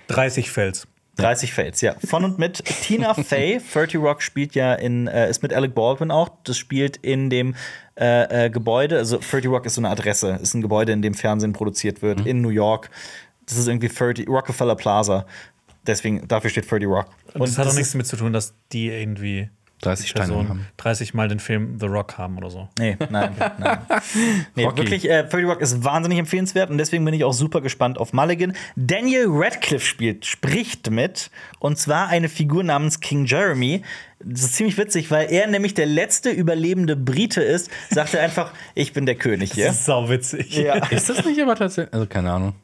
S3: 30 Fels.
S1: 30 Fates, ja. Von und mit Tina Fey. 30 Rock spielt ja in, äh, ist mit Alec Baldwin auch. Das spielt in dem äh, äh, Gebäude, also 30 Rock ist so eine Adresse, ist ein Gebäude, in dem Fernsehen produziert wird, in New York. Das ist irgendwie 30, Rockefeller Plaza. Deswegen, dafür steht 30 Rock.
S3: Und, das hat auch
S1: das
S3: nichts damit zu tun, dass die irgendwie
S2: 30
S3: die
S2: Steine
S3: Person
S2: haben.
S3: 30 Mal den Film The Rock haben oder so.
S1: Nee, nein, nein. Nee,
S2: Rocky.
S1: wirklich, äh, 30 Rock ist wahnsinnig empfehlenswert und deswegen bin ich auch super gespannt auf Mulligan. Daniel Radcliffe spielt, spricht mit und zwar eine Figur namens King Jeremy. Das ist ziemlich witzig, weil er nämlich der letzte überlebende Brite ist, sagt er einfach, ich bin der König hier.
S3: Das ist sauwitzig.
S1: Ja.
S2: Ist das nicht aber tatsächlich? Also, keine Ahnung.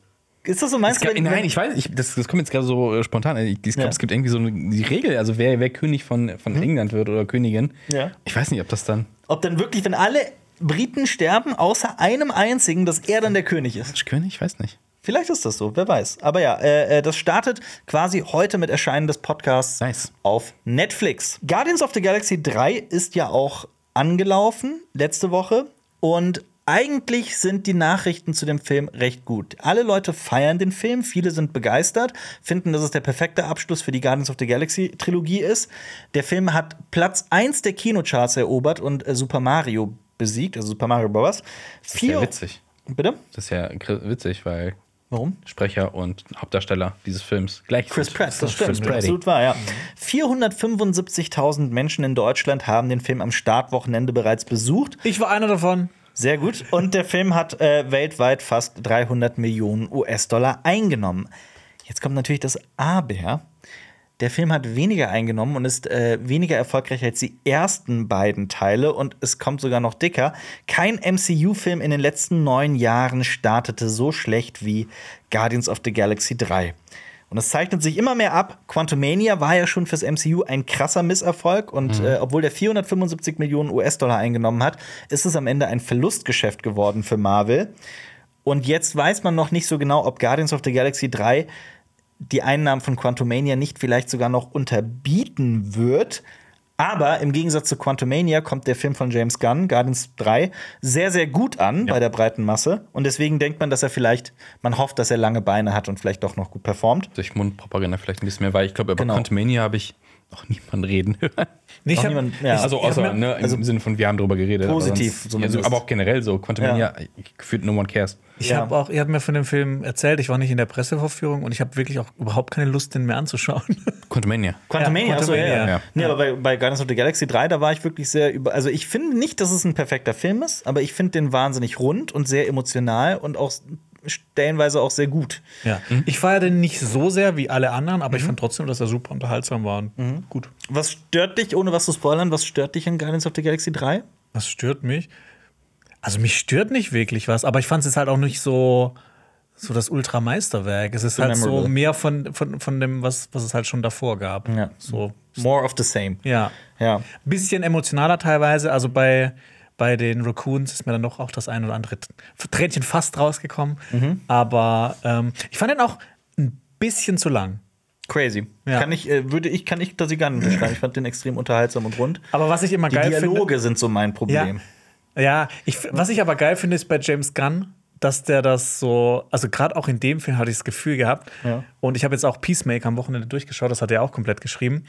S1: Ist das so meinst
S2: Es gab, nein, ich weiß, ich, das, das kommt jetzt gerade so äh, spontan. Ich, ich glaube,
S1: Ja. Mhm.
S2: es gibt irgendwie so eine die Regel, also wer, wer König von, von England wird oder Königin.
S1: Ja.
S2: Ich weiß nicht, ob das dann.
S1: ob dann wirklich, wenn alle Briten sterben, außer einem einzigen, dass er dann der König ist?
S2: König? Ich weiß nicht.
S1: Vielleicht ist das so, wer weiß. Aber ja, äh, äh, das startet quasi heute mit Erscheinen des Podcasts
S2: Nice.
S1: auf Netflix. Guardians of the Galaxy 3 ist ja auch angelaufen letzte Woche und eigentlich sind die Nachrichten zu dem Film recht gut. Alle Leute feiern den Film, viele sind begeistert, finden, dass es der perfekte Abschluss für die Guardians of the Galaxy Trilogie ist. Der Film hat Platz 1 der Kinocharts erobert und äh, Super Mario besiegt, also Super Mario Bros. Das
S2: ist ja witzig.
S1: Bitte?
S2: Das ist ja gr- witzig, weil
S1: Warum?
S2: Sprecher und Hauptdarsteller dieses Films gleich
S1: Chris
S2: sind.
S1: Pratt, das
S2: Chris
S1: stimmt.
S2: Pratt.
S1: Absolut wahr, ja. Mhm. 475.000 Menschen in Deutschland haben den Film am Startwochenende bereits besucht.
S3: Ich war einer davon.
S1: Sehr gut. Und der Film hat äh, weltweit fast 300 Millionen US-Dollar eingenommen. Jetzt kommt natürlich das Aber. Der Film hat weniger eingenommen und ist äh, weniger erfolgreich als die ersten beiden Teile und es kommt sogar noch dicker. Kein MCU-Film in den letzten neun Jahren startete so schlecht wie Guardians of the Galaxy 3. Und das zeichnet sich immer mehr ab. Quantumania war ja schon fürs MCU ein krasser Misserfolg und äh, obwohl der 475 Millionen US-Dollar eingenommen hat, ist es am Ende ein Verlustgeschäft geworden für Marvel. Und jetzt weiß man noch nicht so genau, ob Guardians of the Galaxy 3 die Einnahmen von Quantumania nicht vielleicht sogar noch unterbieten wird. Aber im Gegensatz zu Quantumania kommt der Film von James Gunn, Guardians 3, sehr, sehr gut an bei der breiten Masse. Und deswegen denkt man, dass er vielleicht, man hofft, dass er lange Beine hat und vielleicht doch noch gut performt.
S2: Durch Mundpropaganda vielleicht ein bisschen mehr, weil ich glaube, über
S1: Genau.
S2: Quantumania habe ich noch niemanden reden hören.
S1: Noch
S3: Nee, ich hab,
S1: niemand- ja.
S3: ich,
S2: Also
S3: ich hab
S2: außer,
S3: mir-
S2: ne, im
S1: also
S2: Sinne von, wir haben drüber geredet.
S1: positiv
S2: Aber, sonst,
S1: zumindest.
S2: also, aber auch generell so. Quantumania, ich- gefühlt no one cares.
S3: Ich
S1: Ja.
S3: habe auch, ihr habt mir von dem Film erzählt, ich war nicht in der Presseverführung und ich habe wirklich auch überhaupt keine Lust, den mir anzuschauen.
S2: Quantumania.
S1: Quantumania,
S3: Ja,
S1: achso, ja, ja.
S3: Quantumania.
S2: Ja.
S1: Nee, aber bei, bei Guardians of the Galaxy 3, da war ich wirklich sehr über. Also, ich finde nicht, dass es ein perfekter Film ist, aber ich finde den wahnsinnig rund und sehr emotional und auch stellenweise auch sehr gut.
S3: Ja. Mhm. Ich feiere den nicht so sehr wie alle anderen, aber ich fand trotzdem, dass er super unterhaltsam war und gut.
S1: Was stört dich, ohne was zu spoilern, was stört dich an Guardians of the Galaxy 3?
S3: Was stört mich? Also mich stört nicht wirklich was, aber ich fand es jetzt halt auch nicht so so das Ultrameisterwerk. Es ist halt so
S1: memorable.
S3: mehr von, von, von dem, was, was es halt schon davor gab.
S1: Ja.
S3: So.
S1: More of the same.
S3: Ja.
S1: Ja.
S3: Bisschen emotionaler teilweise. Also bei, bei den Raccoons ist mir dann doch auch das ein oder andere Tr- Tränchen fast rausgekommen.
S1: Mhm.
S3: Aber ähm, ich fand den auch ein bisschen zu lang.
S1: Crazy.
S3: Ja.
S1: Kann ich, äh, würde ich, kann ich da sie gar nicht beschreiben. Ich fand den extrem unterhaltsam und rund.
S3: Aber was ich immer
S1: Die
S3: geil finde.
S1: Dialoge sind so mein
S3: Ja,
S1: Problem.
S3: ja ich, f- was ich aber geil finde, ist bei James Gunn, dass der das so, also gerade auch in dem Film hatte ich das Gefühl gehabt.
S1: Ja.
S3: Und ich habe jetzt auch Peacemaker am Wochenende durchgeschaut, das hat er auch komplett geschrieben.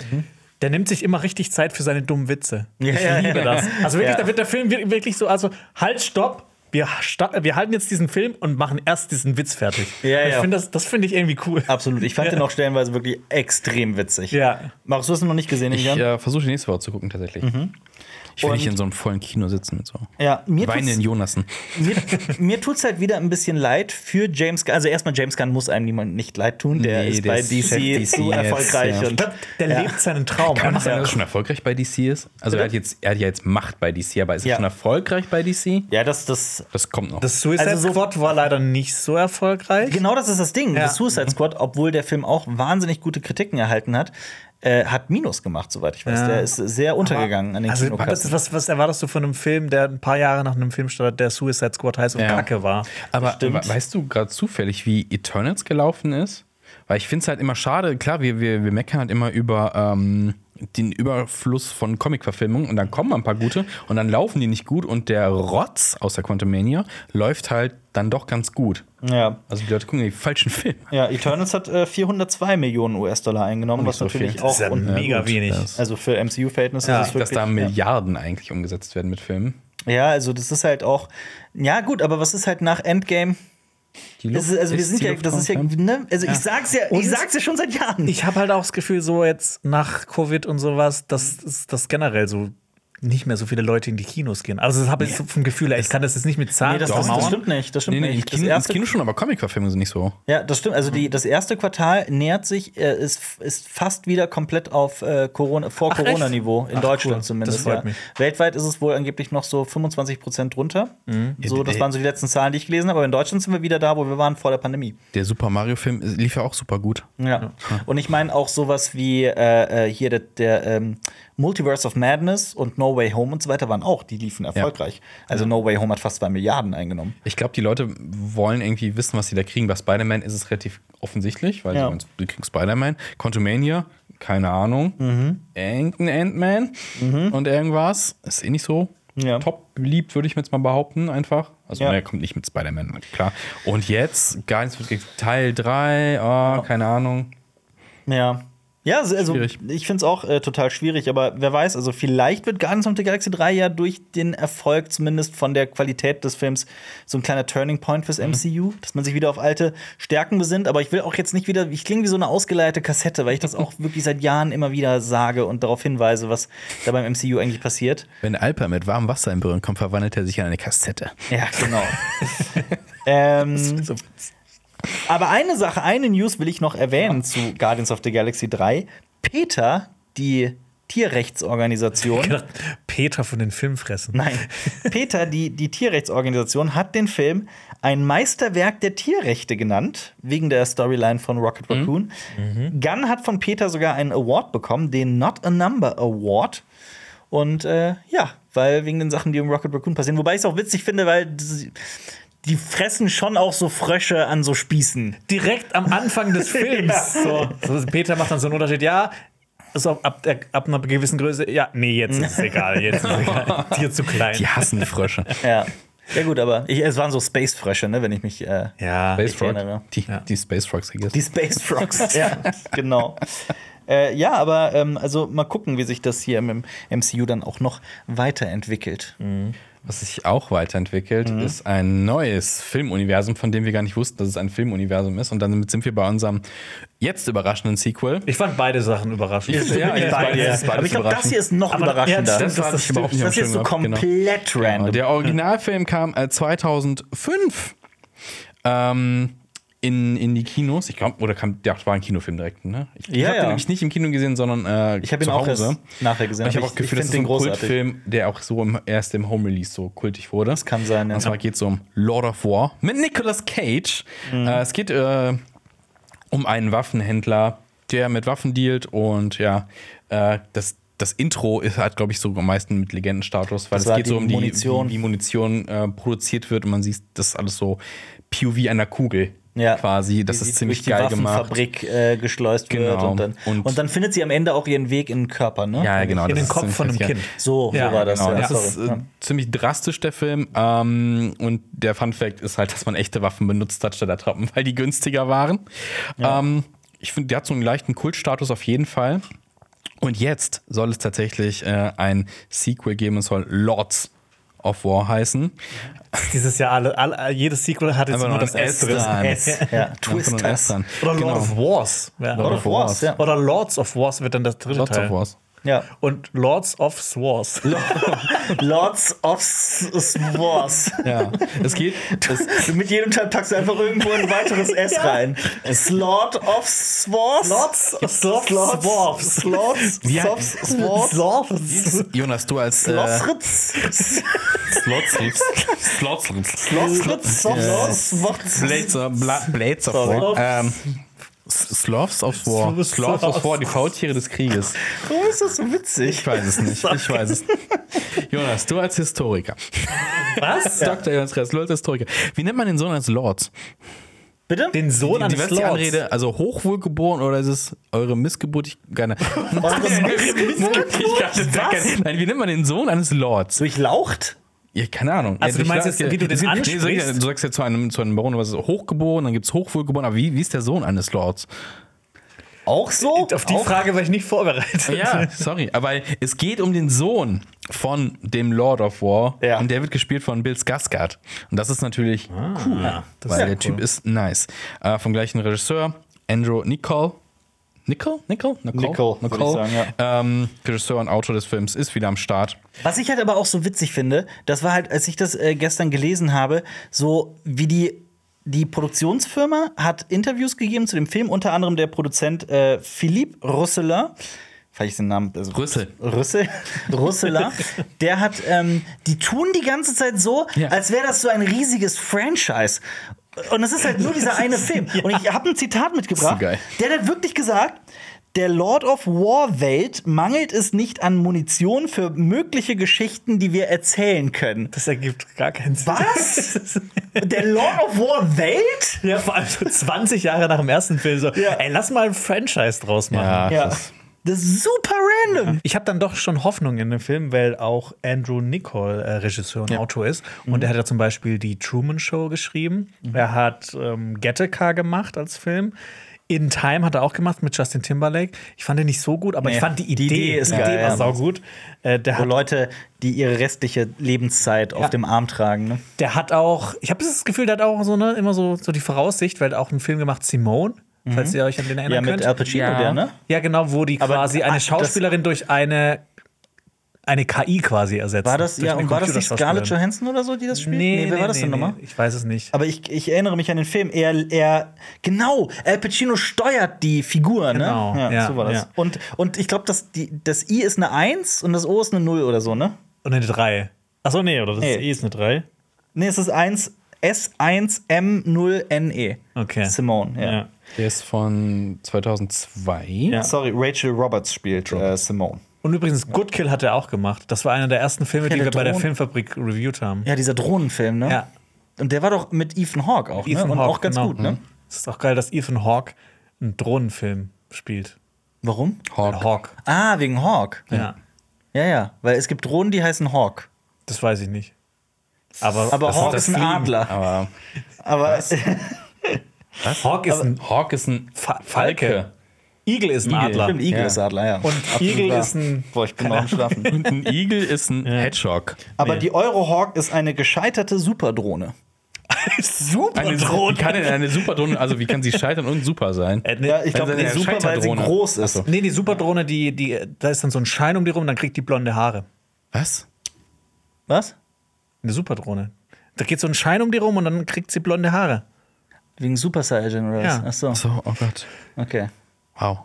S3: Der nimmt sich immer richtig Zeit für seine dummen Witze.
S1: Mhm. Ja,
S3: ich
S1: ja,
S3: liebe
S1: ja.
S3: das. Also wirklich,
S1: Ja.
S3: da wird der Film wir- wirklich so, also halt, stopp. Wir, sta- wir halten jetzt diesen Film und machen erst diesen Witz fertig.
S1: Ja,
S3: Und ich
S1: ja.
S3: finde das, das finde ich irgendwie cool.
S1: Absolut. Ich fand den auch stellenweise wirklich extrem witzig.
S3: Ja.
S1: Markus, du hast ihn noch nicht gesehen,
S2: Ich
S1: Jan?
S2: äh, versuche die nächste Woche zu gucken, tatsächlich. Ich will
S1: Und-
S2: nicht in so einem vollen Kino sitzen mit so.
S1: ja, mir tut's-
S2: Weinen in Jonassen.
S1: mir, mir tut es halt wieder ein bisschen leid für James Gunn. Also erstmal, James Gunn muss einem niemand nicht leid tun. Der
S2: Nee,
S1: ist
S2: der
S1: bei
S2: ist
S1: DC,
S2: Chef
S1: zu
S2: DC
S1: erfolgreich.
S2: jetzt, ja.
S1: Und
S3: Der, der lebt seinen Traum.
S2: Kann man
S3: Und-
S2: sagen, dass er schon erfolgreich bei DC ist? Also er hat, jetzt, er hat ja jetzt Macht bei DC, aber ist er
S1: Ja.
S2: schon erfolgreich bei DC?
S1: ja, das, das,
S2: Das kommt noch.
S3: Das Suicide
S1: Also so-
S3: Squad war leider nicht so erfolgreich.
S1: genau das ist das Ding.
S3: Ja.
S1: Das Suicide Squad, obwohl der Film auch wahnsinnig gute Kritiken erhalten hat, äh, hat Minus gemacht, soweit ich weiß.
S3: Ja.
S1: Der ist sehr untergegangen an den
S3: Also, was,
S1: Kinokassen.
S3: was, was erwartest du von einem Film, der ein paar Jahre nach einem Film startet, der Suicide Squad heißt und
S2: Ja.
S3: Kacke war?
S2: Aber
S1: Stimmt.
S2: we- weißt du gerade zufällig, wie Eternals gelaufen ist? Weil ich finde es halt immer schade, klar, wir, wir, wir meckern halt immer über ähm, den Überfluss von Comic-Verfilmungen und dann kommen ein paar gute und dann laufen die nicht gut und der Rotz aus der Quantumania läuft halt dann doch ganz gut.
S1: ja.
S2: Also die Leute gucken die falschen Filme.
S1: ja, Eternals hat äh, 402 Millionen US-Dollar eingenommen, was
S2: so viel.
S1: natürlich
S2: Das
S1: auch.
S3: ja
S1: und,
S3: mega wenig.
S2: das-
S1: also für MCU-Verhältnisse
S3: Ja,
S1: ist es
S2: Dass
S1: wirklich.
S2: da
S1: ja.
S2: Milliarden eigentlich umgesetzt werden mit Filmen.
S1: Ja, also das ist halt auch. Ja, gut, aber was ist halt nach Endgame?
S2: Die
S1: Das ist,
S2: Luft-
S1: also wir sind
S2: die
S1: ja,
S2: Luft
S1: das ist ja,
S2: raus, ne?
S1: ne? Also ich sag's ja,
S3: Und-
S1: ich sag's ja schon seit Jahren.
S3: Ich habe halt auch das Gefühl, so jetzt nach Covid und sowas, dass das, das generell so nicht mehr so viele Leute in die Kinos gehen. Also das habe ich so vom Gefühl her, ich kann das jetzt nicht mit Zahlen
S1: das, das,
S2: Doch.
S1: das stimmt nicht, das stimmt
S2: Nee, nee, ins
S1: nicht. Das
S2: Kino, ins
S1: erste,
S2: Kino schon, aber Comic-Verfilmungen sind nicht so.
S1: ja, das stimmt. Also
S3: Mhm.
S1: die, das erste Quartal nähert sich, äh, ist, ist fast wieder komplett auf äh, Corona, vor
S3: Ach, echt?
S1: Corona-Niveau, in
S3: Ach,
S1: Deutschland
S3: cool.
S1: zumindest.
S3: Das freut
S1: ja.
S3: mich.
S1: Weltweit ist es wohl angeblich noch so 25 Prozent drunter.
S3: Mhm.
S1: So, das
S2: Ey.
S1: waren so die letzten Zahlen, die ich gelesen habe. Aber in Deutschland sind wir wieder da, wo wir waren vor der Pandemie.
S2: Der Super Mario-Film äh, lief ja auch super gut.
S1: Ja. Und ich meine auch sowas wie äh, äh, hier der, der ähm, Multiverse of Madness und No Way Home und so weiter waren auch, die liefen erfolgreich. Also No Way Home hat fast zwei Milliarden eingenommen.
S2: Ich glaube, die Leute wollen irgendwie wissen, was sie da kriegen. Bei Spider-Man ist es relativ offensichtlich, weil
S1: Ja.
S2: sie meinen, du kriegst Spider-Man. Quantumania, keine Ahnung.
S1: Mhm.
S2: Irgendein Ant-Man und irgendwas. Ist eh nicht so
S1: Ja.
S2: top beliebt, würde ich mir jetzt mal behaupten, einfach. Also,
S1: Ja.
S2: naja, kommt nicht mit Spider-Man, klar. Und jetzt, Guardians of the Galaxy Teil 3, oh, keine Ahnung.
S1: Ja. Ja, also also
S2: Schwierig.
S1: ich finde es auch äh, total schwierig, aber wer weiß, also vielleicht wird Guardians of the Galaxy 3 ja durch den Erfolg zumindest von der Qualität des Films so ein kleiner Turning Point fürs MCU, dass man sich wieder auf alte Stärken besinnt, aber ich will auch jetzt nicht wieder, ich klinge wie so eine ausgeleierte Kassette, weil ich das auch wirklich seit Jahren immer wieder sage und darauf hinweise, was da beim MCU eigentlich passiert.
S2: Wenn Alper mit warmem Wasser in Berührung kommt, verwandelt er sich in eine Kassette.
S1: Ja, genau. ähm,
S2: So.
S1: aber eine Sache, eine News will ich noch erwähnen zu
S3: Genau.
S1: Guardians of the Galaxy 3. Peter, die Tierrechtsorganisation,
S3: Peter von den Filmfressen.
S1: Nein. Peter, die, die Tierrechtsorganisation, hat den Film ein Meisterwerk der Tierrechte genannt, wegen der Storyline von Rocket Raccoon. Gunn hat von Peter sogar einen Award bekommen, den Not a Number Award. Und äh, ja, weil wegen den Sachen, die um Rocket Raccoon passieren. Wobei ich es auch witzig finde, weil die, die fressen schon auch so Frösche an so Spießen.
S3: Direkt am Anfang des Films. so. So, Peter macht dann so einen Unterschied, ja. Ist auch ab, der, ab einer gewissen Größe, ja, nee, jetzt ist es egal, jetzt ist es egal. Tier zu klein.
S2: Die hassen Frösche.
S1: Ja. Ja, gut, aber ich, es waren so Space-Frösche, ne, wenn ich mich. Äh,
S3: Ja,
S2: Space Frog.
S1: erinnere.
S2: Die, die Space Frogs, I guess.
S1: Die Space Frogs. ja, genau. Äh, ja, aber ähm, also mal gucken, wie sich das hier im, im MCU dann auch noch weiterentwickelt.
S2: Mhm. Was sich auch weiterentwickelt, ist ein neues Filmuniversum, von dem wir gar nicht wussten, dass es ein Filmuniversum ist. Und damit sind wir bei unserem jetzt überraschenden Sequel.
S3: Ich fand beide Sachen überraschend.
S2: Ja, ja, beides- beides
S1: aber ich glaube, das
S2: überraschend.
S1: hier ist noch
S3: Aber-
S1: überraschender.
S3: ja,
S1: das,
S3: stimmt,
S2: das
S1: das,
S2: hab ich überhaupt nicht am
S1: ist so
S2: Schirm gehabt, genau.
S1: komplett random.
S2: Der Originalfilm kam äh, 2005 ähm, in, in die Kinos. Ich glaube, oder kam, ja, das war ein Kinofilm direkt, ne? Ich, ich
S1: Ja,
S2: habe
S1: ja.
S2: den nämlich nicht im Kino gesehen, sondern äh,
S1: ich habe ihn
S2: zu
S1: auch
S2: Hause.
S1: erst nachher gesehen.
S2: Ich habe
S1: aber
S2: auch das Gefühl,
S1: ich
S2: das ist
S1: find
S2: ein Kultfilm, der auch so im, erst im Home Release so kultig wurde. Das
S1: kann sein, ja.
S2: Und zwar geht es um Lord of War mit Nicolas Cage.
S1: Mhm.
S2: Äh, es geht äh, um einen Waffenhändler, der mit Waffen dealt und ja, äh, das. Das Intro ist halt, glaube ich, so am meisten mit Legendenstatus, weil
S1: Das
S2: es
S1: war
S2: geht
S1: die
S2: so um die
S1: Munition.
S2: wie, wie Munition äh, produziert wird und man sieht, das ist alles so POV einer Kugel
S1: Ja.
S2: quasi. Das
S1: Wie sie
S2: ist ziemlich
S1: durch die
S2: geil gemacht.
S1: Waffenfabrik äh, geschleust wird
S2: Genau.
S1: und dann, und,
S2: Und-
S1: dann findet sie am Ende auch ihren Weg in den Körper, ne?
S2: Ja, ja, genau.
S3: In
S2: das
S3: den
S2: ist
S3: Kopf
S2: ziemlich
S3: von einem
S2: geil.
S3: Kind.
S1: So,
S3: Ja,
S1: so war das.
S2: Genau,
S1: ja,
S2: das
S1: sorry.
S2: ist äh,
S1: Ja.
S2: ziemlich drastisch, der Film. Ähm, und der Fun Fact ist halt, dass man echte Waffen benutzt hat statt Attrappen, weil die günstiger waren. Ähm, ich finde, der hat so einen leichten Kultstatus auf jeden Fall. Und jetzt soll es tatsächlich äh, ein Sequel geben, es soll Lords of War heißen. Äh,
S3: Genau. Dieses Jahr alle, alle, jedes Sequel hat jetzt
S2: Einfach
S3: nur
S2: nur
S3: das
S2: ein S
S3: S drin.
S2: dran.
S1: S, ja.
S2: Einfach nur ein S dran.
S3: Oder
S2: Genau.
S3: Lord of Wars. Ja.
S2: Lord
S1: Lord of
S2: of
S1: Wars,
S2: Wars.
S1: ja.
S3: Oder Lords of Wars wird dann das dritte
S2: Genau. Lords
S3: Teil.
S2: of Wars.
S1: ja.
S3: Und Lords of Swars.
S1: Lords of S- Swords.
S2: Ja, es geht. Es,
S1: Mit jedem Teil packst du einfach irgendwo ein weiteres S rein. Slord of Swords.
S3: Lords of
S1: Slots.
S3: Swars.
S1: Slots.
S2: Ja.
S1: Sops- Swords.
S3: Lords.
S2: Jonas, du als äh,
S1: Slosritz.
S2: Slotsrips. Slotsrips.
S1: Slosritz. Swords.
S2: Blades of, Bla- Blades of
S1: Sorry.
S2: War. Ähm, S- Sloths of War.
S3: Sloths.
S2: Sloths of War, die Faultiere des Krieges.
S1: Warum ist das so witzig?
S2: Ich weiß es nicht. Ich weiß es nicht. Jonas, du als Historiker.
S3: Was?
S2: Dr. Jonas Kress, du als Historiker. Wie nennt man den Sohn als Lord?
S1: Bitte?
S3: Den Sohn
S2: Die
S3: eines
S2: westliche
S3: Lords.
S2: Anrede, also hochwohlgeboren oder ist es eure Missgeburt? Ich, keine
S1: Eure
S2: Was? Nein, wie nennt man den Sohn eines Lords?
S1: Durchlaucht?
S2: Ja, keine Ahnung.
S3: Also
S2: ja,
S3: du meinst
S2: ich-
S3: jetzt, wie du den
S2: es gibt-
S3: ansprichst?
S2: Nee, du sagst ja zu einem, zu einem Baron, was ist hochgeboren, dann gibt es hochwohlgeboren, aber wie, wie ist der Sohn eines Lords?
S1: Auch so?
S3: Auf die
S1: Auch?
S3: Frage war ich nicht vorbereitet.
S2: Ja, sorry. Aber es geht um den Sohn von dem Lord of War.
S1: Ja.
S2: Und der wird gespielt von Bill Skarsgård. Und das ist natürlich cool. Weil der Typ ist nice. Äh, vom gleichen Regisseur, Andrew Nicole. Nicole? Nicole? Nicole?
S1: Nicole, würd ich sagen,
S2: Ähm, Regisseur und Autor des Films ist wieder am Start.
S1: Was ich halt aber auch so witzig finde, das war halt, als ich das äh, gestern gelesen habe, so wie die. Die Produktionsfirma hat Interviews gegeben zu dem Film, unter anderem der Produzent äh, Philippe Russeler. Fand ich den Namen. Also,
S2: Rüssel.
S1: Rüssel, Rüsseler, der hat, ähm, die tun die ganze Zeit so,
S2: Ja.
S1: als wäre das so ein riesiges Franchise. Und es ist halt nur dieser eine Film. Und ich habe ein Zitat mitgebracht.
S2: geil.
S1: Der hat wirklich gesagt, der Lord of War Welt mangelt es nicht an Munition für mögliche Geschichten, die wir erzählen können.
S3: Das ergibt gar keinen Sinn.
S1: Was? Der Lord of War Welt?
S3: Ja, vor allem so 20 Jahre nach dem ersten Film so,
S1: Ja.
S3: ey, lass mal ein Franchise draus machen.
S1: Ja. Das ist super random.
S3: Ich habe dann doch schon Hoffnung in den Film, weil auch Andrew Nichol äh, Regisseur und Autor ist.
S1: Mhm.
S3: Und er hat ja zum Beispiel die Truman Show geschrieben. Er hat ähm, Gattaca gemacht als Film. In Time hat er auch gemacht mit Justin Timberlake. Ich fand den nicht so gut, aber
S1: Nee,
S3: ich fand die
S1: die
S3: Idee,
S1: Idee ist
S3: die Idee
S1: geil,
S3: war
S1: ja.
S3: saugut. Äh, der,
S1: Wo
S3: hat,
S1: Leute, die ihre restliche Lebenszeit auf dem Arm tragen. Ne?
S3: der hat auch, ich habe das Gefühl, der hat auch so ne, immer so, so die Voraussicht, weil er auch einen Film gemacht, Simone, falls ihr euch an den
S1: Mhm. Ja,
S3: erinnern
S1: mit
S3: könnt.
S1: Al Pacino,
S2: Ja.
S1: der, ne?
S3: Ja, genau, wo die quasi
S1: ach,
S3: eine
S1: das-
S3: Schauspielerin durch eine eine KI quasi ersetzen.
S1: War das,
S3: durch
S1: ja,
S3: eine
S1: und war das nicht Scarlett
S3: Computerschauspielerin.
S1: Johansson oder so, die das spielt?
S3: Nee,
S1: wer
S3: nee,
S1: war das
S3: nee,
S1: denn
S3: nee.
S1: nochmal?
S3: Ich weiß es nicht.
S1: Aber ich, ich erinnere mich an den Film. Er, er genau, Al Pacino steuert die Figur,
S3: Genau,
S1: ne?
S3: ja,
S1: so war das.
S3: ja.
S1: Und, und ich glaube, das, die- das I ist eine 1 und das O ist eine 0 oder so, ne?
S3: Und Oh, eine 3. Achso, nee, oder das
S1: Nee.
S3: ist eh ist eine 3.
S1: Ne, es ist 1 S1M0NE.
S3: Okay.
S1: E. Simone, ja.
S3: Ja.
S2: Der ist von 2002.
S3: Ja.
S1: Sorry, Rachel Roberts spielt äh, Simone.
S3: Und übrigens, Good Kill hat er auch gemacht. Das war einer der ersten Filme,
S1: Ja,
S3: die
S1: der
S3: wir bei der
S1: Drohnen-
S3: Filmfabrik reviewed haben.
S1: Ja, dieser Drohnenfilm, ne?
S3: Ja.
S1: Und der war doch mit Ethan Hawke auch,
S3: Ethan
S1: ne? Und
S3: Hawke,
S1: auch ganz
S3: genau.
S1: gut, ne?
S3: Es ist auch geil, dass Ethan Hawke einen Drohnenfilm spielt.
S1: Warum?
S2: Hawk.
S3: Ein Hawk.
S1: Ah, wegen Hawke.
S3: Ja.
S1: Ja, ja, weil es gibt Drohnen, die heißen Hawk.
S3: Das weiß ich nicht. Aber,
S1: Aber
S3: das
S1: Hawk
S3: das
S1: ist ein
S3: Theme.
S1: Adler.
S2: Aber
S1: Aber
S3: Hawk ist ein
S2: Hawk ist ein
S3: Fa Falke.
S2: Falke.
S3: Igel ist ein
S2: Igel.
S3: Adler.
S1: Stimmt, Igel
S2: Ja.
S1: ist Adler, ja.
S3: Und Igel
S1: wahr.
S3: ist ein-
S1: Boah, ich bin noch am Schlafen.
S2: Und ein Igel ist ein Hedgehog.
S1: Aber die Eurohawk ist eine gescheiterte Superdrohne.
S3: Super
S2: Eine,
S3: Drohne.
S2: wie kann denn eine Superdrohne, also wie kann sie scheitern und super sein?
S3: Äh, nee,
S1: Ja, ich glaube,
S2: Also
S1: die
S2: eine
S1: super, weil sie
S2: Scheiterdrohne.
S1: groß ist.
S2: Ach
S3: nee, die Superdrohne, die, die, da ist dann so ein Schein um die rum, dann kriegt die blonde Haare.
S2: Was?
S1: Was?
S3: Eine Superdrohne. Da geht so ein Schein um die rum und dann kriegt sie blonde Haare.
S1: Wegen Super Saiyan oder
S3: Ja.
S1: was? Ach so,
S2: So, oh Gott.
S1: okay.
S2: Wow.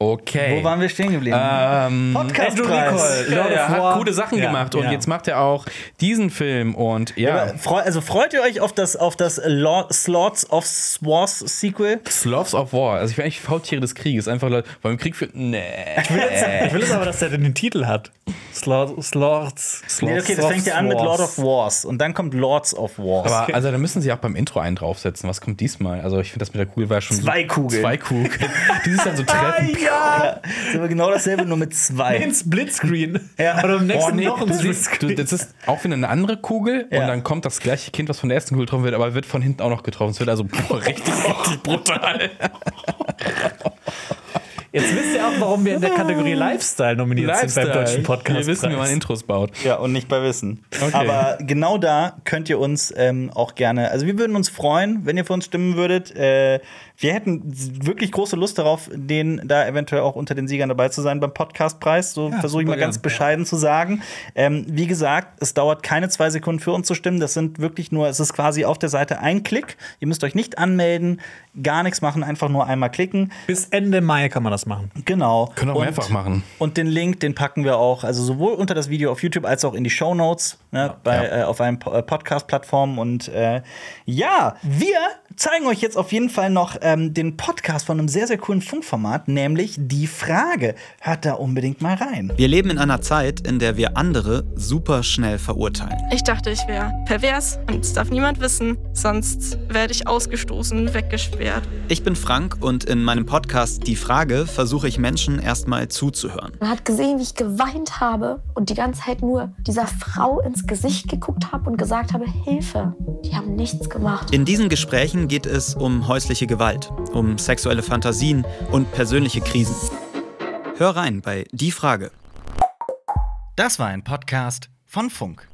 S2: Okay.
S1: Wo waren wir stehen geblieben?
S2: Ähm,
S1: Podcastpreis.
S3: Lord
S2: er
S3: of
S2: hat
S3: War.
S2: gute Sachen
S3: Ja,
S2: gemacht und
S3: ja.
S2: jetzt macht er auch diesen Film und ja.
S1: Aber freu- Also freut ihr euch auf das, auf das Lord, Slots of Swords Sequel?
S2: Sloths of War. Also ich will eigentlich Faultiere des Krieges. Einfach Leute, wollen wir Krieg führen? Nee.
S1: Äh.
S3: Ich will es aber, dass der den Titel hat. Slords. Slords.
S1: Nee, okay, das fängt ja an mit Lord of Wars und dann kommt Lords of Wars.
S2: Aber also da müssen sie auch beim Intro einen draufsetzen. Was kommt diesmal? Also ich finde das mit der Kugel war ja schon
S1: Zwei
S2: so,
S1: Kugeln.
S2: Zwei Kugeln. Dieses dann so treffen.
S1: ja! Das ist aber genau dasselbe, nur mit zwei.
S3: Ein Splitscreen.
S1: Ja.
S3: Oder im
S2: Boah,
S3: nächsten
S2: Oh, nee,
S3: noch ein
S2: das, ist, du-
S3: Splitscreen.
S2: das ist auch wieder eine andere Kugel
S1: Ja.
S2: und dann kommt das gleiche Kind, was von der ersten Kugel getroffen wird, aber wird von hinten auch noch getroffen. Es wird also boah, richtig, richtig brutal.
S3: Jetzt wisst ihr auch, warum wir in der Kategorie Lifestyle nominiert sind beim deutschen Podcast.
S2: Wir wissen, wie man Intros baut.
S1: Ja, und nicht bei Wissen.
S2: Okay.
S1: Aber genau da könnt ihr uns ähm, auch gerne, also wir würden uns freuen, wenn ihr für uns stimmen würdet. Äh, wir hätten s- wirklich große Lust darauf, den da eventuell auch unter den Siegern dabei zu sein beim Podcastpreis. So versuche ich mal ganz bescheiden zu sagen. Ähm, wie gesagt, es dauert keine zwei Sekunden für uns zu stimmen. Das sind wirklich nur, es ist quasi auf der Seite ein Klick. Ihr müsst euch nicht anmelden, gar nichts machen, einfach nur einmal klicken.
S3: Bis Ende Mai kann man das machen.
S1: Genau.
S2: Können auch
S1: Und-
S2: mehrfach machen.
S1: Und den Link, den packen wir auch, also sowohl unter das Video auf YouTube als auch in die Show Notes ne, bei, Äh, auf allen Po- äh, Podcast-Plattformen. Und äh, ja, wir zeigen euch jetzt auf jeden Fall noch ähm, den Podcast von einem sehr, sehr coolen Funkformat, nämlich Die Frage. Hört da unbedingt mal rein.
S7: Wir leben in einer Zeit, in der wir andere super schnell verurteilen.
S8: Ich dachte, ich wäre pervers und es darf niemand wissen, sonst werde ich ausgestoßen, weggesperrt.
S7: Ich bin Frank und in meinem Podcast Die Frage versuche ich Menschen erstmal zuzuhören.
S9: Man hat gesehen, wie ich geweint habe und die ganze Zeit nur dieser Frau ins Gesicht geguckt habe und gesagt habe, Hilfe. Die haben nichts gemacht.
S7: In diesen Gesprächen geht es um häusliche Gewalt, um sexuelle Fantasien und persönliche Krisen. Hör rein bei Die Frage.
S4: Das war ein Podcast von Funk.